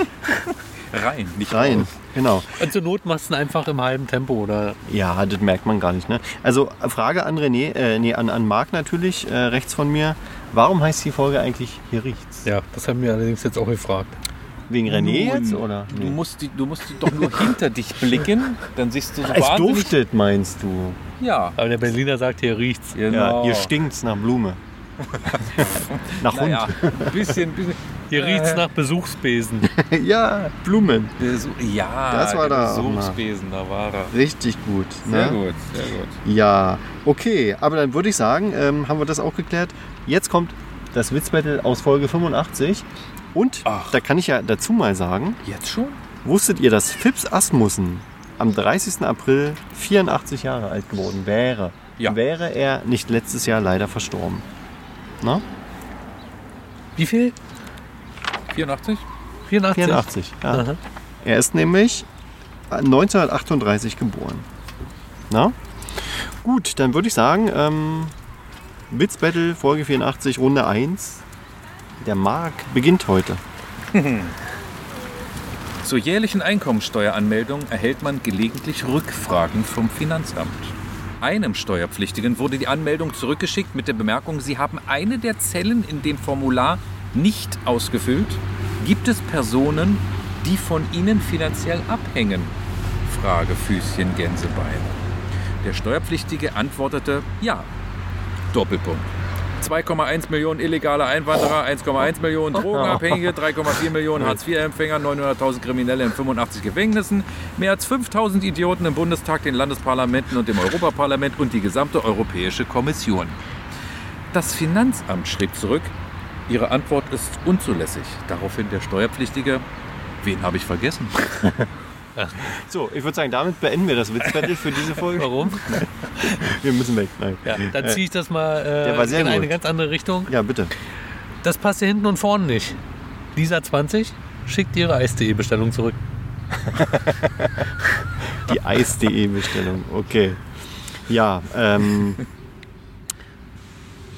Speaker 3: Rein, nicht
Speaker 4: Rein. Genau.
Speaker 1: Und Also zur Not machst du ihn einfach im halben Tempo oder
Speaker 4: Ja, das merkt man gar nicht. Ne? Also Frage an René, äh, nee, an, an Marc natürlich, äh, rechts von mir. Warum heißt die Folge eigentlich hier riecht's?
Speaker 1: Ja, das haben wir allerdings jetzt auch gefragt.
Speaker 4: Wegen René
Speaker 3: Nun,
Speaker 4: jetzt oder?
Speaker 3: Du musst, die, du musst die doch nur hinter dich blicken, dann siehst du so
Speaker 4: Es
Speaker 3: wahnsinnig-
Speaker 4: duftet, meinst du?
Speaker 3: Ja.
Speaker 1: Aber der Berliner sagt, hier riecht's.
Speaker 3: Genau.
Speaker 4: Ja, hier stinkt's nach Blume. nach Hund.
Speaker 3: Naja, ein bisschen, bisschen.
Speaker 1: Hier riecht's nach Besuchsbesen.
Speaker 4: ja, Blumen.
Speaker 3: äh, so- Ja,
Speaker 4: Das war
Speaker 3: der
Speaker 4: da auch mal.
Speaker 3: Besuchsbesen, da war er.
Speaker 4: Richtig gut.
Speaker 3: Sehr
Speaker 4: ne?
Speaker 3: gut, sehr gut.
Speaker 4: Ja, okay. Aber dann würde ich sagen, ähm, haben wir das auch geklärt. Jetzt kommt das Witzbattle aus Folge 85. Und
Speaker 3: Ach.
Speaker 4: da kann ich ja dazu mal sagen,
Speaker 3: Jetzt schon?
Speaker 4: wusstet ihr, dass Fips Asmussen am 30. April 84 Jahre alt geworden wäre?
Speaker 3: Ja.
Speaker 4: Wäre er nicht letztes Jahr leider verstorben? Na?
Speaker 1: Wie viel?
Speaker 3: 84?
Speaker 1: 84?
Speaker 4: 84. Ja.
Speaker 1: Aha.
Speaker 4: Er ist nämlich 1938 geboren. Na? Gut, dann würde ich sagen, ähm, Witz Battle Folge 84, Runde 1. Der Mark beginnt heute.
Speaker 3: Zur jährlichen Einkommensteueranmeldung erhält man gelegentlich Rückfragen vom Finanzamt. Einem Steuerpflichtigen wurde die Anmeldung zurückgeschickt mit der Bemerkung, Sie haben eine der Zellen in dem Formular nicht ausgefüllt. Gibt es Personen, die von Ihnen finanziell abhängen? Fragefüßchen Gänsebein. Der Steuerpflichtige antwortete Ja. Doppelpunkt. 2,1 Millionen illegale Einwanderer, 1,1 Millionen Drogenabhängige, 3,4 Millionen Hartz-IV-Empfänger, 900.000 Kriminelle in 85 Gefängnissen, mehr als 5.000 Idioten im Bundestag, den Landesparlamenten und dem Europaparlament und die gesamte Europäische Kommission. Das Finanzamt schrieb zurück, Ihre Antwort ist unzulässig. Daraufhin der Steuerpflichtige, wen habe ich vergessen?
Speaker 4: So, ich würde sagen, damit beenden wir das Witz Battle für diese Folge.
Speaker 1: Warum?
Speaker 4: Wir müssen weg. Nein.
Speaker 1: Ja, dann ziehe ich das mal äh,
Speaker 4: der war sehr
Speaker 1: in eine
Speaker 4: gut.
Speaker 1: ganz andere Richtung.
Speaker 4: Ja, bitte.
Speaker 1: Das passt hier hinten und vorne nicht. Lisa 20 schickt ihre Eis.de-Bestellung zurück.
Speaker 4: Die Eis.de-Bestellung. Okay. Ja, ähm.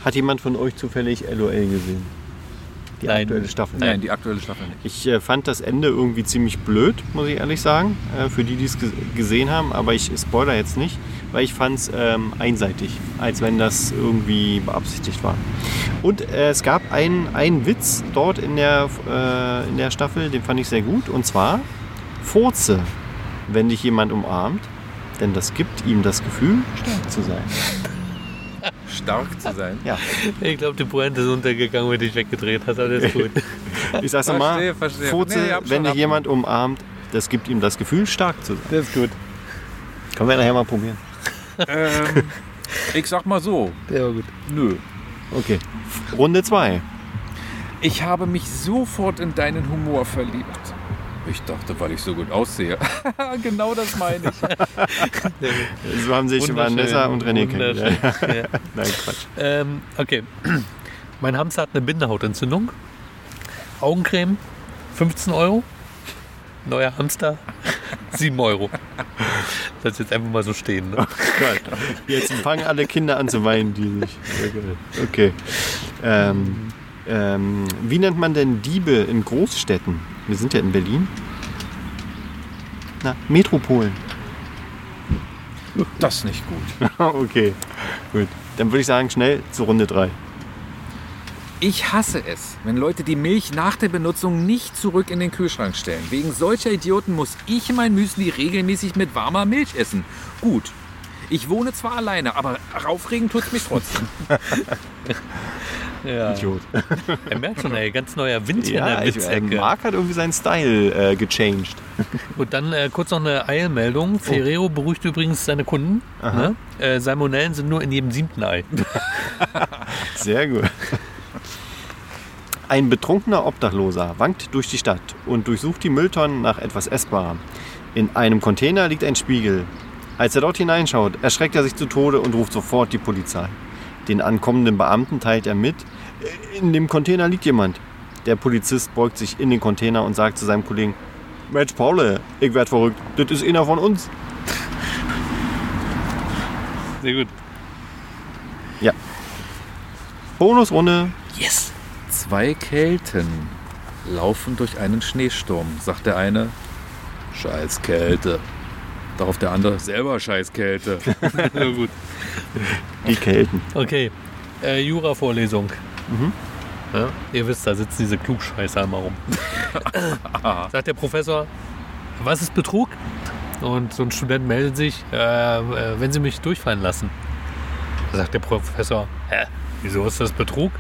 Speaker 4: Hat jemand von euch zufällig LOL gesehen? Die
Speaker 1: Nein.
Speaker 4: aktuelle Staffel?
Speaker 3: Nein, die aktuelle Staffel nicht.
Speaker 4: Ich äh, fand das Ende irgendwie ziemlich blöd, muss ich ehrlich sagen, äh, für die, die es ge gesehen haben. Aber ich spoiler jetzt nicht, weil ich fand es ähm, einseitig, als wenn das irgendwie beabsichtigt war. Und äh, es gab einen, einen Witz dort in der, äh, in der Staffel, den fand ich sehr gut. Und zwar, Furze, wenn dich jemand umarmt, denn das gibt ihm das Gefühl, stark zu sein.
Speaker 3: Stark zu sein.
Speaker 4: Ja,
Speaker 1: Ich glaube, die Pointe ist untergegangen, wenn du dich weggedreht hast, aber das ist gut.
Speaker 4: ich sag's
Speaker 3: Verstehe,
Speaker 4: nochmal,
Speaker 3: verstehe.
Speaker 4: Furze,
Speaker 3: Nee, hab schon
Speaker 4: wenn dich
Speaker 3: ab-
Speaker 4: jemand umarmt, das gibt ihm das Gefühl, stark zu sein.
Speaker 1: Das ist gut.
Speaker 4: Können wir nachher mal probieren.
Speaker 3: Ähm, ich sag mal so,
Speaker 1: Der war gut.
Speaker 3: nö.
Speaker 4: Okay. Runde 2.
Speaker 3: Ich habe mich sofort in deinen Humor verliebt. Ich dachte, weil ich so gut aussehe. genau das meine ich.
Speaker 4: So haben sich
Speaker 1: Wunderschön,
Speaker 4: Vanessa und René
Speaker 1: wunderschön.
Speaker 4: kennengelernt.
Speaker 1: Ja.
Speaker 4: Nein, Quatsch.
Speaker 1: Ähm, okay. Mein Hamster hat eine Bindehautentzündung. Augencreme 15 Euro. Neuer Hamster 7 Euro. Das ist jetzt einfach mal so stehen. Ne?
Speaker 4: Gott. Jetzt fangen alle Kinder an zu weinen, die sich. Okay. Ähm, ähm, wie nennt man denn Diebe in Großstädten? Wir sind ja in Berlin. Na, Metropolen.
Speaker 3: Das ist nicht gut.
Speaker 4: okay, gut. Dann würde ich sagen, schnell zur Runde 3.
Speaker 3: Ich hasse es, wenn Leute die Milch nach der Benutzung nicht zurück in den Kühlschrank stellen. Wegen solcher Idioten muss ich mein Müsli regelmäßig mit warmer Milch essen. Gut. Ich wohne zwar alleine, aber aufregen tut's mich trotzdem.
Speaker 1: Ja.
Speaker 4: Idiot.
Speaker 1: Er merkt schon, ey, ganz neuer Wind hier in
Speaker 4: Ja,
Speaker 1: der
Speaker 4: ich, äh,
Speaker 1: Witzecke.
Speaker 4: Marc hat irgendwie seinen Style äh, gechanged.
Speaker 1: Gut, dann äh, kurz noch eine Eilmeldung. Ferrero beruhigt übrigens seine Kunden. Ne? Äh, Salmonellen sind nur in jedem siebten Ei.
Speaker 4: Sehr gut. Ein betrunkener Obdachloser wankt durch die Stadt und durchsucht die Mülltonnen nach etwas Essbarem. In einem Container liegt ein Spiegel. Als er dort hineinschaut, erschreckt er sich zu Tode und ruft sofort die Polizei. Den ankommenden Beamten teilt er mit, äh, in dem Container liegt jemand. Der Polizist beugt sich in den Container und sagt zu seinem Kollegen, Mensch, Paule, ich werd verrückt, das ist einer von uns.
Speaker 1: Sehr gut.
Speaker 4: Bonusrunde,
Speaker 1: Yes!
Speaker 2: Zwei
Speaker 3: Kelten laufen durch einen Schneesturm, sagt der eine. Scheiß Kälte. Darauf der andere, selber Scheiß Kälte.
Speaker 1: Sehr gut.
Speaker 4: die Kelten.
Speaker 1: Okay, äh, Jura-Vorlesung.
Speaker 4: Mhm.
Speaker 1: Ja, ihr wisst, da sitzen diese Klugscheißer immer rum. Sagt der Professor, was ist Betrug? Und so ein Student meldet sich, äh, äh, wenn Sie mich durchfallen lassen. Da sagt der Professor, hä, wieso ist das Betrug?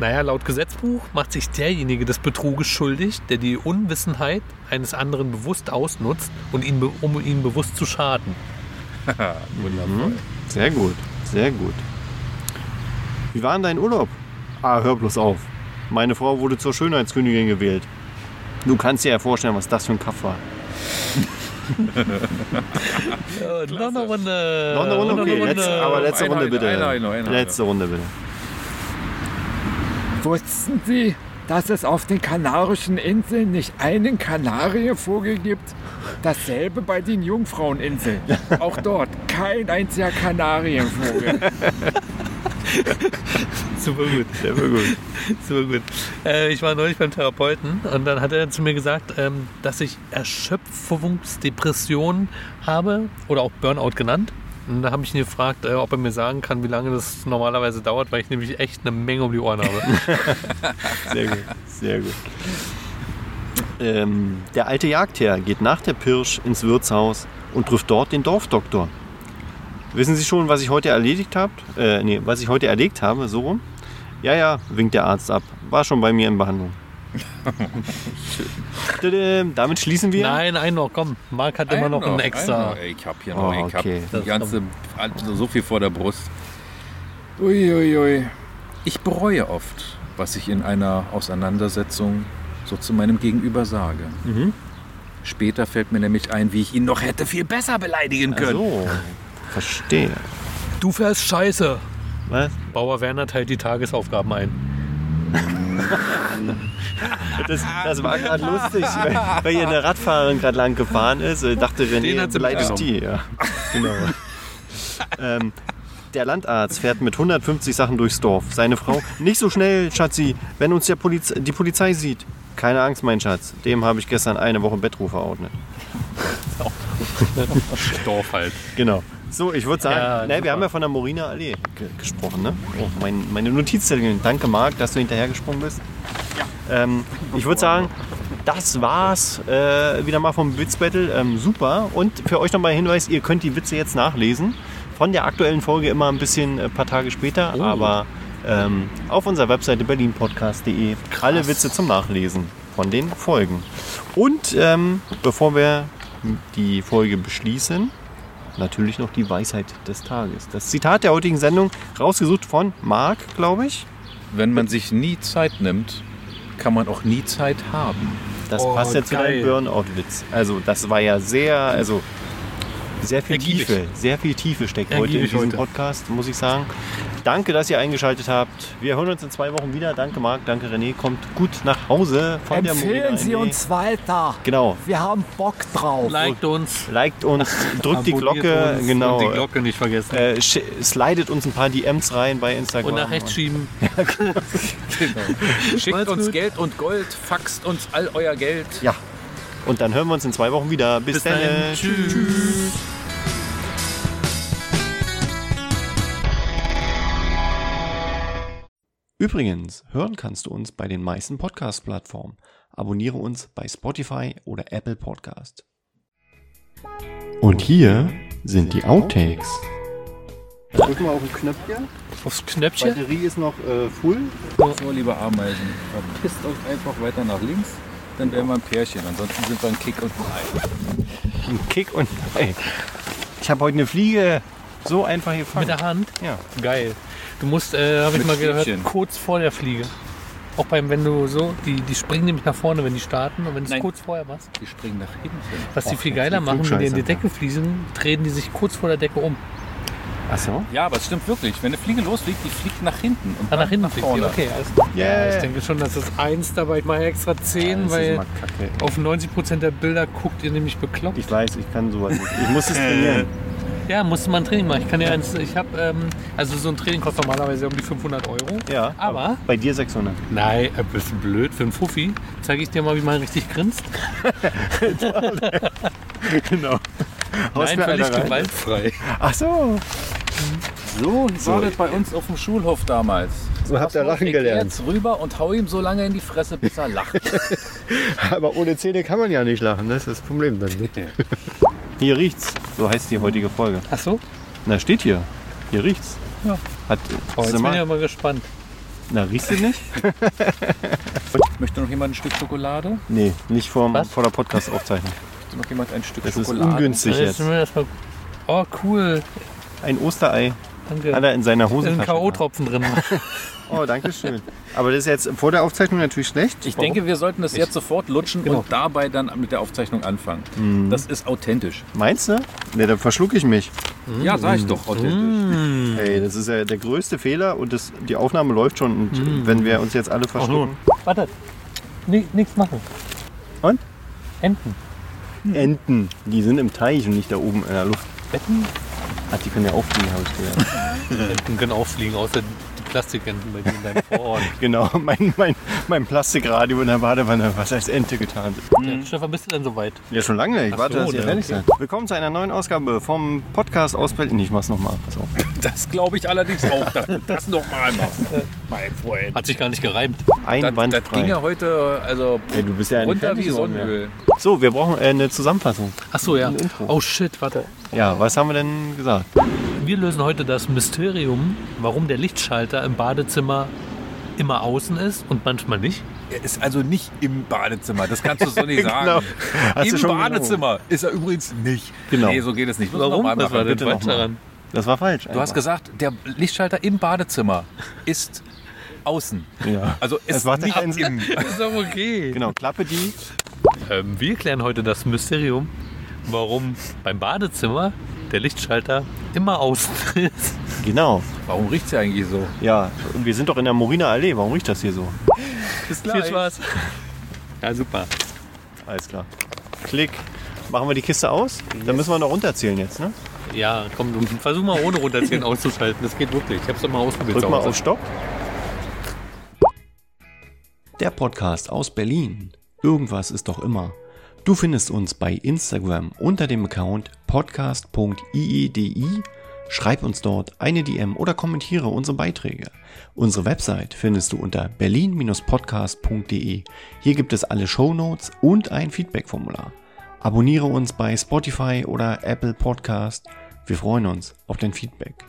Speaker 1: Naja, laut Gesetzbuch macht sich derjenige des Betruges schuldig, der die Unwissenheit eines anderen bewusst ausnutzt, und ihn, be- um ihm bewusst zu schaden.
Speaker 3: Wundervoll.
Speaker 4: Sehr gut, sehr gut. Wie war denn dein Urlaub? Ah, hör bloß auf. Meine Frau wurde zur Schönheitskönigin gewählt. Du kannst dir ja vorstellen, was das für ein Kaff war.
Speaker 1: Äh, noch eine Runde.
Speaker 4: Noch
Speaker 1: Äh,
Speaker 4: eine Runde,
Speaker 1: Noch eine
Speaker 4: okay.
Speaker 1: Runde.
Speaker 4: Letzte, aber letzte
Speaker 3: Eine,
Speaker 4: Runde
Speaker 3: eine,
Speaker 4: bitte.
Speaker 3: eine, eine, eine.
Speaker 4: Letzte Runde bitte.
Speaker 5: Wussten Sie, dass es auf den Kanarischen Inseln nicht einen Kanariervogel gibt? Dasselbe bei den Jungfraueninseln. Auch dort kein einziger Kanarienvogel.
Speaker 1: Super gut.
Speaker 4: Sehr gut.
Speaker 1: Super gut. Äh, ich war neulich beim Therapeuten und dann hat er zu mir gesagt, ähm, dass ich Erschöpfungsdepression habe oder auch Burnout genannt. Und da habe ich ihn gefragt, äh, ob er mir sagen kann, wie lange das normalerweise dauert, weil ich nämlich echt eine Menge um die Ohren habe.
Speaker 4: Sehr gut. Sehr gut. Ähm, der alte Jagdherr geht nach der Pirsch ins Wirtshaus und trifft dort den Dorfdoktor. Wissen Sie schon, was ich heute erledigt habt? Äh, nee, was ich heute erlegt habe, so rum? Ja, ja, winkt der Arzt ab. War schon bei mir in Behandlung. Tadam, Damit schließen wir.
Speaker 1: Nein, einen noch, komm. Marc hat immer noch einen extra.
Speaker 3: Ey, Ich hab hier
Speaker 4: Oh,
Speaker 3: noch, ich hab
Speaker 4: okay.
Speaker 3: die
Speaker 1: Das
Speaker 3: ganze, also so viel vor der Brust. Uiuiui. Ich bereue oft, was ich in einer Auseinandersetzung so zu meinem Gegenüber sage. Später fällt mir nämlich ein, wie ich ihn noch hätte viel besser beleidigen
Speaker 4: Ach
Speaker 3: können.
Speaker 4: So, verstehe.
Speaker 1: Du fährst scheiße.
Speaker 4: Was?
Speaker 1: Bauer Werner teilt die Tagesaufgaben ein.
Speaker 4: Das, das war gerade lustig, weil, weil hier eine Radfahrerin gerade lang gefahren ist. Ich dachte,
Speaker 1: Den
Speaker 4: René
Speaker 1: hat sie
Speaker 4: beleidigt die. Ja. Genau. ähm, der Landarzt fährt mit 150 Sachen durchs Dorf. Seine Frau, nicht so schnell, Schatzi, wenn uns der Poliz die Polizei sieht. Keine Angst, mein Schatz. Dem habe ich gestern eine Woche Bettruf verordnet.
Speaker 1: Dorf halt.
Speaker 4: Genau. So, ich würde sagen,
Speaker 1: Ja,
Speaker 4: ne,
Speaker 1: super.
Speaker 4: wir haben ja von der Moriner Allee ge gesprochen. Ne? Oh, mein, meine Notizzettel. Danke, Marc, dass du hinterhergesprungen bist. Ähm, ich würde sagen, das war's äh, wieder mal vom Witz Battle. Ähm, super. Und für euch nochmal Hinweis: Ihr könnt die Witze jetzt nachlesen. Von der aktuellen Folge immer ein bisschen äh, paar Tage später, aber ähm, auf unserer Webseite berlinpodcast.de alle Witze zum Nachlesen von den Folgen. Und ähm, bevor wir die Folge beschließen, natürlich noch die Weisheit des Tages. Das Zitat der heutigen Sendung, rausgesucht von Marc, glaube ich.
Speaker 3: Wenn man sich nie Zeit nimmt, kann man auch nie Zeit haben.
Speaker 4: Das
Speaker 1: Oh,
Speaker 4: passt jetzt zu
Speaker 1: geil.
Speaker 4: deinem Burnout-Witz. Also das war ja sehr, also sehr viel
Speaker 1: Ergiebig.
Speaker 4: Tiefe, sehr viel Tiefe steckt heute in
Speaker 1: Ergiebig
Speaker 4: diesem
Speaker 1: heute.
Speaker 4: Podcast, muss ich sagen. Danke, dass ihr eingeschaltet habt. Wir hören uns in zwei Wochen wieder. Danke Marc, danke René. Kommt gut nach Hause von der Morena
Speaker 6: Empfehlen Sie
Speaker 4: Allee.
Speaker 6: uns weiter.
Speaker 4: Genau.
Speaker 6: Wir haben Bock drauf.
Speaker 1: Liked uns.
Speaker 4: Liked uns, drückt die
Speaker 1: abonniert
Speaker 4: Glocke,
Speaker 1: uns
Speaker 4: genau.
Speaker 1: Und die Glocke nicht vergessen.
Speaker 4: Äh, sch- slidet uns ein paar DMs rein bei Instagram.
Speaker 1: Und nach rechts schieben. genau.
Speaker 3: Schickt
Speaker 1: Macht's
Speaker 3: uns
Speaker 1: gut.
Speaker 3: Geld und Gold, faxt uns all euer Geld.
Speaker 4: Ja. Und dann hören wir uns in zwei Wochen wieder. Bis,
Speaker 1: Bis
Speaker 4: dann.
Speaker 1: dahin. Tschüss.
Speaker 4: Übrigens, hören kannst du uns bei den meisten Podcast-Plattformen. Abonniere uns bei Spotify oder Apple Podcast. Und hier sind die Outtakes. Drück mal auf den Knöpfchen.
Speaker 1: Aufs Knöpfchen.
Speaker 4: Batterie ist noch äh, full.
Speaker 3: So, oh, liebe Ameisen, verpisst euch einfach weiter nach links, dann wären wir ein Pärchen. Ansonsten sind wir ein Kick und ein Ei.
Speaker 4: Ein Kick und Ei. Ich habe heute eine Fliege so einfach gefangen.
Speaker 1: Mit der Hand?
Speaker 4: Ja.
Speaker 1: Geil. Du musst, äh, habe ich
Speaker 3: Mit
Speaker 1: mal gehört,
Speaker 3: Stäbchen.
Speaker 1: kurz vor der Fliege. Auch beim, wenn du so, die, die springen nämlich nach vorne, wenn die starten. Und wenn du es
Speaker 3: Nein.
Speaker 1: kurz vorher machst,
Speaker 3: Die springen nach hinten.
Speaker 1: was die
Speaker 4: Och,
Speaker 1: viel
Speaker 4: die
Speaker 1: geiler machen, wenn die in die
Speaker 4: Klugscheißer. ne?
Speaker 1: Decke fließen, drehen die sich kurz vor der Decke um.
Speaker 4: Ach so?
Speaker 3: Ja, aber es stimmt wirklich. Wenn eine Fliege losfliegt, die fliegt nach hinten. Und
Speaker 1: Ah, nach
Speaker 3: dann
Speaker 1: hinten fliegt die.
Speaker 3: vorne.
Speaker 1: Okay, alles
Speaker 4: Yeah.
Speaker 1: Ja, ich denke schon, dass das eins dabei, ich mache extra zehn,
Speaker 4: Das ist
Speaker 1: weil
Speaker 4: immer kacke. ey.
Speaker 1: auf 90% der Bilder guckt ihr nämlich bekloppt.
Speaker 4: Ich weiß, ich kann sowas nicht. Ich muss es trainieren.
Speaker 1: Ja, musste man ein Training machen. Ich kann ja eins, ich habe, ähm, also so ein Training kostet normalerweise um die 500 Euro.
Speaker 4: Ja.
Speaker 1: Aber-
Speaker 4: Bei dir 600.
Speaker 1: Nein, ein bisschen blöd für einen Fuffi. Zeige ich dir mal, wie man richtig grinst.
Speaker 4: genau. Haust
Speaker 1: Nein,
Speaker 4: mir
Speaker 1: völlig
Speaker 4: einer rein.
Speaker 1: gewaltfrei.
Speaker 4: Ach so. So,
Speaker 3: War
Speaker 4: so,
Speaker 3: das Oh, bei uns auf dem Schulhof damals.
Speaker 4: so habt ihr lachen
Speaker 3: Ich geh
Speaker 4: gelernt.
Speaker 3: jetzt rüber und hau ihm so lange in die Fresse, bis er lacht.
Speaker 4: Aber ohne Zähne kann man ja nicht lachen, das ist das Problem dann. ne? Hier riecht's, so heißt die heutige Folge.
Speaker 1: Ach so?
Speaker 4: Na, steht hier. Hier riecht's.
Speaker 1: Ja.
Speaker 4: Hat,
Speaker 1: Oh, jetzt
Speaker 4: Sag
Speaker 1: bin ich
Speaker 4: mal,
Speaker 1: ja mal gespannt.
Speaker 4: na, riechst du nicht?
Speaker 3: Möchte noch jemand ein Stück Schokolade?
Speaker 4: Nee, nicht vorm,
Speaker 1: Was?
Speaker 4: vor der Podcast-Aufzeichnung.
Speaker 3: Möchte noch jemand ein Stück
Speaker 4: Das ist
Speaker 3: Schokolade?
Speaker 4: ungünstig
Speaker 1: Jetzt
Speaker 4: jetzt.
Speaker 1: sind wir erstmal- Oh, cool.
Speaker 4: Ein Osterei hat
Speaker 1: Danke.
Speaker 4: er in seiner
Speaker 1: Da sind
Speaker 4: Hosentasche. gehabt.
Speaker 1: K.O.-Tropfen drin.
Speaker 4: Oh, danke schön. Aber das ist jetzt vor der Aufzeichnung natürlich schlecht.
Speaker 3: Ich denke, wir sollten das jetzt sofort lutschen und dabei dann mit der Aufzeichnung anfangen. Das ist authentisch.
Speaker 4: Meinst du? Ne, dann verschluck ich mich.
Speaker 3: Ja, sag ich doch, authentisch.
Speaker 4: Ey, das ist ja der größte Fehler und das, die Aufnahme läuft schon. Und wenn wir uns jetzt alle verschlucken.
Speaker 1: Wartet. Ni- Nichts machen.
Speaker 4: Und?
Speaker 1: Enten.
Speaker 4: Enten, die sind im Teich und nicht da oben in der Luft. Enten? Ach, die können ja auch fliegen, habe ich gelernt.
Speaker 1: Enten können auch fliegen, außer die Plastikenten bei dir in deinem Vorort.
Speaker 4: genau, mein, mein, mein Plastikradio in der Badewanne, was als Ente getarnt ist.
Speaker 1: Ja, Stefan, bist du denn soweit?
Speaker 4: Ja, schon lange. Ich
Speaker 1: Ach
Speaker 4: warte,
Speaker 1: so,
Speaker 4: dass ihr
Speaker 1: ja,
Speaker 4: fertig
Speaker 1: okay.
Speaker 4: seid. Willkommen zu einer neuen Ausgabe vom Podcast aus Berlin. Ich mach's nochmal. Pass auf.
Speaker 3: Das glaube ich allerdings auch, dass du das nochmal machst, mein Freund.
Speaker 1: Hat sich gar nicht gereimt.
Speaker 3: Das, das ging
Speaker 4: Einwandfrei.
Speaker 3: ja heute also
Speaker 4: Ey, du bist ja ein
Speaker 3: runter
Speaker 4: Fernseh-
Speaker 3: wie Sonnenöl.
Speaker 4: So, wir brauchen äh, eine Zusammenfassung.
Speaker 1: Ach so, ja.
Speaker 4: Ein Intro.
Speaker 1: Oh shit, warte.
Speaker 4: Ja, was haben wir denn gesagt?
Speaker 1: Wir lösen heute das Mysterium, warum der Lichtschalter im Badezimmer immer außen ist und manchmal nicht.
Speaker 3: Er ist also nicht im Badezimmer, das kannst du so nicht sagen.
Speaker 4: Genau. Hast du
Speaker 3: Im
Speaker 4: schon
Speaker 3: Badezimmer ist er übrigens nicht.
Speaker 4: Genau.
Speaker 3: Nee, so geht es nicht. Muss man
Speaker 1: Warum?
Speaker 3: noch mal
Speaker 1: Was war
Speaker 3: machen,
Speaker 1: denn
Speaker 3: bitte
Speaker 1: falsch
Speaker 3: noch mal.
Speaker 1: daran?
Speaker 4: Das war falsch.
Speaker 3: Du hast gesagt, der Lichtschalter im Badezimmer ist außen.
Speaker 4: Ja.
Speaker 3: Also
Speaker 4: Es
Speaker 3: ist
Speaker 4: war
Speaker 3: nicht
Speaker 4: kein
Speaker 3: im.
Speaker 1: Ist doch okay.
Speaker 4: Genau, Klappe die.
Speaker 3: Genau.
Speaker 1: Ähm, wir klären heute das Mysterium, warum beim Badezimmer der Lichtschalter immer außen ist.
Speaker 4: Genau.
Speaker 3: Warum riecht es ja eigentlich so?
Speaker 4: Ja, und wir sind doch in der Moriner Allee. Warum riecht das hier so?
Speaker 3: Bis
Speaker 1: Viel Spaß. Ja, super.
Speaker 4: Alles klar. Klick. Machen wir die Kiste aus? Dann müssen wir noch runterzählen jetzt, ne?
Speaker 1: Ja, komm, du, versuch mal ohne runterzählen auszuschalten. Das geht wirklich. Ich hab's doch mal ausprobiert.
Speaker 4: Drück
Speaker 1: zu
Speaker 4: mal
Speaker 1: Hause.
Speaker 4: auf Stopp.
Speaker 7: Der Podcast aus Berlin. Irgendwas ist doch immer. Du findest uns bei Instagram unter dem Account podcast.iedi. Schreib uns dort eine DM oder kommentiere unsere Beiträge. Unsere Website findest du unter berlin-podcast.de. Hier gibt es alle Shownotes und ein Feedbackformular. Abonniere uns bei Spotify oder Apple Podcast. Wir freuen uns auf dein Feedback.